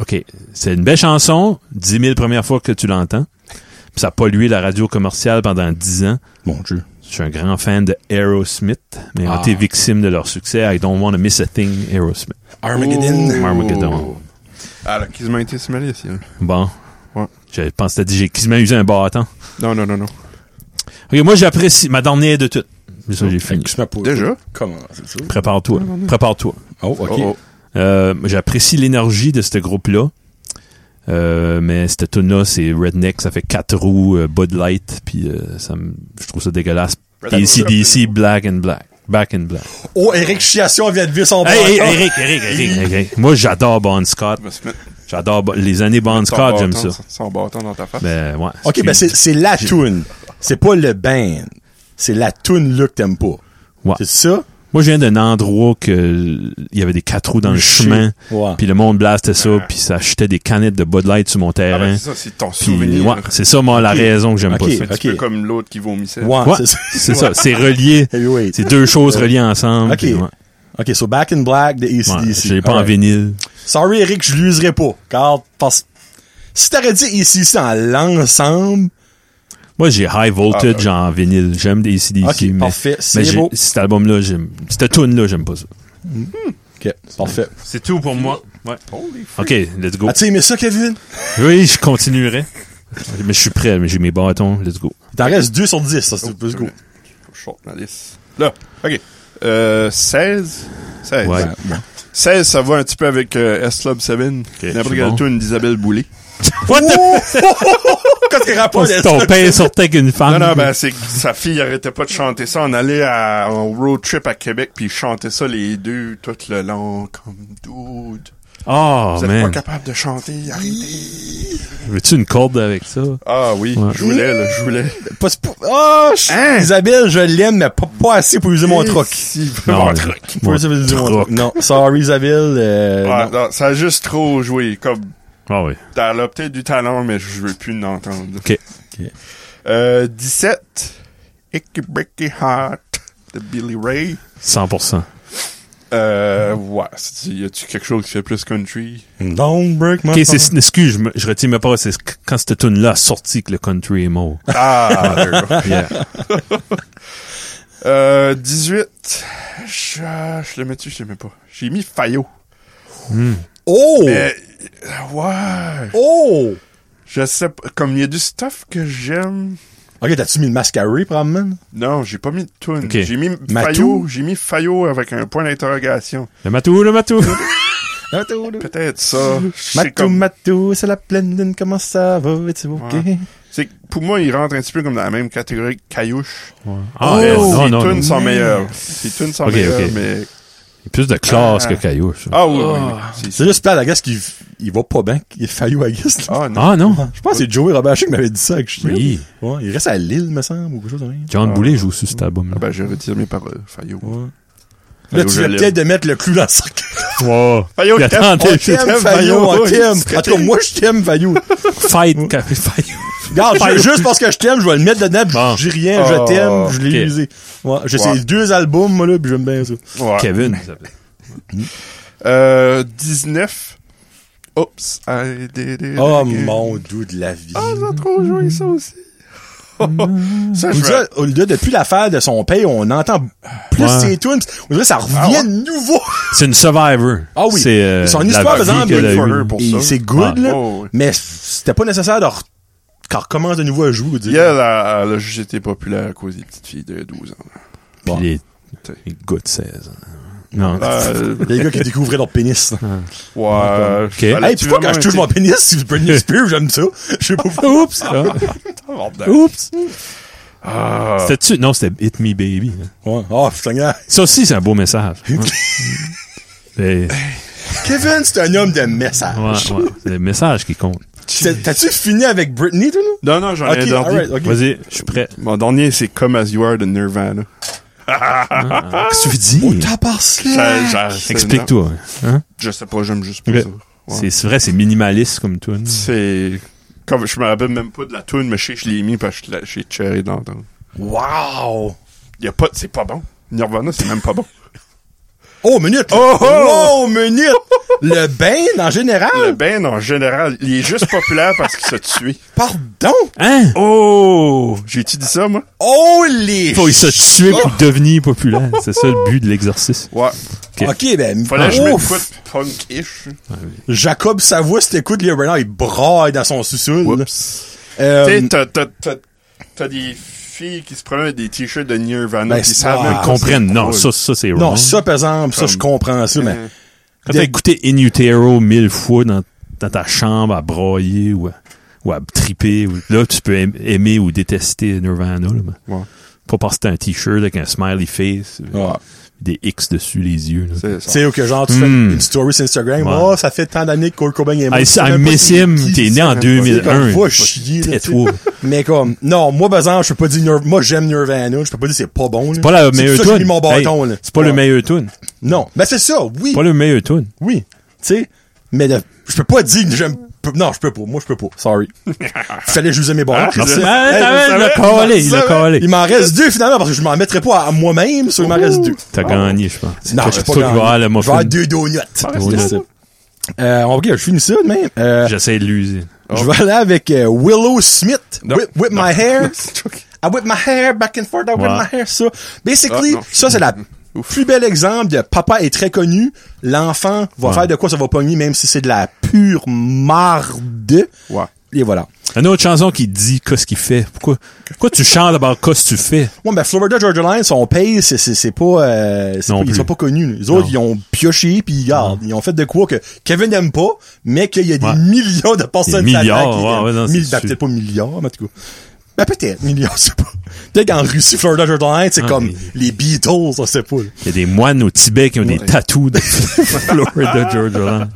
Speaker 3: OK. C'est une belle chanson, 10 000 premières fois que tu l'entends. Puis ça a pollué la radio commerciale pendant 10 ans.
Speaker 2: Mon dieu.
Speaker 3: Je suis un grand fan de Aerosmith, mais
Speaker 2: Ah.
Speaker 3: on été victime de leur succès. I don't want to miss a thing, Aerosmith.
Speaker 2: Armageddon. Oh.
Speaker 3: Armageddon.
Speaker 1: Ah, là, qu'ils m'ont été semé, ici. là.
Speaker 3: Bon.
Speaker 1: Ouais.
Speaker 3: Je pense que t'as dit, j'ai quasiment usé un bâton.
Speaker 1: Non, non, non, non.
Speaker 3: OK, moi, j'apprécie. Ma dernière de toutes. C'est ça, j'ai fini.
Speaker 2: Excuse-moi pour.
Speaker 1: Déjà?
Speaker 2: Oh. Comment? C'est ça?
Speaker 3: Prépare-toi. Prépare-toi.
Speaker 2: Oh, ok.
Speaker 1: Oh, oh.
Speaker 3: Euh, j'apprécie l'énergie de ce groupe-là. Euh, mais cette tune-là, c'est Redneck, ça fait quatre roues, euh, Bud Light, puis euh, ça me- je trouve ça dégueulasse.
Speaker 1: Redneck.
Speaker 3: ACDC, Black and Black. Back and Black.
Speaker 2: Oh, Eric Chiasson vient de vivre son
Speaker 3: Hey, hey,
Speaker 2: bâton.
Speaker 3: Eric, Eric, Eric, Eric. Moi, j'adore Bon Scott.
Speaker 1: On va se mettre
Speaker 3: J'adore Bon- les années Bon
Speaker 1: son
Speaker 3: Scott, j'aime ça.
Speaker 1: bâton- Son bâton dans ta face.
Speaker 3: Ben, ouais.
Speaker 2: Ok, ben c'est, c'est la toune. C'est pas le band. C'est la toune là que t'aimes pas.
Speaker 3: Ouais.
Speaker 2: C'est ça?
Speaker 3: Moi, je viens d'un endroit que euh, il y avait des quatre roues dans le
Speaker 2: Shit.
Speaker 3: chemin,
Speaker 2: Ouais.
Speaker 3: puis le monde blastait ça, puis ça achetait des canettes de Bud Light sur mon
Speaker 1: Ah, ben,
Speaker 3: terrain.
Speaker 1: c'est ça, c'est ton
Speaker 3: hein. Puis,
Speaker 1: souvenir.
Speaker 3: ouais, c'est ça, moi, la raison que j'aime
Speaker 2: Ok.
Speaker 3: pas ça.
Speaker 1: Un petit peu
Speaker 2: Ok.
Speaker 1: comme l'autre qui vomissait.
Speaker 2: Ouais,
Speaker 3: Ouais,
Speaker 2: c'est ça.
Speaker 3: c'est ça, c'est relié.
Speaker 2: Heavyweight.
Speaker 3: C'est deux choses reliées ensemble.
Speaker 2: Ok.
Speaker 3: puis ouais.
Speaker 2: Ok, so Back in Black de ACDC.
Speaker 3: Ouais, je l'ai pas en
Speaker 2: Alright.
Speaker 3: vinyle.
Speaker 2: Sorry, Eric, je l'userai pas. Car, parce, si t'aurais dit ici, c'est en l'ensemble,
Speaker 3: Moi, j'ai High Voltage
Speaker 1: Ah,
Speaker 3: en vinyle. J'aime des CDC.
Speaker 2: Ok,
Speaker 3: mais,
Speaker 2: parfait. C'est
Speaker 3: mais j'ai-
Speaker 2: beau.
Speaker 3: cet album-là, j'aime. Cette tune-là, j'aime pas ça.
Speaker 2: ok, parfait.
Speaker 3: C'est tout pour moi. Ouais.
Speaker 1: Holy f-
Speaker 3: OK, let's go.
Speaker 2: As-tu aimé ça, Kevin?
Speaker 3: Oui, je continuerai. Mais je suis prêt, mais j'ai mes bâtons. Let's go.
Speaker 2: Il t'en reste 2 sur 10, ça, c'est plus go.
Speaker 1: Short, ma liste. Là, OK. Euh, 16? 16.
Speaker 3: Ouais.
Speaker 1: 16, ça va un petit peu avec euh, S-Club 7. N'importe
Speaker 3: c'est
Speaker 1: quelle
Speaker 3: bon.
Speaker 1: tune d'Isabelle Boulay.
Speaker 3: What the
Speaker 2: Quand t'es rapport,
Speaker 3: fuck? Si ton père sortait avec une femme.
Speaker 1: Non, non, ben, c'est que sa fille arrêtait pas de chanter ça. On allait à, en road trip à Québec, puis ils chantaient ça les deux tout le long, comme dude.
Speaker 3: Oh,
Speaker 1: Vous êtes pas
Speaker 3: man.
Speaker 1: capable de chanter, arrêtez.
Speaker 3: Veux-tu une corde avec ça?
Speaker 1: Ah oui,
Speaker 3: Ouais.
Speaker 1: je voulais, là, je voulais.
Speaker 2: pas, pas, oh, je-
Speaker 1: Hein?
Speaker 2: Isabelle, je l'aime, mais pas, pas assez pour user mon truc.
Speaker 1: Si,
Speaker 3: Non,
Speaker 1: mon
Speaker 3: mais-
Speaker 1: truc.
Speaker 2: Pas
Speaker 3: Mon
Speaker 2: assez pour user mon
Speaker 3: truc.
Speaker 2: truc. Non, sorry, Isabelle, euh,
Speaker 1: Ouais,
Speaker 2: non.
Speaker 1: non, ça a juste trop joué. Comme,
Speaker 3: Ah oui.
Speaker 1: elle a peut-être du talent, mais je veux plus l'entendre.
Speaker 3: OK.
Speaker 2: Ok.
Speaker 1: Euh, 17. Icky Bricky Heart de Billy Ray.
Speaker 3: 100%.
Speaker 1: Euh, ouais. c'est- Y a-tu quelque chose qui fait plus country?
Speaker 2: Don't break my
Speaker 3: OK,
Speaker 2: heart.
Speaker 3: c'est, excuse, je, me- je retire ma pas. C'est quand cette tune-là a sorti que le country est mort.
Speaker 1: Ah, there you go.
Speaker 3: Yeah.
Speaker 1: Euh, 18. Je, je le mets-tu, je le mets pas. J'ai mis Fayot.
Speaker 2: Oh!
Speaker 1: Mais, euh, ouais.
Speaker 2: Oh!
Speaker 1: Je sais pas. Comme il y a du stuff que j'aime.
Speaker 2: Ok, t'as-tu mis le mascaré, probablement?
Speaker 1: Non, j'ai pas mis de tune.
Speaker 3: Ok.
Speaker 1: J'ai mis
Speaker 2: Matou?
Speaker 1: Fayot. J'ai mis Fayot avec un point d'interrogation.
Speaker 3: Le matou, le matou.
Speaker 2: Matou,
Speaker 1: Peut-être ça. C'est
Speaker 2: matou,
Speaker 1: comme-
Speaker 2: matou, c'est la pleine lune, comment ça va? Es-tu ok?
Speaker 1: Ouais. c'est que pour moi, il rentre un petit peu comme dans la même catégorie que Caillouche.
Speaker 3: Ah,
Speaker 1: Mais
Speaker 3: ouais,
Speaker 1: ses
Speaker 3: non, non,
Speaker 1: Oh, tunes
Speaker 3: non.
Speaker 1: sont meilleures. Ses tunes sont
Speaker 3: Ok,
Speaker 1: meilleures,
Speaker 3: ok.
Speaker 1: mais...
Speaker 3: Il y a plus de classe
Speaker 1: Ah.
Speaker 3: que Caillou. ça.
Speaker 1: Ah oui, oui, oui. C'est-
Speaker 2: C'est juste plat, la guess qu'il il va pas bien, il est faillu à guess. là.
Speaker 1: Ah non.
Speaker 3: Ah non?
Speaker 2: Je pense que c'est Joey Robaché qui m'avait dit ça. Que je
Speaker 3: Oui.
Speaker 2: Ouais, il reste à Lille, me semble, ou quelque chose de même.
Speaker 3: John Boulet joue sur cet album.
Speaker 1: Ah ben, je retire mes paroles. Fayot.
Speaker 2: Là,
Speaker 1: Fayot,
Speaker 2: tu
Speaker 1: je
Speaker 2: viens
Speaker 1: l'aime.
Speaker 2: peut-être de mettre le clou dans le sac.
Speaker 1: ben,
Speaker 3: Wow.
Speaker 1: Fayot,
Speaker 3: Il a
Speaker 1: t'aimes-
Speaker 3: tenté,
Speaker 1: on
Speaker 3: je
Speaker 1: t'aime,
Speaker 2: T'aimes Fayot,
Speaker 1: Fayot,
Speaker 2: on
Speaker 1: oui.
Speaker 2: t'aime. En tout cas, moi, je t'aime, Fayot.
Speaker 3: Fight. ca- fight.
Speaker 2: Regarde, je- juste parce que je t'aime, je vais le mettre dedans, puis
Speaker 3: Bon.
Speaker 2: je dis rien, je
Speaker 1: Oh,
Speaker 2: t'aime, je l'ai
Speaker 3: ok.
Speaker 2: usé. Ouais, j'ai
Speaker 1: Ouais.
Speaker 2: ces deux albums, moi, là, puis j'aime bien ça.
Speaker 1: Ouais.
Speaker 3: Kevin.
Speaker 1: Euh, 19. Oups. Ah, I did it
Speaker 2: Oh,
Speaker 1: again.
Speaker 2: mon doux de la vie.
Speaker 1: Ah, j'ai trop joué ça aussi. ça,
Speaker 2: On
Speaker 1: je
Speaker 2: dirait,
Speaker 1: vais...
Speaker 2: on dirait, depuis l'affaire de son pays, on entend plus
Speaker 3: Ouais.
Speaker 2: ses tunes. On dirait, ça revient
Speaker 1: Ah ouais?
Speaker 2: de nouveau.
Speaker 3: C'est une survivor.
Speaker 2: Ah oui.
Speaker 3: C'est, euh,
Speaker 2: Son
Speaker 3: la
Speaker 2: histoire, par
Speaker 3: vie
Speaker 2: exemple,
Speaker 3: qu'elle a
Speaker 1: Good for
Speaker 3: eue.
Speaker 1: her pour
Speaker 2: Et
Speaker 1: ça.
Speaker 2: c'est good,
Speaker 3: Ouais.
Speaker 2: là.
Speaker 1: Oh, oui.
Speaker 2: Mais c'était pas nécessaire de re- qu'elle recommence de nouveau à jouer.
Speaker 1: Il y a la, la JGT populaire à cause des petites filles de 12 ans.
Speaker 3: Puis
Speaker 2: Bon.
Speaker 3: il est- il goûte 16 ans. Non.
Speaker 1: Euh,
Speaker 2: Il y a des gars qui découvraient leur pénis.
Speaker 1: ouais.
Speaker 3: Ok. Hey,
Speaker 2: hey, pourquoi quand je touche mon pénis, c'est Britney Spears, j'aime ça. Je sais pas pourquoi.
Speaker 3: Oups. Ah. Oups.
Speaker 1: Ah.
Speaker 3: C'était-tu? Non, c'était Hit Me Baby. hein.
Speaker 2: Ouais. Oh, putain, gars.
Speaker 3: Ça aussi, c'est un beau message. Hein? Et-
Speaker 2: Kevin, c'est un homme de message.
Speaker 3: Ouais, ouais. C'est le message qui compte.
Speaker 2: T'as- T'as-tu fini avec Britney, toi, nous?
Speaker 1: Non, non, j'en ai un
Speaker 2: Ok,
Speaker 1: dernier.
Speaker 2: alright, ok.
Speaker 3: Vas-y, je suis prêt.
Speaker 1: Mon dernier, c'est Come As You Are de Nirvana.
Speaker 3: Qu'est-ce que tu dis?
Speaker 2: T'as par
Speaker 1: Ça- ça- c'est-
Speaker 3: Explique-toi. Hein?
Speaker 1: Je sais pas, j'aime juste pas
Speaker 3: Ok.
Speaker 1: ça. Ouais.
Speaker 3: C'est c'est vrai, c'est minimaliste comme tout. hein?
Speaker 1: C'est... Comme, je me rappelle même pas de la tune, mais je sais que je l'ai mis parce que je l'ai- j'ai cherry dans dans-
Speaker 2: Wow!
Speaker 1: Y a pas... C'est pas bon. Nirvana, c'est même pas bon.
Speaker 2: Oh, minute!
Speaker 1: Oh, oh!
Speaker 2: Oh, minute! Le bain, en général?
Speaker 1: Le band, en général, il est juste populaire parce qu'il s'est tué.
Speaker 2: Pardon?
Speaker 3: Hein?
Speaker 1: Oh! J'ai-tu dit ça, moi?
Speaker 2: Oh, les...
Speaker 3: Faut se tuer pour devenir populaire. C'est ça le but de l'exercice.
Speaker 1: Ouais.
Speaker 2: OK, ben...
Speaker 1: Fallait que je mette
Speaker 2: ouf.
Speaker 1: quoi de punk-ish.
Speaker 2: Jacob Savoie, si t'écoutes, Léo Bernard, il braille dans son sous-sol.
Speaker 1: Whoops.
Speaker 2: Euh,
Speaker 1: T'sais, t'as- t'as- t'as- t'as des filles qui se prennent des t-shirts de Nirvana.
Speaker 2: Ben,
Speaker 1: pis
Speaker 2: c'est-
Speaker 1: ça
Speaker 2: ah,
Speaker 1: même
Speaker 3: Ils
Speaker 1: pas
Speaker 3: comprennent.
Speaker 1: c'est
Speaker 3: Non,
Speaker 1: drôle.
Speaker 3: ça, ça c'est
Speaker 2: non,
Speaker 3: wrong.
Speaker 2: ça, par exemple, ça,
Speaker 1: Comme-
Speaker 2: je comprends ça, mais...
Speaker 3: Quand t'as écouté In Utero mille fois dans, dans ta chambre à broyer ou à, ou à triper, ou- là, tu peux aim- aimer ou détester Nirvana. Là, ben. mais
Speaker 1: Ouais.
Speaker 3: Pas parce que t'as un t-shirt avec un smiley face, euh,
Speaker 2: Ouais.
Speaker 3: des X dessus les yeux. là.
Speaker 1: C'est
Speaker 2: Tu
Speaker 1: ça.
Speaker 2: sais, ou que genre, tu fais
Speaker 3: Hmm.
Speaker 2: une story sur Instagram.
Speaker 3: Ouais.
Speaker 2: Oh, ça fait tant d'années que Kurt Cobain est mort.
Speaker 3: I,
Speaker 2: Tu sais
Speaker 3: I
Speaker 2: même pas
Speaker 3: miss
Speaker 2: c'est
Speaker 3: him.
Speaker 2: qui,
Speaker 3: T'es
Speaker 2: tu
Speaker 3: né
Speaker 2: sais
Speaker 3: en
Speaker 2: même pas c'est comme,
Speaker 3: 2001.
Speaker 2: Va chier, là, tu sais.
Speaker 3: Tais-toi.
Speaker 2: Mais comme, non, moi, par exemple, je peux pas dire, Nir- moi, j'aime Nirvana, je peux pas dire c'est pas bon, là.
Speaker 3: C'est pas la
Speaker 2: pour
Speaker 3: meilleure
Speaker 2: ça que j'ai mis
Speaker 3: tune.
Speaker 2: mon bâton, là.
Speaker 3: c'est pas le
Speaker 2: Ouais.
Speaker 3: meilleur tune.
Speaker 2: Non. Ben, c'est ça, oui,
Speaker 3: Pas le meilleur Ah, tune.
Speaker 2: oui. Tu sais, mais le- je peux pas dire que j'aime, peu- non, je peux pas, moi, je peux pas, sorry. Fallait que je vous aie mes bâtons.
Speaker 1: Ah,
Speaker 3: Merci.
Speaker 1: je-
Speaker 3: Ah,
Speaker 1: Hey,
Speaker 3: t'as-
Speaker 1: je
Speaker 3: il l'a
Speaker 1: savais,
Speaker 3: collé,
Speaker 1: je
Speaker 3: il l'a
Speaker 1: savais.
Speaker 3: collé.
Speaker 2: Il m'en reste deux, finalement, parce que je m'en mettrais pas à moi-même, ça, il m'en reste deux.
Speaker 3: T'as gagné, je pense.
Speaker 2: Ah Non,
Speaker 3: Toi-
Speaker 2: je suis pas
Speaker 3: toi qui vas avoir le
Speaker 2: grand. Je vais avoir
Speaker 3: muffin. Ah,
Speaker 2: deux donuts.
Speaker 3: reste là.
Speaker 2: C'est ça. Euh, ok, je finis ça, mais, euh,
Speaker 3: J'essaie de l'user.
Speaker 2: Je vais aller avec euh, Willow Smith.
Speaker 1: Non.
Speaker 2: Whip, whip my hair. I whip my hair back and forth. I whip
Speaker 3: Ouais.
Speaker 2: my hair. Ça, basically,
Speaker 1: Ah, non.
Speaker 2: ça c'est la plus bel exemple de papa est très connu. L'enfant va
Speaker 3: Ouais.
Speaker 2: faire de quoi ça va pogner, même si c'est de la pure marde.
Speaker 1: Ouais.
Speaker 2: Et voilà.
Speaker 3: Une autre chanson qui dit qu'est-ce qu'il fait. Pourquoi, pourquoi tu chantes d'abord qu'est-ce que tu fais?
Speaker 2: Ouais, ben Florida Georgia Line, son pays, c'est c'est c'est pas, euh, c'est
Speaker 3: Non
Speaker 2: pas- ils
Speaker 3: plus.
Speaker 2: sont pas connus. Les autres,
Speaker 3: Non.
Speaker 2: ils ont pioché puis ils gardent. Ils ont fait de quoi que Kevin n'aime pas, mais qu'il y a des
Speaker 3: Ouais.
Speaker 2: millions de personnes
Speaker 3: Des
Speaker 2: là-dedans
Speaker 3: milliards,
Speaker 2: qui
Speaker 3: ouais,
Speaker 2: l'aiment.
Speaker 3: ouais, non, c'est
Speaker 2: Mille- ben,
Speaker 3: sûr.
Speaker 2: peut-être pas milliards, mais en tout cas. Ben peut-être milliards, je sais pas. Peut-être qu'en Russie, Florida Georgia Line, c'est
Speaker 3: Ah,
Speaker 2: comme
Speaker 3: mais-
Speaker 2: les Beatles, on sait pas. là.
Speaker 3: Il y a des moines au Tibet qui ont des tatous de Florida Georgia Line.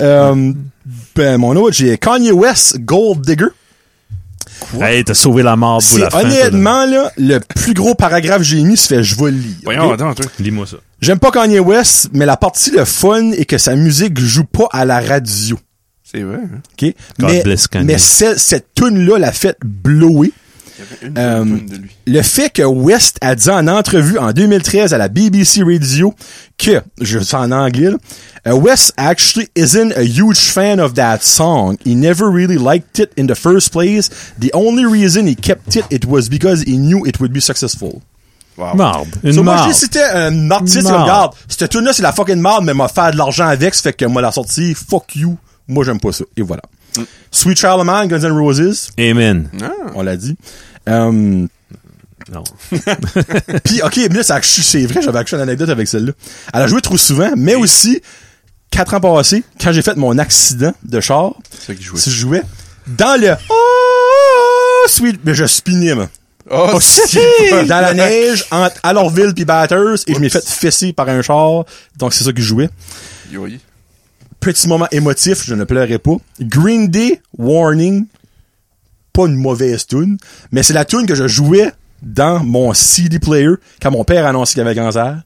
Speaker 2: Euh, ben mon autre, j'ai Kanye West, Gold Digger.
Speaker 3: Hey, t'as sauvé la mort pour la
Speaker 2: C'est
Speaker 3: fin. toi,
Speaker 2: honnêtement là, le plus gros paragraphe que j'ai mis, c'est fait je vais le lire.
Speaker 1: Voyons,
Speaker 2: ok?
Speaker 1: attends, toi.
Speaker 3: là. Lis-moi ça.
Speaker 2: J'aime pas Kanye West, mais la partie le fun est que sa musique joue pas à la radio.
Speaker 1: C'est vrai, hein?
Speaker 2: OK?
Speaker 3: God
Speaker 2: mais
Speaker 3: bless Kanye.
Speaker 2: mais ce- cette tune là l'a fait blower.
Speaker 1: Il y avait une
Speaker 2: Euh,
Speaker 1: bonne tune de lui.
Speaker 2: Le fait que West a dit en entrevue en 2013 à la BBC Radio que, je sais en anglais, là, euh, West actually isn't a huge fan of that song. He never really liked it in the first place. The only reason he kept it, it was because he knew it would be successful.
Speaker 1: Wow.
Speaker 3: Marde. Une
Speaker 2: So, moi,
Speaker 3: marde.
Speaker 2: je dis, c'était un artiste,
Speaker 3: Marde.
Speaker 2: comme, regarde, cette tune là c'est la fucking merde, mais m'a fait de l'argent avec, ça fait que moi, la sortie, fuck you. Moi, j'aime pas ça. Et voilà.
Speaker 3: Mm.
Speaker 2: Sweet Child of Mine, Guns N' Roses,
Speaker 3: Amen.
Speaker 2: on l'a dit. Euh,
Speaker 3: Non.
Speaker 2: Puis, OK, mais là, ça a- c'est vrai, j'avais accès à une anecdote avec celle-là. Elle a joué trop souvent, mais aussi, quatre ans passés, quand j'ai fait mon accident de char,
Speaker 1: C'est ça qu'il jouait.
Speaker 2: si je jouais, dans le... Oh, sweet... Mais je spinais, moi.
Speaker 1: Oh, si.
Speaker 2: dans la neige, entre Alortville puis Batters, et je m'ai fait fesser par un char. Donc, c'est ça que je jouais.
Speaker 1: Yo, yo.
Speaker 2: Petit moment émotif, je ne pleurais pas. Green Day, Warning, pas une mauvaise tune, mais c'est la tune que je jouais dans mon CD player quand mon père annonçait qu'il avait cancer.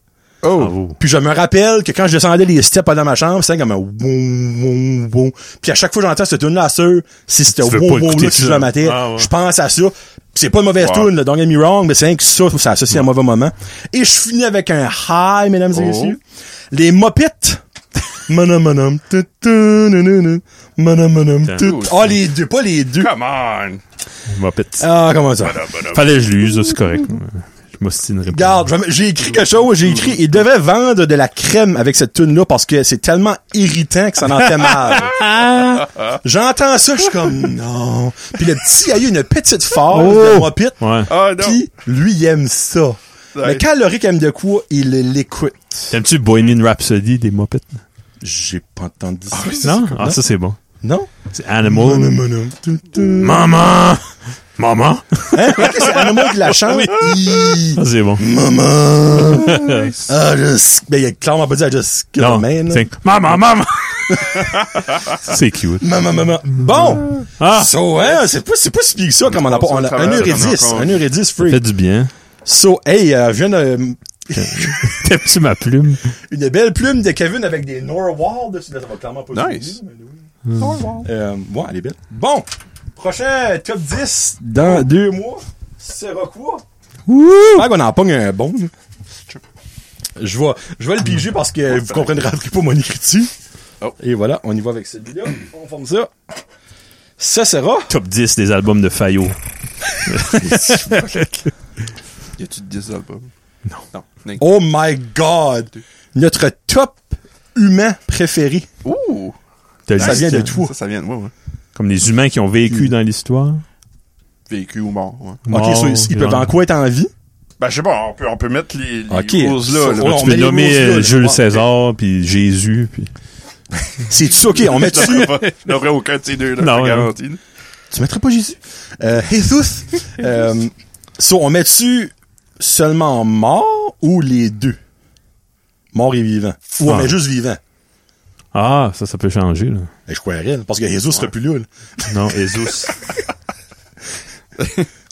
Speaker 2: Oh.
Speaker 3: Bravo.
Speaker 2: Puis je me rappelle que quand je descendais les steps dans ma chambre, c'était comme un woum, woum, woum. Puis à chaque fois que j'entends cette tune-là, sûr, si c'était
Speaker 3: Tu veux
Speaker 2: woum,
Speaker 3: pas
Speaker 2: woum,
Speaker 3: écouter
Speaker 2: là, si
Speaker 3: ça.
Speaker 2: je la matais,
Speaker 3: Ah ouais.
Speaker 2: je pense à ça. Puis c'est pas une mauvaise
Speaker 1: Wow.
Speaker 2: tune, là, don't get me wrong, mais c'est rien que ça, je trouve ça associe à un mauvais moment. Et je finis avec un high, mesdames et
Speaker 1: Oh.
Speaker 2: messieurs. Les mopettes. Manam, manam, tu, tu, nu, nu, nu. Manam, manam, tu, tu. Ah, les deux, pas les deux.
Speaker 1: Come on!
Speaker 3: Ma petite.
Speaker 2: Ah, comment ça?
Speaker 3: Fallait que je l'use, ça, c'est correct. Je m'ostinerai pas.
Speaker 2: Regarde, je vais- j'ai écrit quelque chose, j'ai écrit, il devait vendre de la crème avec cette tune là parce que c'est tellement irritant que ça en fait mal. J'entends ça, je suis comme non. Puis le petit, il a eu une petite phase de
Speaker 3: Oh!
Speaker 2: mopite.
Speaker 3: Ouais.
Speaker 1: Ah, non.
Speaker 2: Puis lui, il aime ça. Mais
Speaker 1: Ouais.
Speaker 2: quand Loric aime de quoi, il l'écoute.
Speaker 3: T'aimes-tu Bohemian Rhapsody des Muppets?
Speaker 2: J'ai pas entendu ça.
Speaker 3: Non? Ah, ça, c'est bon.
Speaker 2: Non?
Speaker 3: C'est Animal.
Speaker 2: Manam, manam, tu, tu.
Speaker 3: Maman! Maman?
Speaker 2: Hein? Ouais, c'est Animal qui la chante. Il-
Speaker 3: Ah, c'est bon.
Speaker 2: Maman. ah, just... Ben, il a clairement pas dit I just killed a
Speaker 3: Non,
Speaker 2: man. là.
Speaker 3: c'est maman, maman. c'est cute.
Speaker 2: Maman, maman. Bon!
Speaker 3: Ah,
Speaker 2: So, hein, c'est pas, c'est pas si pire que ça comme on a pas. On a 1 heure et 10. 1 heure et 10
Speaker 3: fait
Speaker 2: free.
Speaker 3: du bien.
Speaker 2: So, hey, euh, je viens de.
Speaker 3: T'aimes-tu ma plume?
Speaker 2: Une belle plume de Kevin avec des Norwal dessus. Là, ça va clairement pas
Speaker 1: Nice.
Speaker 2: souvenir, mais oui. Euh, ouais, elle est belle. Bon! Prochain top 10 dans deux mois. sera quoi?
Speaker 3: Wouh!
Speaker 2: J'espère qu'on en pogne un bon. Je vais, je vais le piger parce que vous comprendrez pas mon écriture.
Speaker 1: Oh.
Speaker 2: Et voilà, on y va avec celui-là. On forme ça. Ça sera.
Speaker 3: Top 10 des albums de Fayot.
Speaker 1: Y a-tu 10 albums? Non. Non. Nink.
Speaker 2: Oh my god! Notre top humain préféré.
Speaker 1: Ouh!
Speaker 3: T'as
Speaker 2: Ça
Speaker 3: dit
Speaker 2: vient de
Speaker 3: que-
Speaker 2: tout.
Speaker 1: Ça, ça vient de moi, ouais.
Speaker 3: Comme les humains qui ont vécu dans l'histoire.
Speaker 1: Vécu ou mort, ouais.
Speaker 2: ok, so, ils peuvent en quoi être en vie?
Speaker 1: Ben, je sais pas, on peut, on peut mettre les, les
Speaker 2: Ok.
Speaker 1: roses-là, là.
Speaker 2: Oh, on
Speaker 3: Tu peux
Speaker 2: met les
Speaker 3: nommer
Speaker 2: roses là,
Speaker 3: euh,
Speaker 2: là.
Speaker 3: Jules
Speaker 2: Ah,
Speaker 3: César, puis Jésus, puis...
Speaker 2: C'est tout ok, on met dessus.
Speaker 1: Il n'aurait aucun de ces deux-là,
Speaker 3: Non,
Speaker 1: je te
Speaker 3: non.
Speaker 1: garantis.
Speaker 2: Tu mettrais pas Jésus? Euh, Jesus! euh, so, on met dessus seulement mort ou les deux? Mort et vivant. Ou on
Speaker 3: Ah.
Speaker 2: met juste vivant.
Speaker 3: Ah, ça, ça peut changer, là.
Speaker 2: Ben, je croirais, là, parce que Jesus serait plus là. là.
Speaker 3: Non, Jésus.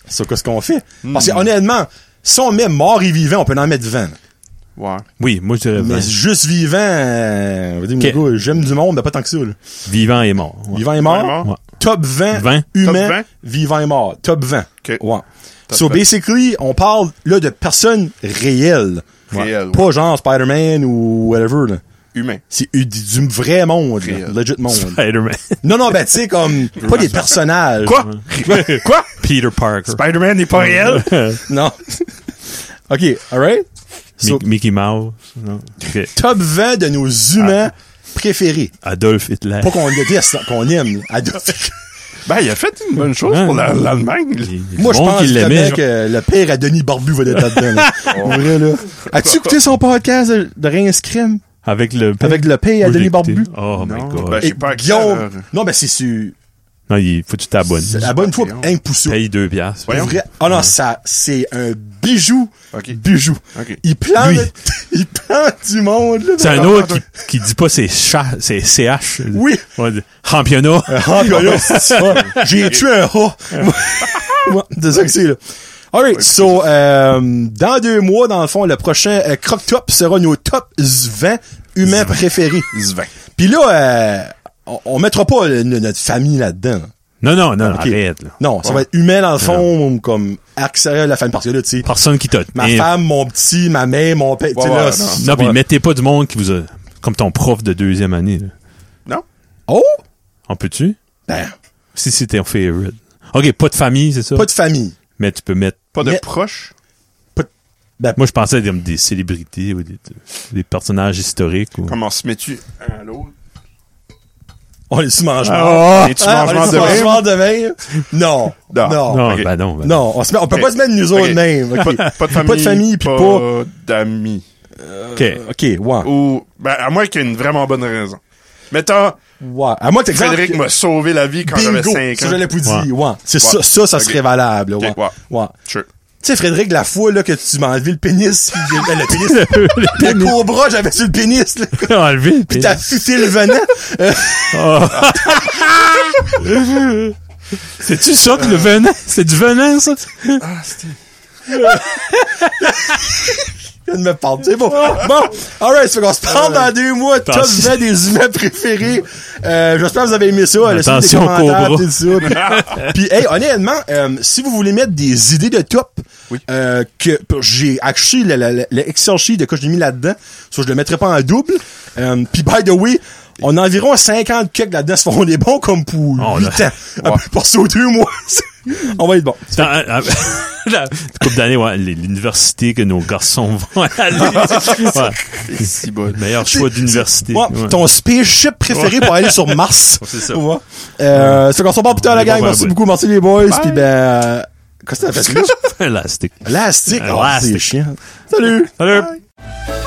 Speaker 2: C'est qu'est-ce qu'on fait? Parce que honnêtement, si on met mort et vivant, on peut en mettre 20. là.
Speaker 1: Ouais.
Speaker 3: Oui, moi, je dirais
Speaker 2: Mais
Speaker 3: vingt.
Speaker 2: juste vivant, euh, on va dire,
Speaker 3: Ok.
Speaker 2: mon gars, j'aime du monde, mais pas tant que ça. là.
Speaker 3: Vivant et mort. ouais.
Speaker 2: Vivant et
Speaker 1: Vivant et
Speaker 2: mort.
Speaker 1: mort.
Speaker 2: Top 20,
Speaker 3: Vingt.
Speaker 2: humain,
Speaker 1: Top 20?
Speaker 2: vivant et mort. Top 20.
Speaker 1: Ok.
Speaker 2: Ouais.
Speaker 1: Top
Speaker 2: so
Speaker 1: 20.
Speaker 2: basically, on parle là de personnes réelles.
Speaker 1: Réelles,
Speaker 2: Pas genre Spider-Man ou whatever. là.
Speaker 1: Humain.
Speaker 2: C'est du, du vrai monde, là.
Speaker 1: Réel.
Speaker 2: legit monde.
Speaker 3: Spider-Man.
Speaker 2: Non, non, ben tu sais, comme pas des personnages.
Speaker 1: Quoi? Quoi?
Speaker 3: Peter Parker.
Speaker 1: Spider-Man n'est pas réel?
Speaker 2: Non. ok, alright.
Speaker 3: Mi-
Speaker 2: So-
Speaker 3: Mickey Mouse. non. Ok.
Speaker 2: top 20 de nos humains préférés.
Speaker 3: Adolf Hitler.
Speaker 2: Pas qu'on le déteste, là, qu'on aime. Adolf.
Speaker 1: Ben, il a fait une bonne chose pour la- l'Allemagne.
Speaker 2: Moi, je pense
Speaker 3: qu'il l'aimait.
Speaker 2: vraiment que le père à Denis Barbu va être là-dedans. là.
Speaker 1: Oh.
Speaker 2: Pour vrai, là. As-tu écouté son podcast de, de Rince Crime
Speaker 3: Avec le...
Speaker 2: avec le père à
Speaker 3: Moi, je l'ai
Speaker 2: Denis
Speaker 3: écouté.
Speaker 2: Barbu?
Speaker 3: Oh
Speaker 1: Non,
Speaker 3: my God.
Speaker 1: ben, j'ai pas accès à leur-
Speaker 2: Guillaume. Non, ben, c'est sur.
Speaker 3: Non, il faut que tu t'abonnes.
Speaker 2: Abonne-toi,
Speaker 1: Patreon.
Speaker 2: un pousseau.
Speaker 3: Paye deux piastres.
Speaker 1: Voyons.
Speaker 2: Vrai- Ah non, ça, c'est un bijou.
Speaker 1: Ok.
Speaker 2: Bijou.
Speaker 1: Ok.
Speaker 2: Il plante,
Speaker 3: Lui.
Speaker 2: il plante du monde, là.
Speaker 3: C'est un autre qui, qui dit pas ses, cha- ses CH.
Speaker 2: Oui.
Speaker 3: On dit championnat.
Speaker 2: Ah, puis là, ah, j'ai tué un rat. Ouais, c'est ça que c'est, là. Alright, so, euh, dans deux mois, dans le fond, le prochain euh, Croc Top sera nos top 20 humains préférés.
Speaker 1: Zvin.
Speaker 2: Puis là, euh, on, on mettra pas le- no- notre famille là-dedans.
Speaker 3: Non, non, non,
Speaker 2: Ok.
Speaker 3: arrête. là.
Speaker 2: Non, ça va être humain dans le fond, comme accès à la famille. Parce que là, tu sais,
Speaker 3: Personne qui t'a...
Speaker 2: ma
Speaker 3: Et-
Speaker 2: femme, mon petit, ma mère, mon père, tu sais,
Speaker 1: Ouais,
Speaker 2: là,
Speaker 1: ouais,
Speaker 2: c'est-
Speaker 3: Non, puis
Speaker 2: ouais.
Speaker 3: mettez pas du monde qui vous a... Comme ton prof de deuxième année. là.
Speaker 1: Non?
Speaker 2: Oh!
Speaker 3: On peut-tu?
Speaker 2: Ben,
Speaker 3: Si c'est ton favorite. OK, pas de famille, c'est ça?
Speaker 2: pas de famille.
Speaker 3: Mais tu peux mettre...
Speaker 1: Pas de
Speaker 2: Mais-
Speaker 1: proche?
Speaker 3: Moi, je pensais à des, des célébrités ou des, des personnages historiques. Ou...
Speaker 1: Comment se mets-tu un à l'autre?
Speaker 2: On est sous mangement.
Speaker 3: Ah!
Speaker 1: Es-tu
Speaker 2: Ah,
Speaker 1: mangement
Speaker 2: on est
Speaker 1: de
Speaker 2: sous
Speaker 1: même?
Speaker 2: mangement de même? Non.
Speaker 1: Non.
Speaker 2: Non.
Speaker 3: non,
Speaker 1: ok.
Speaker 3: ben non, ben non.
Speaker 2: Non, on, se met- on peut
Speaker 1: Ok.
Speaker 2: pas se mettre nous
Speaker 1: Ok.
Speaker 2: autres même. ok.
Speaker 1: Pas, de- pas de famille.
Speaker 2: famille, puis pas-
Speaker 1: d'amis.
Speaker 3: OK.
Speaker 2: Ok, ouais.
Speaker 1: Ou, ben, à moins qu'il y ait une vraiment bonne raison. Mettons,
Speaker 2: Ouais. À moi, t'exemple.
Speaker 1: Frédéric m'a sauvé la vie quand
Speaker 2: Bingo!
Speaker 1: j'avais 5
Speaker 2: Ça,
Speaker 1: ans.
Speaker 2: j'allais vous dire. Ouais. C'est
Speaker 1: Ouais.
Speaker 2: ça, ça, ça
Speaker 1: Ok.
Speaker 2: serait valable. là, Ouais.
Speaker 1: Ok, ouais.
Speaker 2: Ouais.
Speaker 1: Sure.
Speaker 2: Tu sais, Frédéric, la fois, là, que tu m'as enlevé le pénis, puis j'ai- euh, le pénis, le cobra, j'avais sur le pénis, là,
Speaker 3: Enlevé.
Speaker 2: puis t'as futé le venin. Euh,
Speaker 3: C'est-tu ça, le venin? C'est du venin, ça?
Speaker 2: je viens de me parle. C'est bon. Bon. Alright, ça fait qu'on se parle dans deux mois. Top
Speaker 3: Attention.
Speaker 2: 20 des humains préférés. Euh, j'espère que vous avez aimé ça. Laissez-nous des
Speaker 3: Attention,
Speaker 2: commentaires,
Speaker 3: cobra.
Speaker 2: tout ça. Puis, puis, hey, honnêtement, euh, si vous voulez mettre des idées de top,
Speaker 1: Oui.
Speaker 2: euh, que pour- j'ai acheté le, le, le- le Excel sheet de quoi je l'ai mis là-dedans, soit je le mettrai pas en double. Euh, puis, by the way, on a environ 50 cakes là-dedans. Ça fait qu'on est bon comme pour
Speaker 3: Oh,
Speaker 2: 8 ans. Pour ça, deux mois. on va être bon.
Speaker 3: Dans, euh, la couple d'années, ouais, l- l'université que nos garçons vont aller. Ouais,
Speaker 1: C'est si bon.
Speaker 3: meilleur choix d'université.
Speaker 2: Ouais,
Speaker 3: Ouais.
Speaker 2: Ton spaceship préféré pour aller sur Mars.
Speaker 3: C'est ça.
Speaker 2: Tu vois? Euh, c'est qu'on se reparle plus tard, la
Speaker 3: On va
Speaker 2: gang.
Speaker 3: faire
Speaker 2: Merci
Speaker 3: un
Speaker 2: beaucoup. Merci les boys. Puis ben, euh, qu'est-ce que t'as fait là?
Speaker 3: Elastic.
Speaker 2: Elastic. Oh,
Speaker 3: Elastic.
Speaker 2: c'est chiant. Salut.
Speaker 3: Salut.